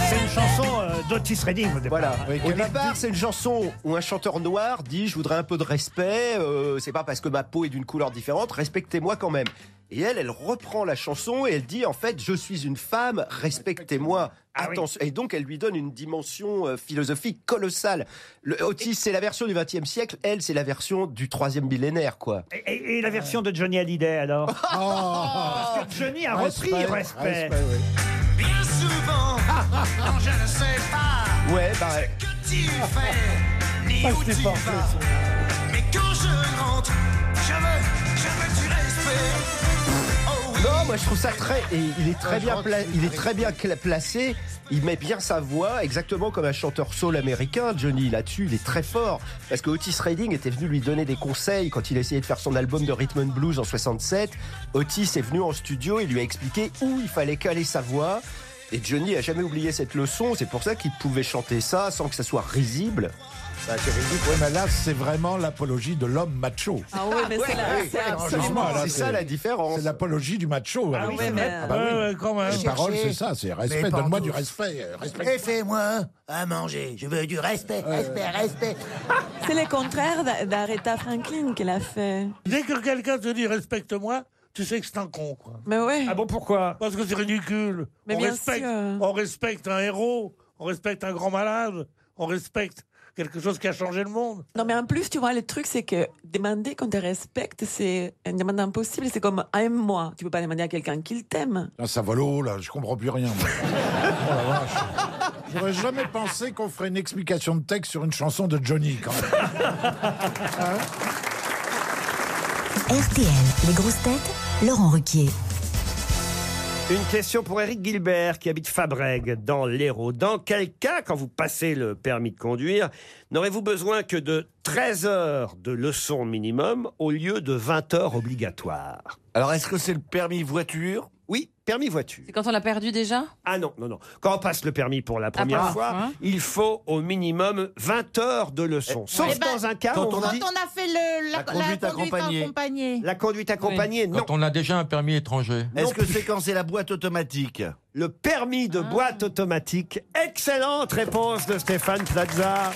[SPEAKER 4] C'est une chanson euh, d'Otis Redding au départ.
[SPEAKER 6] Voilà.
[SPEAKER 5] Oui,
[SPEAKER 6] Au
[SPEAKER 5] quelle
[SPEAKER 6] départ, c'est une chanson où un chanteur noir dit Je voudrais un peu de respect, euh, c'est pas parce que ma peau est d'une couleur différente, respectez-moi quand même. Et elle, elle reprend la chanson et elle dit En fait, je suis une femme, respectez-moi.
[SPEAKER 4] Ah
[SPEAKER 6] Attention. Et donc, elle lui donne une dimension euh, philosophique colossale. Le, Otis, c'est la version du XXe siècle, elle, c'est la version du troisième millénaire, quoi.
[SPEAKER 4] Et, et- et la version de Johnny Hallyday alors Parce que Johnny a repris Respect.
[SPEAKER 2] Bien souvent, quand je ne sais pas
[SPEAKER 6] Ouais, bah. ouais.
[SPEAKER 2] que tu fais,
[SPEAKER 10] Ah,
[SPEAKER 2] ni où tu vas. Mais quand je rentre, je veux, je veux du respect. Oh oui.
[SPEAKER 6] Non, moi je trouve ça très. Et il est très
[SPEAKER 2] Ouais, je
[SPEAKER 6] bien,
[SPEAKER 2] crois que
[SPEAKER 6] pla-
[SPEAKER 2] c'est
[SPEAKER 6] il est très bien cla- placé. Il met bien sa voix, exactement comme un chanteur soul américain. Johnny là-dessus, il est très fort parce que Otis Redding était venu lui donner des conseils quand il essayait de faire son album de rhythm and blues en 67. Otis est venu en studio et lui a expliqué où il fallait caler sa voix. Et Johnny a jamais oublié cette leçon. C'est pour ça qu'il pouvait chanter ça sans que ça soit risible.
[SPEAKER 5] Ouais, mais là, c'est vraiment l'apologie de l'homme macho.
[SPEAKER 8] Ah oui, mais c'est la-
[SPEAKER 6] Ouais,
[SPEAKER 8] c'est
[SPEAKER 6] ouais,
[SPEAKER 8] absolument.
[SPEAKER 5] Excuse-moi, là,
[SPEAKER 6] C'est ça, la différence.
[SPEAKER 5] C'est l'apologie du macho.
[SPEAKER 8] Ah
[SPEAKER 5] hein.
[SPEAKER 8] oui, mais-
[SPEAKER 13] euh,
[SPEAKER 5] bah oui.
[SPEAKER 10] Ouais, ouais, quand même.
[SPEAKER 5] Les paroles, c'est ça, c'est respect.
[SPEAKER 9] Mais pas
[SPEAKER 5] Donne-moi
[SPEAKER 9] tous.
[SPEAKER 5] du respect. euh, respect.
[SPEAKER 9] Et fais-moi à manger. Je veux du respect, respect, respect.
[SPEAKER 8] C'est le contraire d'A- d'Aretha Franklin qu'elle a fait.
[SPEAKER 10] Dès que quelqu'un te dit respecte-moi, tu sais que c'est un con. Quoi.
[SPEAKER 8] Mais ouais.
[SPEAKER 4] Ah bon, pourquoi
[SPEAKER 10] Parce que c'est ridicule.
[SPEAKER 8] Mais
[SPEAKER 10] on,
[SPEAKER 8] bien
[SPEAKER 10] respecte,
[SPEAKER 8] sûr.
[SPEAKER 10] on respecte un héros, on respecte un grand malade, on respecte quelque chose qui a changé le monde.
[SPEAKER 8] Non, mais en plus, tu vois, le truc, c'est que demander qu'on te respecte, c'est une demande impossible. C'est comme aime-moi. Tu peux pas demander à quelqu'un qu'il t'aime.
[SPEAKER 5] Là, Ah, ça va l'eau, là, je comprends plus rien. moi. oh la vache. J'aurais jamais pensé qu'on ferait une explication de texte sur une chanson de Johnny, quand même.
[SPEAKER 11] Hein? RTL, les grosses têtes, Laurent Ruquier.
[SPEAKER 4] Une question pour Eric Gilbert qui habite Fabrègue dans l'Hérault. Dans quel cas, quand vous passez le permis de conduire, n'aurez-vous besoin que de 13 heures de leçons minimum au lieu de 20 heures obligatoires
[SPEAKER 44] Alors, est-ce que c'est le permis voiture
[SPEAKER 4] Oui, permis voiture.
[SPEAKER 20] C'est quand on l'a perdu déjà
[SPEAKER 4] Ah non, non, non. Quand on passe le permis pour la première
[SPEAKER 20] Ah,
[SPEAKER 4] fois,
[SPEAKER 20] hein.
[SPEAKER 4] il faut au minimum 20 heures de leçons. Sauf
[SPEAKER 14] Eh ben,
[SPEAKER 4] dans un cas où
[SPEAKER 14] quand
[SPEAKER 4] on,
[SPEAKER 14] on, a...
[SPEAKER 4] dit
[SPEAKER 14] fait le, la,
[SPEAKER 4] La
[SPEAKER 14] la
[SPEAKER 4] conduite
[SPEAKER 14] conduite,
[SPEAKER 4] accompagnée.
[SPEAKER 14] accompagnée.
[SPEAKER 4] la conduite accompagnée, non.
[SPEAKER 45] Quand on a déjà un permis étranger.
[SPEAKER 44] Est-ce que c'est quand c'est la boîte automatique
[SPEAKER 4] Le permis
[SPEAKER 14] Ah.
[SPEAKER 4] de boîte automatique. Excellente réponse de Stéphane Plaza.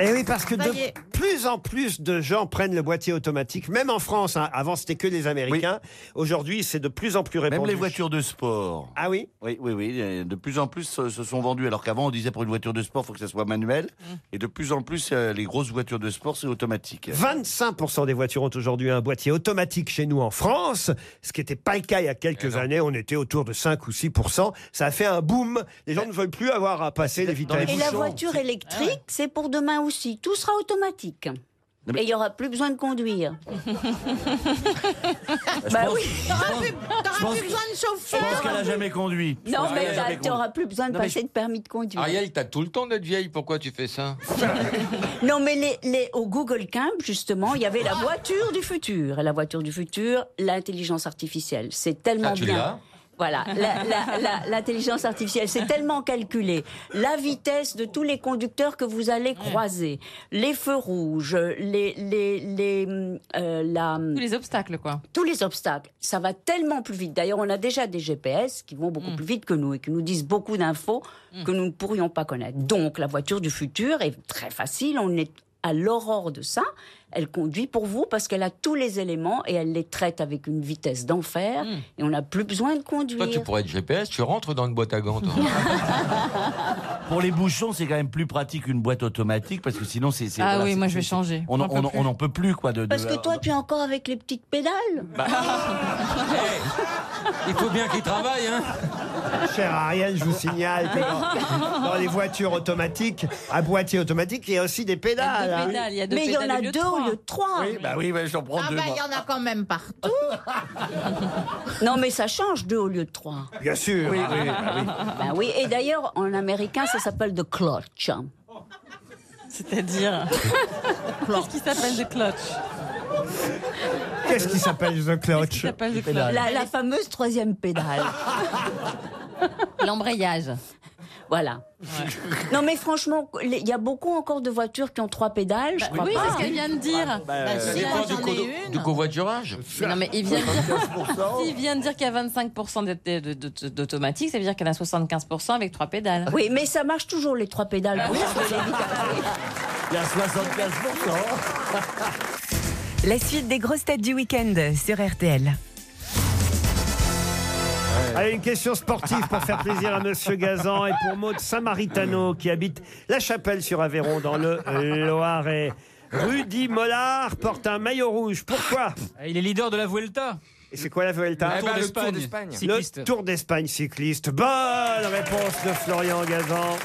[SPEAKER 4] Et Eh oui, parce que de
[SPEAKER 14] Ça y est.
[SPEAKER 4] plus en plus de gens prennent le boîtier automatique, même en France. hein. Avant, c'était que les Américains. Aujourd'hui, c'est de plus en plus répandu.
[SPEAKER 44] Même les voitures de sport.
[SPEAKER 4] Ah oui
[SPEAKER 44] Oui, oui, oui. euh, De plus en plus euh, se sont vendues. Alors qu'avant, on disait pour une voiture de sport, il faut que ça soit manuel. Et de plus en plus, euh, les grosses voitures de sport, c'est automatique.
[SPEAKER 4] 25% des voitures ont aujourd'hui un boîtier automatique chez nous en France, ce qui n'était pas le cas il y a
[SPEAKER 44] Eh
[SPEAKER 4] quelques années. On était autour de 5 ou 6%. Ça a fait un boom. Les gens ne veulent plus avoir à passer les vitesses.
[SPEAKER 15] Et la voiture électrique, c'est pour demain aussi. Tout sera automatique. Et il n'y aura plus besoin de conduire.
[SPEAKER 2] Bah pense- oui.
[SPEAKER 15] T'auras plus,
[SPEAKER 2] je pense- plus besoin
[SPEAKER 15] de
[SPEAKER 44] Je pense qu'elle a jamais conduit. Je
[SPEAKER 15] Non,
[SPEAKER 44] pense qu'elle
[SPEAKER 15] mais
[SPEAKER 44] a
[SPEAKER 15] t'as-
[SPEAKER 44] jamais conduit.
[SPEAKER 15] t'auras plus besoin de
[SPEAKER 44] Non, mais
[SPEAKER 15] passer de permis de conduire.
[SPEAKER 1] Ariel, t'as tout le temps d'être vieille, pourquoi tu fais ça
[SPEAKER 15] Non, mais les, les- au Google Camp, justement, il y avait la voiture du futur. Et la voiture du futur, l'intelligence artificielle. C'est tellement
[SPEAKER 1] Ah, tu
[SPEAKER 15] bien.
[SPEAKER 1] l'as
[SPEAKER 15] Voilà, la- la- la- l'intelligence artificielle, c'est tellement calculé. La vitesse de tous les conducteurs que vous allez croiser, les feux rouges, les, les, les, hum, euh, la, tous les obstacles, quoi. Tous les obstacles. Ça va tellement plus vite. D'ailleurs, on a déjà des GPS qui vont beaucoup plus vite que nous et qui nous disent beaucoup d'infos que nous ne pourrions pas connaître. Donc, la voiture du futur est très facile. On est à l'aurore de ça. Elle conduit pour vous parce qu'elle a tous les éléments et elle les traite avec une vitesse d'enfer et on n'a plus besoin de conduire.
[SPEAKER 1] Toi, tu pourrais être GPS, tu rentres dans une boîte à gants. toi.
[SPEAKER 44] Pour les bouchons, c'est quand même plus pratique une boîte automatique parce que sinon c'est. c'est-
[SPEAKER 20] Ah oui,
[SPEAKER 44] c'est-
[SPEAKER 20] moi, je
[SPEAKER 44] c'est-
[SPEAKER 20] vais changer.
[SPEAKER 44] On n'en
[SPEAKER 20] J'en peux
[SPEAKER 44] on en-
[SPEAKER 20] plus.
[SPEAKER 44] on en peut plus quoi de. de-
[SPEAKER 15] Parce que toi, tu es encore avec les petites pédales.
[SPEAKER 1] Bah, Il faut bien qu'il travaille, hein
[SPEAKER 13] Cher Ariel, je vous signale que dans, dans les voitures automatiques, à boîtier automatique, il y a aussi des pédales. hein.
[SPEAKER 15] Mais il y en a deux au lieu de trois.
[SPEAKER 44] Oui, bah oui, bah, j'en prends
[SPEAKER 14] Ah
[SPEAKER 44] deux.
[SPEAKER 14] bah
[SPEAKER 44] moi.
[SPEAKER 14] il y en a quand même partout.
[SPEAKER 15] Non, mais ça change deux au lieu de trois.
[SPEAKER 13] Bien sûr.
[SPEAKER 44] Oui, oui, bah oui.
[SPEAKER 15] Bah oui, et d'ailleurs, en américain, ça s'appelle the clutch. C'est-à-dire Qu'est-ce qui s'appelle the clutch
[SPEAKER 13] Qu'est-ce qui s'appelle The Clutch
[SPEAKER 15] la, la fameuse troisième pédale. L'embrayage. Voilà. Non mais franchement, il y a beaucoup encore de voitures qui ont trois pédales, je crois
[SPEAKER 20] Bah oui,
[SPEAKER 15] pas.
[SPEAKER 20] c'est ce qu'elle vient de dire.
[SPEAKER 1] euh,
[SPEAKER 20] Bah, si,
[SPEAKER 1] ça dépend
[SPEAKER 20] là,
[SPEAKER 1] du
[SPEAKER 20] j'en ai
[SPEAKER 1] condo-
[SPEAKER 20] une.
[SPEAKER 1] Du covoiturage
[SPEAKER 44] Ah.
[SPEAKER 20] Mais non, mais il vient de dire, s'il vient de dire qu'il y a 25% d'être- de- de- d'automatique, ça veut dire qu'il y en a 75% avec trois pédales.
[SPEAKER 15] Oui, mais ça marche toujours les trois pédales. pour changer les vitesses.
[SPEAKER 44] Il y a 75%.
[SPEAKER 3] La suite des grosses têtes du week-end sur RTL.
[SPEAKER 4] Allez, une question sportive pour faire plaisir à Monsieur Gazan et pour Maud Samaritano qui habite La Chapelle sur Aveyron dans le Loiret. Rudy Mollard porte un maillot rouge. Pourquoi
[SPEAKER 27] Ah, Il est leader de la Vuelta.
[SPEAKER 4] Et c'est quoi la Vuelta
[SPEAKER 27] Le Tour Eh ben, le d'Espagne. Tour d'Espagne.
[SPEAKER 4] Bah, Le
[SPEAKER 27] Cycliste.
[SPEAKER 4] Tour d'Espagne cycliste. Bonne réponse de Florian Gazan.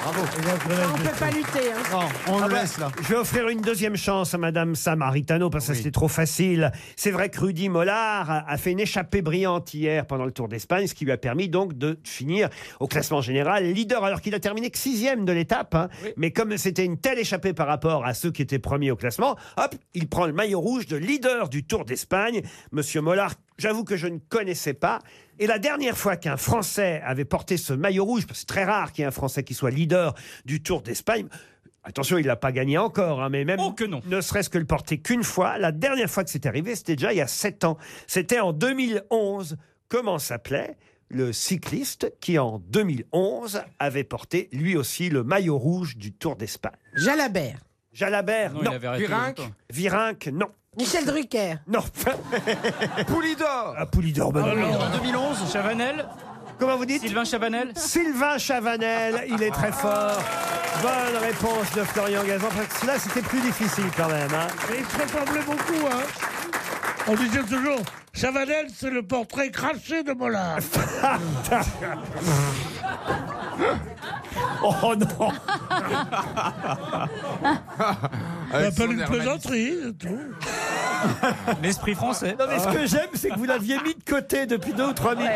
[SPEAKER 4] Bravo.
[SPEAKER 43] On ne peut pas lutter. hein.
[SPEAKER 4] Ah bah, Je vais offrir une deuxième chance à Madame Samaritano parce que c'était trop facile. C'est vrai que Rudy Mollard a a fait une échappée brillante hier pendant le Tour d'Espagne, ce qui lui a permis donc de finir au classement général leader, alors qu'il a terminé que sixième de l'étape. hein. Mais comme c'était une telle échappée par rapport à ceux qui étaient premiers au classement, hop, il prend le maillot rouge de leader du Tour d'Espagne. Monsieur Mollard, j'avoue que je ne connaissais pas. Et la dernière fois qu'un Français avait porté ce maillot rouge, parce que c'est très rare qu'il y ait un Français qui soit leader du Tour d'Espagne, Attention, il n'a pas gagné encore, hein, mais même
[SPEAKER 27] Oh,
[SPEAKER 4] ne serait-ce que le porter qu'une fois. La dernière fois que c'est arrivé, c'était déjà il y a sept ans. C'était en 2011. Comment s'appelait le cycliste qui, en 2011, avait porté lui aussi le maillot rouge du Tour d'Espagne Jalabert. Jalabert,
[SPEAKER 27] Non,
[SPEAKER 4] non.
[SPEAKER 27] il avait arrêté Virenque longtemps.
[SPEAKER 4] Virenque, non.
[SPEAKER 43] Michel Drucker.
[SPEAKER 4] Non.
[SPEAKER 27] Poulidor.
[SPEAKER 4] Ah, Poulidor,
[SPEAKER 10] Oh,
[SPEAKER 4] bah non.
[SPEAKER 27] En 2011, Chavanel.
[SPEAKER 4] Comment vous dites
[SPEAKER 27] Sylvain Chavanel.
[SPEAKER 4] Sylvain Chavanel, il est très fort. Bonne réponse de Florian Gazan. Parce que là, c'était plus difficile quand même. hein.
[SPEAKER 10] Mais il se ressemblait beaucoup, hein On disait toujours, Chavanel, c'est le portrait craché de Mollard.
[SPEAKER 4] oh non
[SPEAKER 10] Ça s'appelle une plaisanterie, c'est tout.
[SPEAKER 27] L'esprit français.
[SPEAKER 4] Non, mais ce que j'aime, c'est que vous l'aviez mis de côté depuis deux ou trois minutes.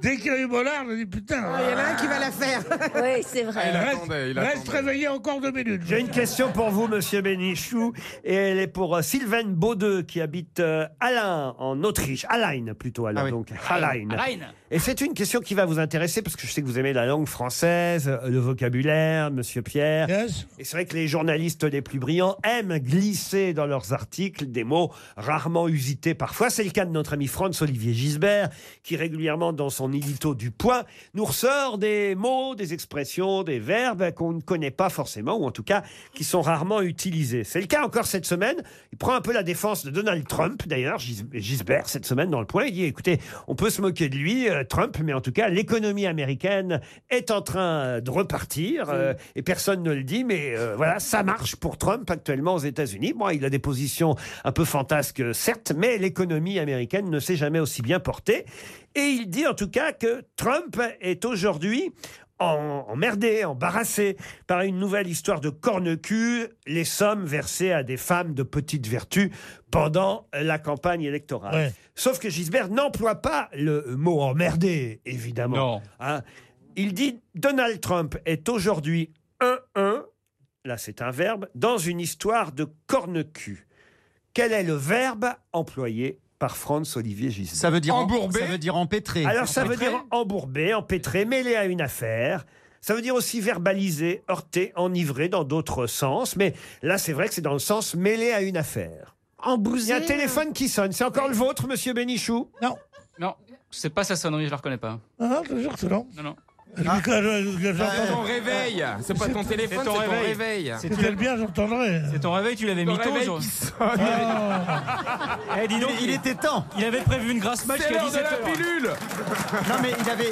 [SPEAKER 10] Dès qu'il y a eu Mollard, on a dit putain.
[SPEAKER 43] Ah, Il y en a un qui va la faire.
[SPEAKER 15] Oui, c'est vrai.
[SPEAKER 10] reste, reste réveillé encore deux minutes.
[SPEAKER 4] J'ai une question pour vous, monsieur Bénichou, et elle est pour euh, Sylvain Baudeux, qui habite euh, Alain, en Autriche. Alain, plutôt, alors, donc. Alain.
[SPEAKER 27] Alain.
[SPEAKER 4] Et c'est une question qui va vous intéresser, parce que je sais que vous aimez la langue française, euh, le vocabulaire, monsieur Pierre. Et c'est vrai que les journalistes les plus brillants aiment glisser dans leurs articles des mots rarement usités parfois. C'est le cas de notre ami Franz-Olivier Gisbert, qui régulièrement, dans son édito du Point, nous ressort des mots, des expressions, des verbes qu'on ne connaît pas forcément, ou en tout cas, qui sont rarement utilisés. C'est le cas encore cette semaine. Il prend un peu la défense de Donald Trump, d'ailleurs, Gis- Gisbert, cette semaine, dans le Point. Il dit, écoutez, on peut se moquer de lui, euh, Trump, mais en tout cas, l'économie américaine est en train euh, de repartir, euh, et personne ne le dit, mais euh, voilà, ça marche pour Trump actuellement aux États-Unis. Bon, il a des positions un peu fantasques, euh, certes, mais l'économie américaine ne s'est jamais aussi bien portée. Et il dit en tout cas que Trump est aujourd'hui en- emmerdé, embarrassé par une nouvelle histoire de corne-cul, les sommes versées à des femmes de petite vertu pendant la campagne électorale.
[SPEAKER 10] Ouais.
[SPEAKER 4] Sauf que Gisbert n'emploie pas le mot emmerdé, évidemment. Hein. Il dit Donald Trump est aujourd'hui 1-1, là c'est un verbe, dans une histoire de corne-cul. Quel est le verbe employé par Franz Olivier Gisbert
[SPEAKER 12] Ça veut dire en- Embourbé ça veut dire empêtré.
[SPEAKER 4] Alors ça veut
[SPEAKER 12] Empêtré
[SPEAKER 4] dire embourbé, empêtré, mêlé à une affaire. Ça veut dire aussi verbaliser, heurter, enivrer dans d'autres sens. Mais là, c'est vrai que c'est dans le sens mêlé à une affaire.
[SPEAKER 43] Embousé.
[SPEAKER 4] Il y a un téléphone qui sonne. C'est encore le vôtre, monsieur Bénichou
[SPEAKER 10] Non.
[SPEAKER 1] Non, c'est pas sa sonnerie, je la reconnais pas.
[SPEAKER 10] Ah, Non, non, je te jure que non.
[SPEAKER 1] Non, non.
[SPEAKER 10] C'est
[SPEAKER 1] ton réveil, c'est pas ton téléphone, c'est ton réveil.
[SPEAKER 10] Si tu le bien, j'entendrai.
[SPEAKER 1] C'est ton réveil, tu l'avais mis tôt.
[SPEAKER 10] réveil
[SPEAKER 1] genre.
[SPEAKER 10] qui Ah.
[SPEAKER 1] Eh, dis donc, il, était temps. Il avait prévu une grasse match
[SPEAKER 12] C'est
[SPEAKER 1] qui a
[SPEAKER 12] l'heure de
[SPEAKER 1] 17
[SPEAKER 12] la pilule Non mais il avait...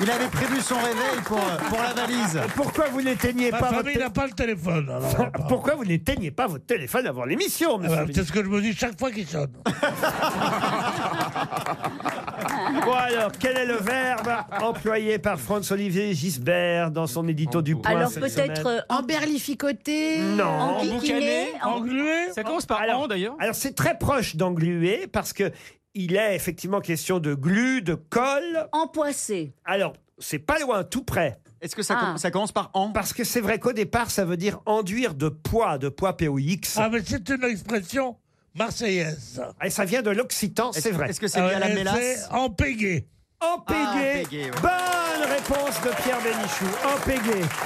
[SPEAKER 12] Il avait prévu son réveil pour, euh, pour la valise.
[SPEAKER 4] Pourquoi vous n'éteignez
[SPEAKER 10] Ma
[SPEAKER 4] pas
[SPEAKER 10] famille n'a pas le téléphone. alors.
[SPEAKER 4] Pourquoi vous n'éteignez pas votre téléphone avant l'émission, monsieur
[SPEAKER 10] Ah bah, C'est ce que je me dis chaque fois qu'il sonne.
[SPEAKER 4] Bon alors, quel est le verbe employé par Franz-Olivier Gisbert dans son édito du Point
[SPEAKER 15] Alors
[SPEAKER 4] cette semaine
[SPEAKER 15] peut-être euh,
[SPEAKER 43] En berlificoté.
[SPEAKER 4] Non.
[SPEAKER 43] En
[SPEAKER 15] enquiquiné, en-
[SPEAKER 1] Ça commence par
[SPEAKER 4] alors,
[SPEAKER 1] an d'ailleurs.
[SPEAKER 4] Alors c'est très proche d'engluer parce que il est effectivement question de glu, de colle.
[SPEAKER 15] empoissé.
[SPEAKER 4] Alors c'est pas loin, tout près.
[SPEAKER 12] Est-ce que ça, com-
[SPEAKER 15] Ah.
[SPEAKER 12] ça commence par en
[SPEAKER 4] Parce que c'est vrai qu'au départ ça veut dire enduire de poids, de poids POX.
[SPEAKER 10] Ah, mais c'est une expression marseillaise. ça.
[SPEAKER 4] Et ça vient de l'occitan, c'est vrai.
[SPEAKER 12] Est-ce que c'est lié
[SPEAKER 10] Ah,
[SPEAKER 12] à la
[SPEAKER 10] et
[SPEAKER 12] mélasse
[SPEAKER 10] c'est Empégué.
[SPEAKER 4] Empégué.
[SPEAKER 12] empégué, ouais.
[SPEAKER 4] Bonne réponse de Pierre Bénichou. Oh, Empégué.
[SPEAKER 12] Ah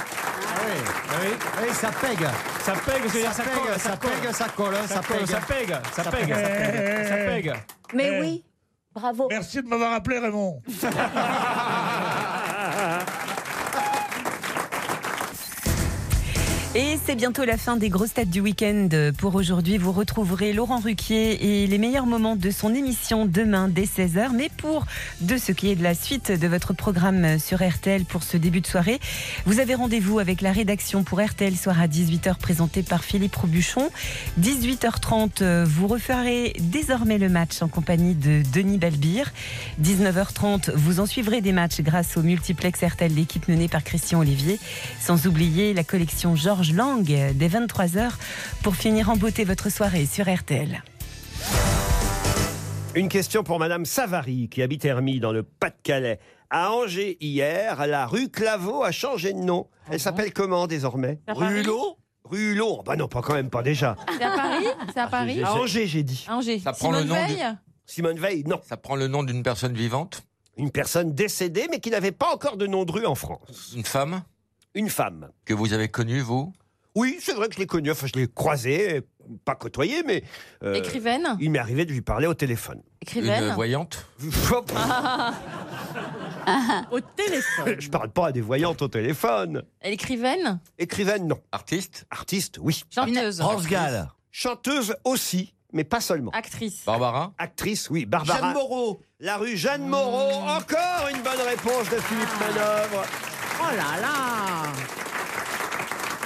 [SPEAKER 12] oui, ah oui. Oui, ça pègue.
[SPEAKER 1] Ça pègue, je veux dire, ça
[SPEAKER 12] pègue,
[SPEAKER 1] colle,
[SPEAKER 12] ça
[SPEAKER 1] ça colle.
[SPEAKER 12] pègue, ça colle, hein, ça
[SPEAKER 1] Ça
[SPEAKER 12] pègue.
[SPEAKER 1] pègue, ça pègue, ça
[SPEAKER 12] Ça
[SPEAKER 1] pègue, ça pègue, ça pègue.
[SPEAKER 15] Mais
[SPEAKER 10] Eh.
[SPEAKER 15] oui, bravo.
[SPEAKER 10] Merci de m'avoir appelé, Raymond.
[SPEAKER 3] Et c'est bientôt la fin des grosses têtes du week-end. Pour aujourd'hui, vous retrouverez Laurent Ruquier et les meilleurs moments de son émission demain dès 16h. Mais pour de ce qui est de la suite de votre programme sur RTL pour ce début de soirée, vous avez rendez-vous avec la rédaction pour RTL Soir à 18h présentée par Philippe Robuchon. 18h30, euh, vous referez désormais le match en compagnie de Denis Balbir. 19h30, vous en suivrez des matchs grâce au multiplex RTL, l'équipe menée par Christian Olivier. Sans oublier la collection Georges Lang euh, dès 23h pour finir en beauté votre soirée sur RTL.
[SPEAKER 4] Une question pour Madame Savary, qui habite Hermy, dans le Pas-de-Calais. À Angers, hier, la rue Claveau a changé de nom.
[SPEAKER 20] Ah
[SPEAKER 4] Elle s'appelle comment désormais
[SPEAKER 20] Savary.
[SPEAKER 4] Rue Hulot Rue Hulot Bah non, pas quand même, pas déjà.
[SPEAKER 20] C'est à Paris C'est à Paris
[SPEAKER 4] À Angers, j'ai dit.
[SPEAKER 20] À Angers.
[SPEAKER 45] Ça prend le
[SPEAKER 20] Simone
[SPEAKER 45] nom du-
[SPEAKER 20] Veil
[SPEAKER 4] Simone Veil, non.
[SPEAKER 45] Ça prend le nom d'une personne vivante,
[SPEAKER 4] Une personne décédée, mais qui n'avait pas encore de nom de rue en France.
[SPEAKER 45] une femme
[SPEAKER 4] Une femme.
[SPEAKER 45] que vous avez connue, vous
[SPEAKER 4] Oui, c'est vrai que je l'ai connue. Enfin, je l'ai croisée, pas côtoyée, mais. euh,
[SPEAKER 20] Écrivaine
[SPEAKER 4] Il m'est arrivé de lui parler au téléphone.
[SPEAKER 45] Une
[SPEAKER 20] Écrivaine
[SPEAKER 45] voyante
[SPEAKER 4] Hop,
[SPEAKER 20] Au téléphone.
[SPEAKER 4] je parle pas à des voyantes au téléphone.
[SPEAKER 20] Écrivaine
[SPEAKER 4] Écrivaine, non.
[SPEAKER 45] Artiste
[SPEAKER 4] Artiste, oui.
[SPEAKER 20] Chanteuse
[SPEAKER 44] France Gall.
[SPEAKER 4] Chanteuse aussi, mais pas seulement.
[SPEAKER 20] Actrice
[SPEAKER 45] Barbara
[SPEAKER 4] Actrice, oui, Barbara.
[SPEAKER 44] Jeanne Moreau.
[SPEAKER 4] La rue Jeanne Moreau, encore une bonne réponse de Philippe Manœuvre.
[SPEAKER 43] Oh là là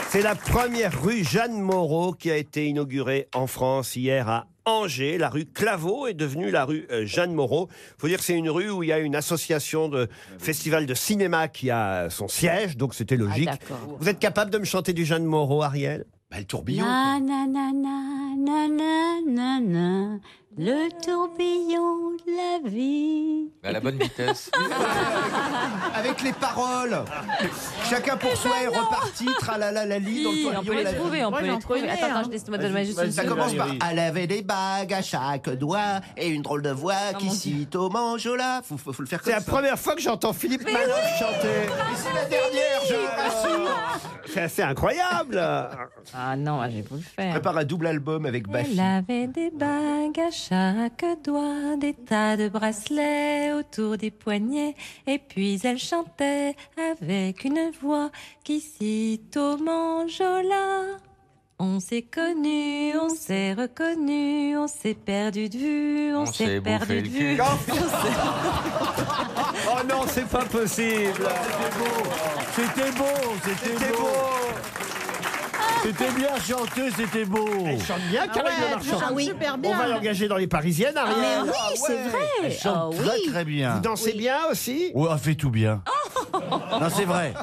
[SPEAKER 4] C'est la première rue Jeanne Moreau qui a été inaugurée en France hier à Angers. La rue Claveau est devenue la rue euh, Jeanne Moreau. Faut dire que c'est une rue où il y a une association de festival de cinéma qui a euh, son siège, donc c'était logique.
[SPEAKER 15] Ah, d'accord.
[SPEAKER 4] Vous êtes capable de me chanter du Jeanne Moreau, Ariel
[SPEAKER 44] Bah, le tourbillon.
[SPEAKER 15] Na, na, na, na, na, na, na, na, le tourbillon de la vie.
[SPEAKER 45] À Bah, la bonne vitesse.
[SPEAKER 44] Avec les paroles. Chacun pour soi est reparti. Tralala la lie dans le
[SPEAKER 20] Si, on
[SPEAKER 44] tourbillon.
[SPEAKER 20] peut les
[SPEAKER 44] la-
[SPEAKER 20] trouver, on
[SPEAKER 43] Moi,
[SPEAKER 20] peut
[SPEAKER 43] j'en
[SPEAKER 20] les trouver.
[SPEAKER 43] connais,
[SPEAKER 20] Attends,
[SPEAKER 43] hein.
[SPEAKER 20] attends, je laisse-moi donner juste une
[SPEAKER 44] Ça
[SPEAKER 20] seconde.
[SPEAKER 44] commence par à laver des bagues à chaque doigt et une drôle de
[SPEAKER 20] Ah,
[SPEAKER 44] voix qui cite au manjola. Faut, faut, faut le faire
[SPEAKER 4] C'est
[SPEAKER 44] comme
[SPEAKER 4] la
[SPEAKER 44] ça.
[SPEAKER 4] première fois que j'entends Philippe Manœuvre
[SPEAKER 6] Ah,
[SPEAKER 4] chanter.
[SPEAKER 44] Mais c'est la dernière, je
[SPEAKER 4] C'est assez incroyable.
[SPEAKER 20] Ah non, moi, j'ai voulu le faire. Oh
[SPEAKER 44] Prépare un double album avec Bafi.
[SPEAKER 20] Elle avait des bagues à chaque doigt, des tas de bracelets autour des poignets, et puis elle chantait avec une voix qui cite au manjola. On s'est connus, on s'est reconnus, on s'est perdu de vue, on,
[SPEAKER 45] On s'est
[SPEAKER 20] s'est
[SPEAKER 45] bouffé
[SPEAKER 20] perdu
[SPEAKER 45] le
[SPEAKER 20] de
[SPEAKER 45] cul.
[SPEAKER 20] vue.
[SPEAKER 4] Oh non, c'est pas possible.
[SPEAKER 44] C'était beau,
[SPEAKER 4] C'était beau.
[SPEAKER 44] C'était bien chanté, c'était beau.
[SPEAKER 4] Elle chante bien, Caroline
[SPEAKER 14] ouais,
[SPEAKER 4] Le
[SPEAKER 14] elle chante
[SPEAKER 4] Marchand.
[SPEAKER 14] super
[SPEAKER 4] On va
[SPEAKER 14] bien.
[SPEAKER 4] l'engager dans les Parisiennes, Ariel.
[SPEAKER 15] Ah,
[SPEAKER 4] Ah
[SPEAKER 15] Mais oui, c'est vrai.
[SPEAKER 44] Ah, Elle chante
[SPEAKER 15] Ah
[SPEAKER 44] très
[SPEAKER 15] oui.
[SPEAKER 44] très
[SPEAKER 4] Vous
[SPEAKER 44] bien.
[SPEAKER 4] dansez bien aussi
[SPEAKER 44] Ouais, elle fait tout bien.
[SPEAKER 46] Non, c'est vrai.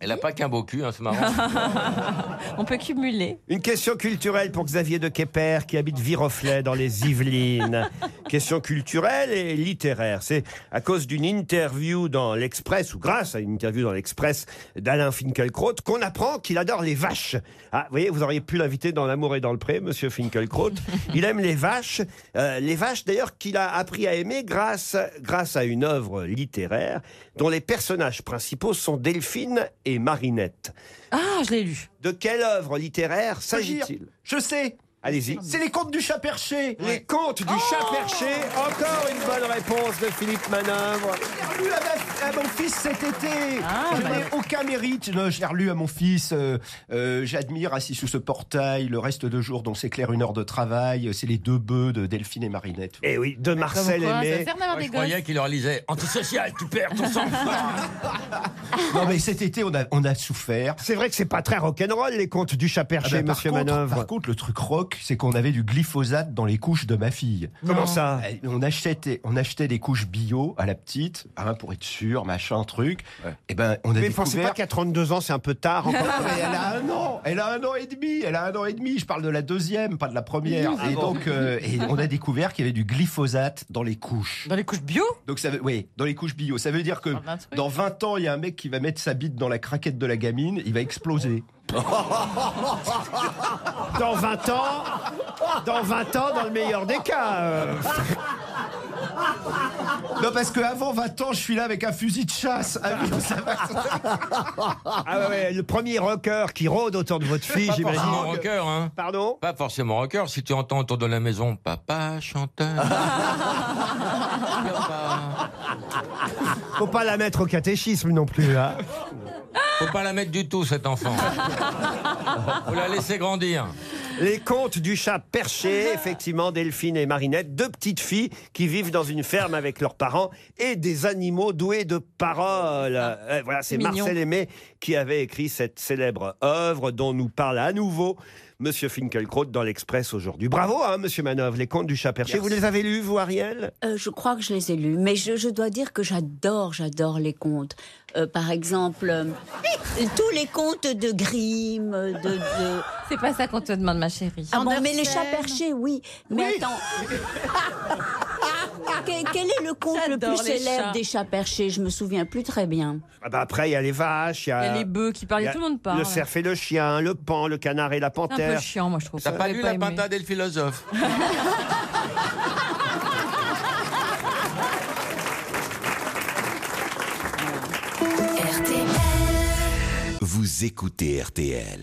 [SPEAKER 13] Elle n'a pas qu'un beau cul, hein, c'est marrant.
[SPEAKER 20] On peut cumuler.
[SPEAKER 4] Une question culturelle pour Xavier de Kepper qui habite Viroflay dans les Yvelines. question culturelle et littéraire. C'est à cause d'une interview dans l'Express, ou grâce à une interview dans l'Express d'Alain Finkielkraut, qu'on apprend qu'il adore les vaches. Ah, vous voyez, vous auriez pu l'inviter dans L'amour et dans le pré, monsieur Finkielkraut. Il aime les vaches. euh, les vaches d'ailleurs qu'il a appris à aimer grâce, grâce à une œuvre littéraire dont les personnages principaux sont Delphine et Marinette.
[SPEAKER 20] Ah, je l'ai lu.
[SPEAKER 4] De quelle œuvre littéraire s'agit-il Je sais. Allez-y. C'est les contes du chat perché. Les contes du chat perché. Encore une bonne réponse de Philippe Manœuvre.
[SPEAKER 6] J'ai relu à, ma- à mon fils cet été.
[SPEAKER 4] Ah,
[SPEAKER 6] je
[SPEAKER 4] bah.
[SPEAKER 6] n'ai aucun mérite. Non, je l'ai relu à mon fils. euh, euh, J'admire, assis sous ce portail, le reste de jour dont s'éclaire une heure de travail. euh, C'est les deux bœufs de Delphine et Marinette.
[SPEAKER 4] Et Eh oui, de
[SPEAKER 6] Marcel Aimé.
[SPEAKER 13] Moi, je croyais qu'il leur lisait Antisocial, tu perds ton sang.
[SPEAKER 6] Non, mais cet été, on a, on a souffert.
[SPEAKER 4] C'est vrai que c'est pas très rock'n'roll, les contes du chat perché,
[SPEAKER 6] Ah ben, par
[SPEAKER 4] monsieur
[SPEAKER 6] contre-
[SPEAKER 4] Manœuvre.
[SPEAKER 6] Par contre, le truc rock, c'est qu'on avait du glyphosate dans les couches de ma fille.
[SPEAKER 4] Comment Non. ça
[SPEAKER 6] Eh, on achetait, on achetait des couches bio à la petite, hein, pour être sûr, machin, truc. Et ben, on a
[SPEAKER 4] Mais
[SPEAKER 6] découvert...
[SPEAKER 4] pensez pas qu'à 32 ans, c'est un peu tard encore.
[SPEAKER 6] Non, Ah, mais elle a un an, elle a un an et demi, elle a un an et demi. Je parle de la deuxième, pas de la première.
[SPEAKER 4] Ah
[SPEAKER 6] et
[SPEAKER 4] bon
[SPEAKER 6] donc, euh, et on a découvert qu'il y avait du glyphosate dans les couches. Dans les couches bio Ah, bah, Donc ça veut, oui, dans les couches bio. Ça veut dire que dans 20 ans, il y a un mec qui va mettre sa bite dans la craquette de la gamine, il va exploser.
[SPEAKER 4] Dans 20 ans, dans 20 ans, dans le meilleur des cas. euh.
[SPEAKER 6] Non, parce qu'avant 20 ans, je suis là avec un fusil de chasse. Ah oui, ça va.
[SPEAKER 4] Ah ouais, ouais, le premier rocker qui rôde autour de votre fille,
[SPEAKER 13] Pas
[SPEAKER 4] j'imagine.
[SPEAKER 13] forcément rocker, hein.
[SPEAKER 4] Pardon
[SPEAKER 13] Pas forcément rocker. Si tu entends autour de la maison, papa chanteur.
[SPEAKER 5] bah,
[SPEAKER 4] Faut pas la mettre au catéchisme non plus. hein.
[SPEAKER 13] Faut pas la mettre du tout, cet enfant. Faut la laisser grandir.
[SPEAKER 4] Les contes du chat
[SPEAKER 20] Ah.
[SPEAKER 4] perché, effectivement, Delphine et Marinette, deux petites filles qui vivent dans une ferme avec leurs parents et des animaux doués de parole.
[SPEAKER 20] Ah.
[SPEAKER 4] Euh, voilà, c'est
[SPEAKER 6] C'est mignon.
[SPEAKER 4] Marcel Aimé qui avait écrit cette célèbre œuvre dont nous parle à nouveau Monsieur Finkielkraut dans l'Express aujourd'hui. Bravo, hein, Monsieur Manœuvre, les contes du chat perché. Vous les avez lus, vous, Ariel
[SPEAKER 15] Euh, Je crois que je les ai lus, mais je, je dois dire que j'adore, j'adore les contes. Euh, par exemple, euh, tous les contes de Grimm, de... de...
[SPEAKER 20] C'est pas ça qu'on te demande, ma chérie.
[SPEAKER 15] Ah bon, mais les chats perchés, oui. Mais attends. Que- quel est le conte le plus
[SPEAKER 20] J'adore les
[SPEAKER 15] célèbre
[SPEAKER 20] chats.
[SPEAKER 15] des chats perchés Je me souviens plus très bien.
[SPEAKER 4] Ah bah après, il y a les vaches, il y a...
[SPEAKER 20] Il y a les bœufs qui parlent,
[SPEAKER 4] il y a
[SPEAKER 20] tout le monde parle.
[SPEAKER 4] Le cerf et le chien, le pan, le canard et la panthère.
[SPEAKER 20] chiant, moi, je trouve.
[SPEAKER 4] Euh,
[SPEAKER 13] T'as pas lu la pintade et le philosophe
[SPEAKER 47] RTL.
[SPEAKER 8] Vous écoutez RTL.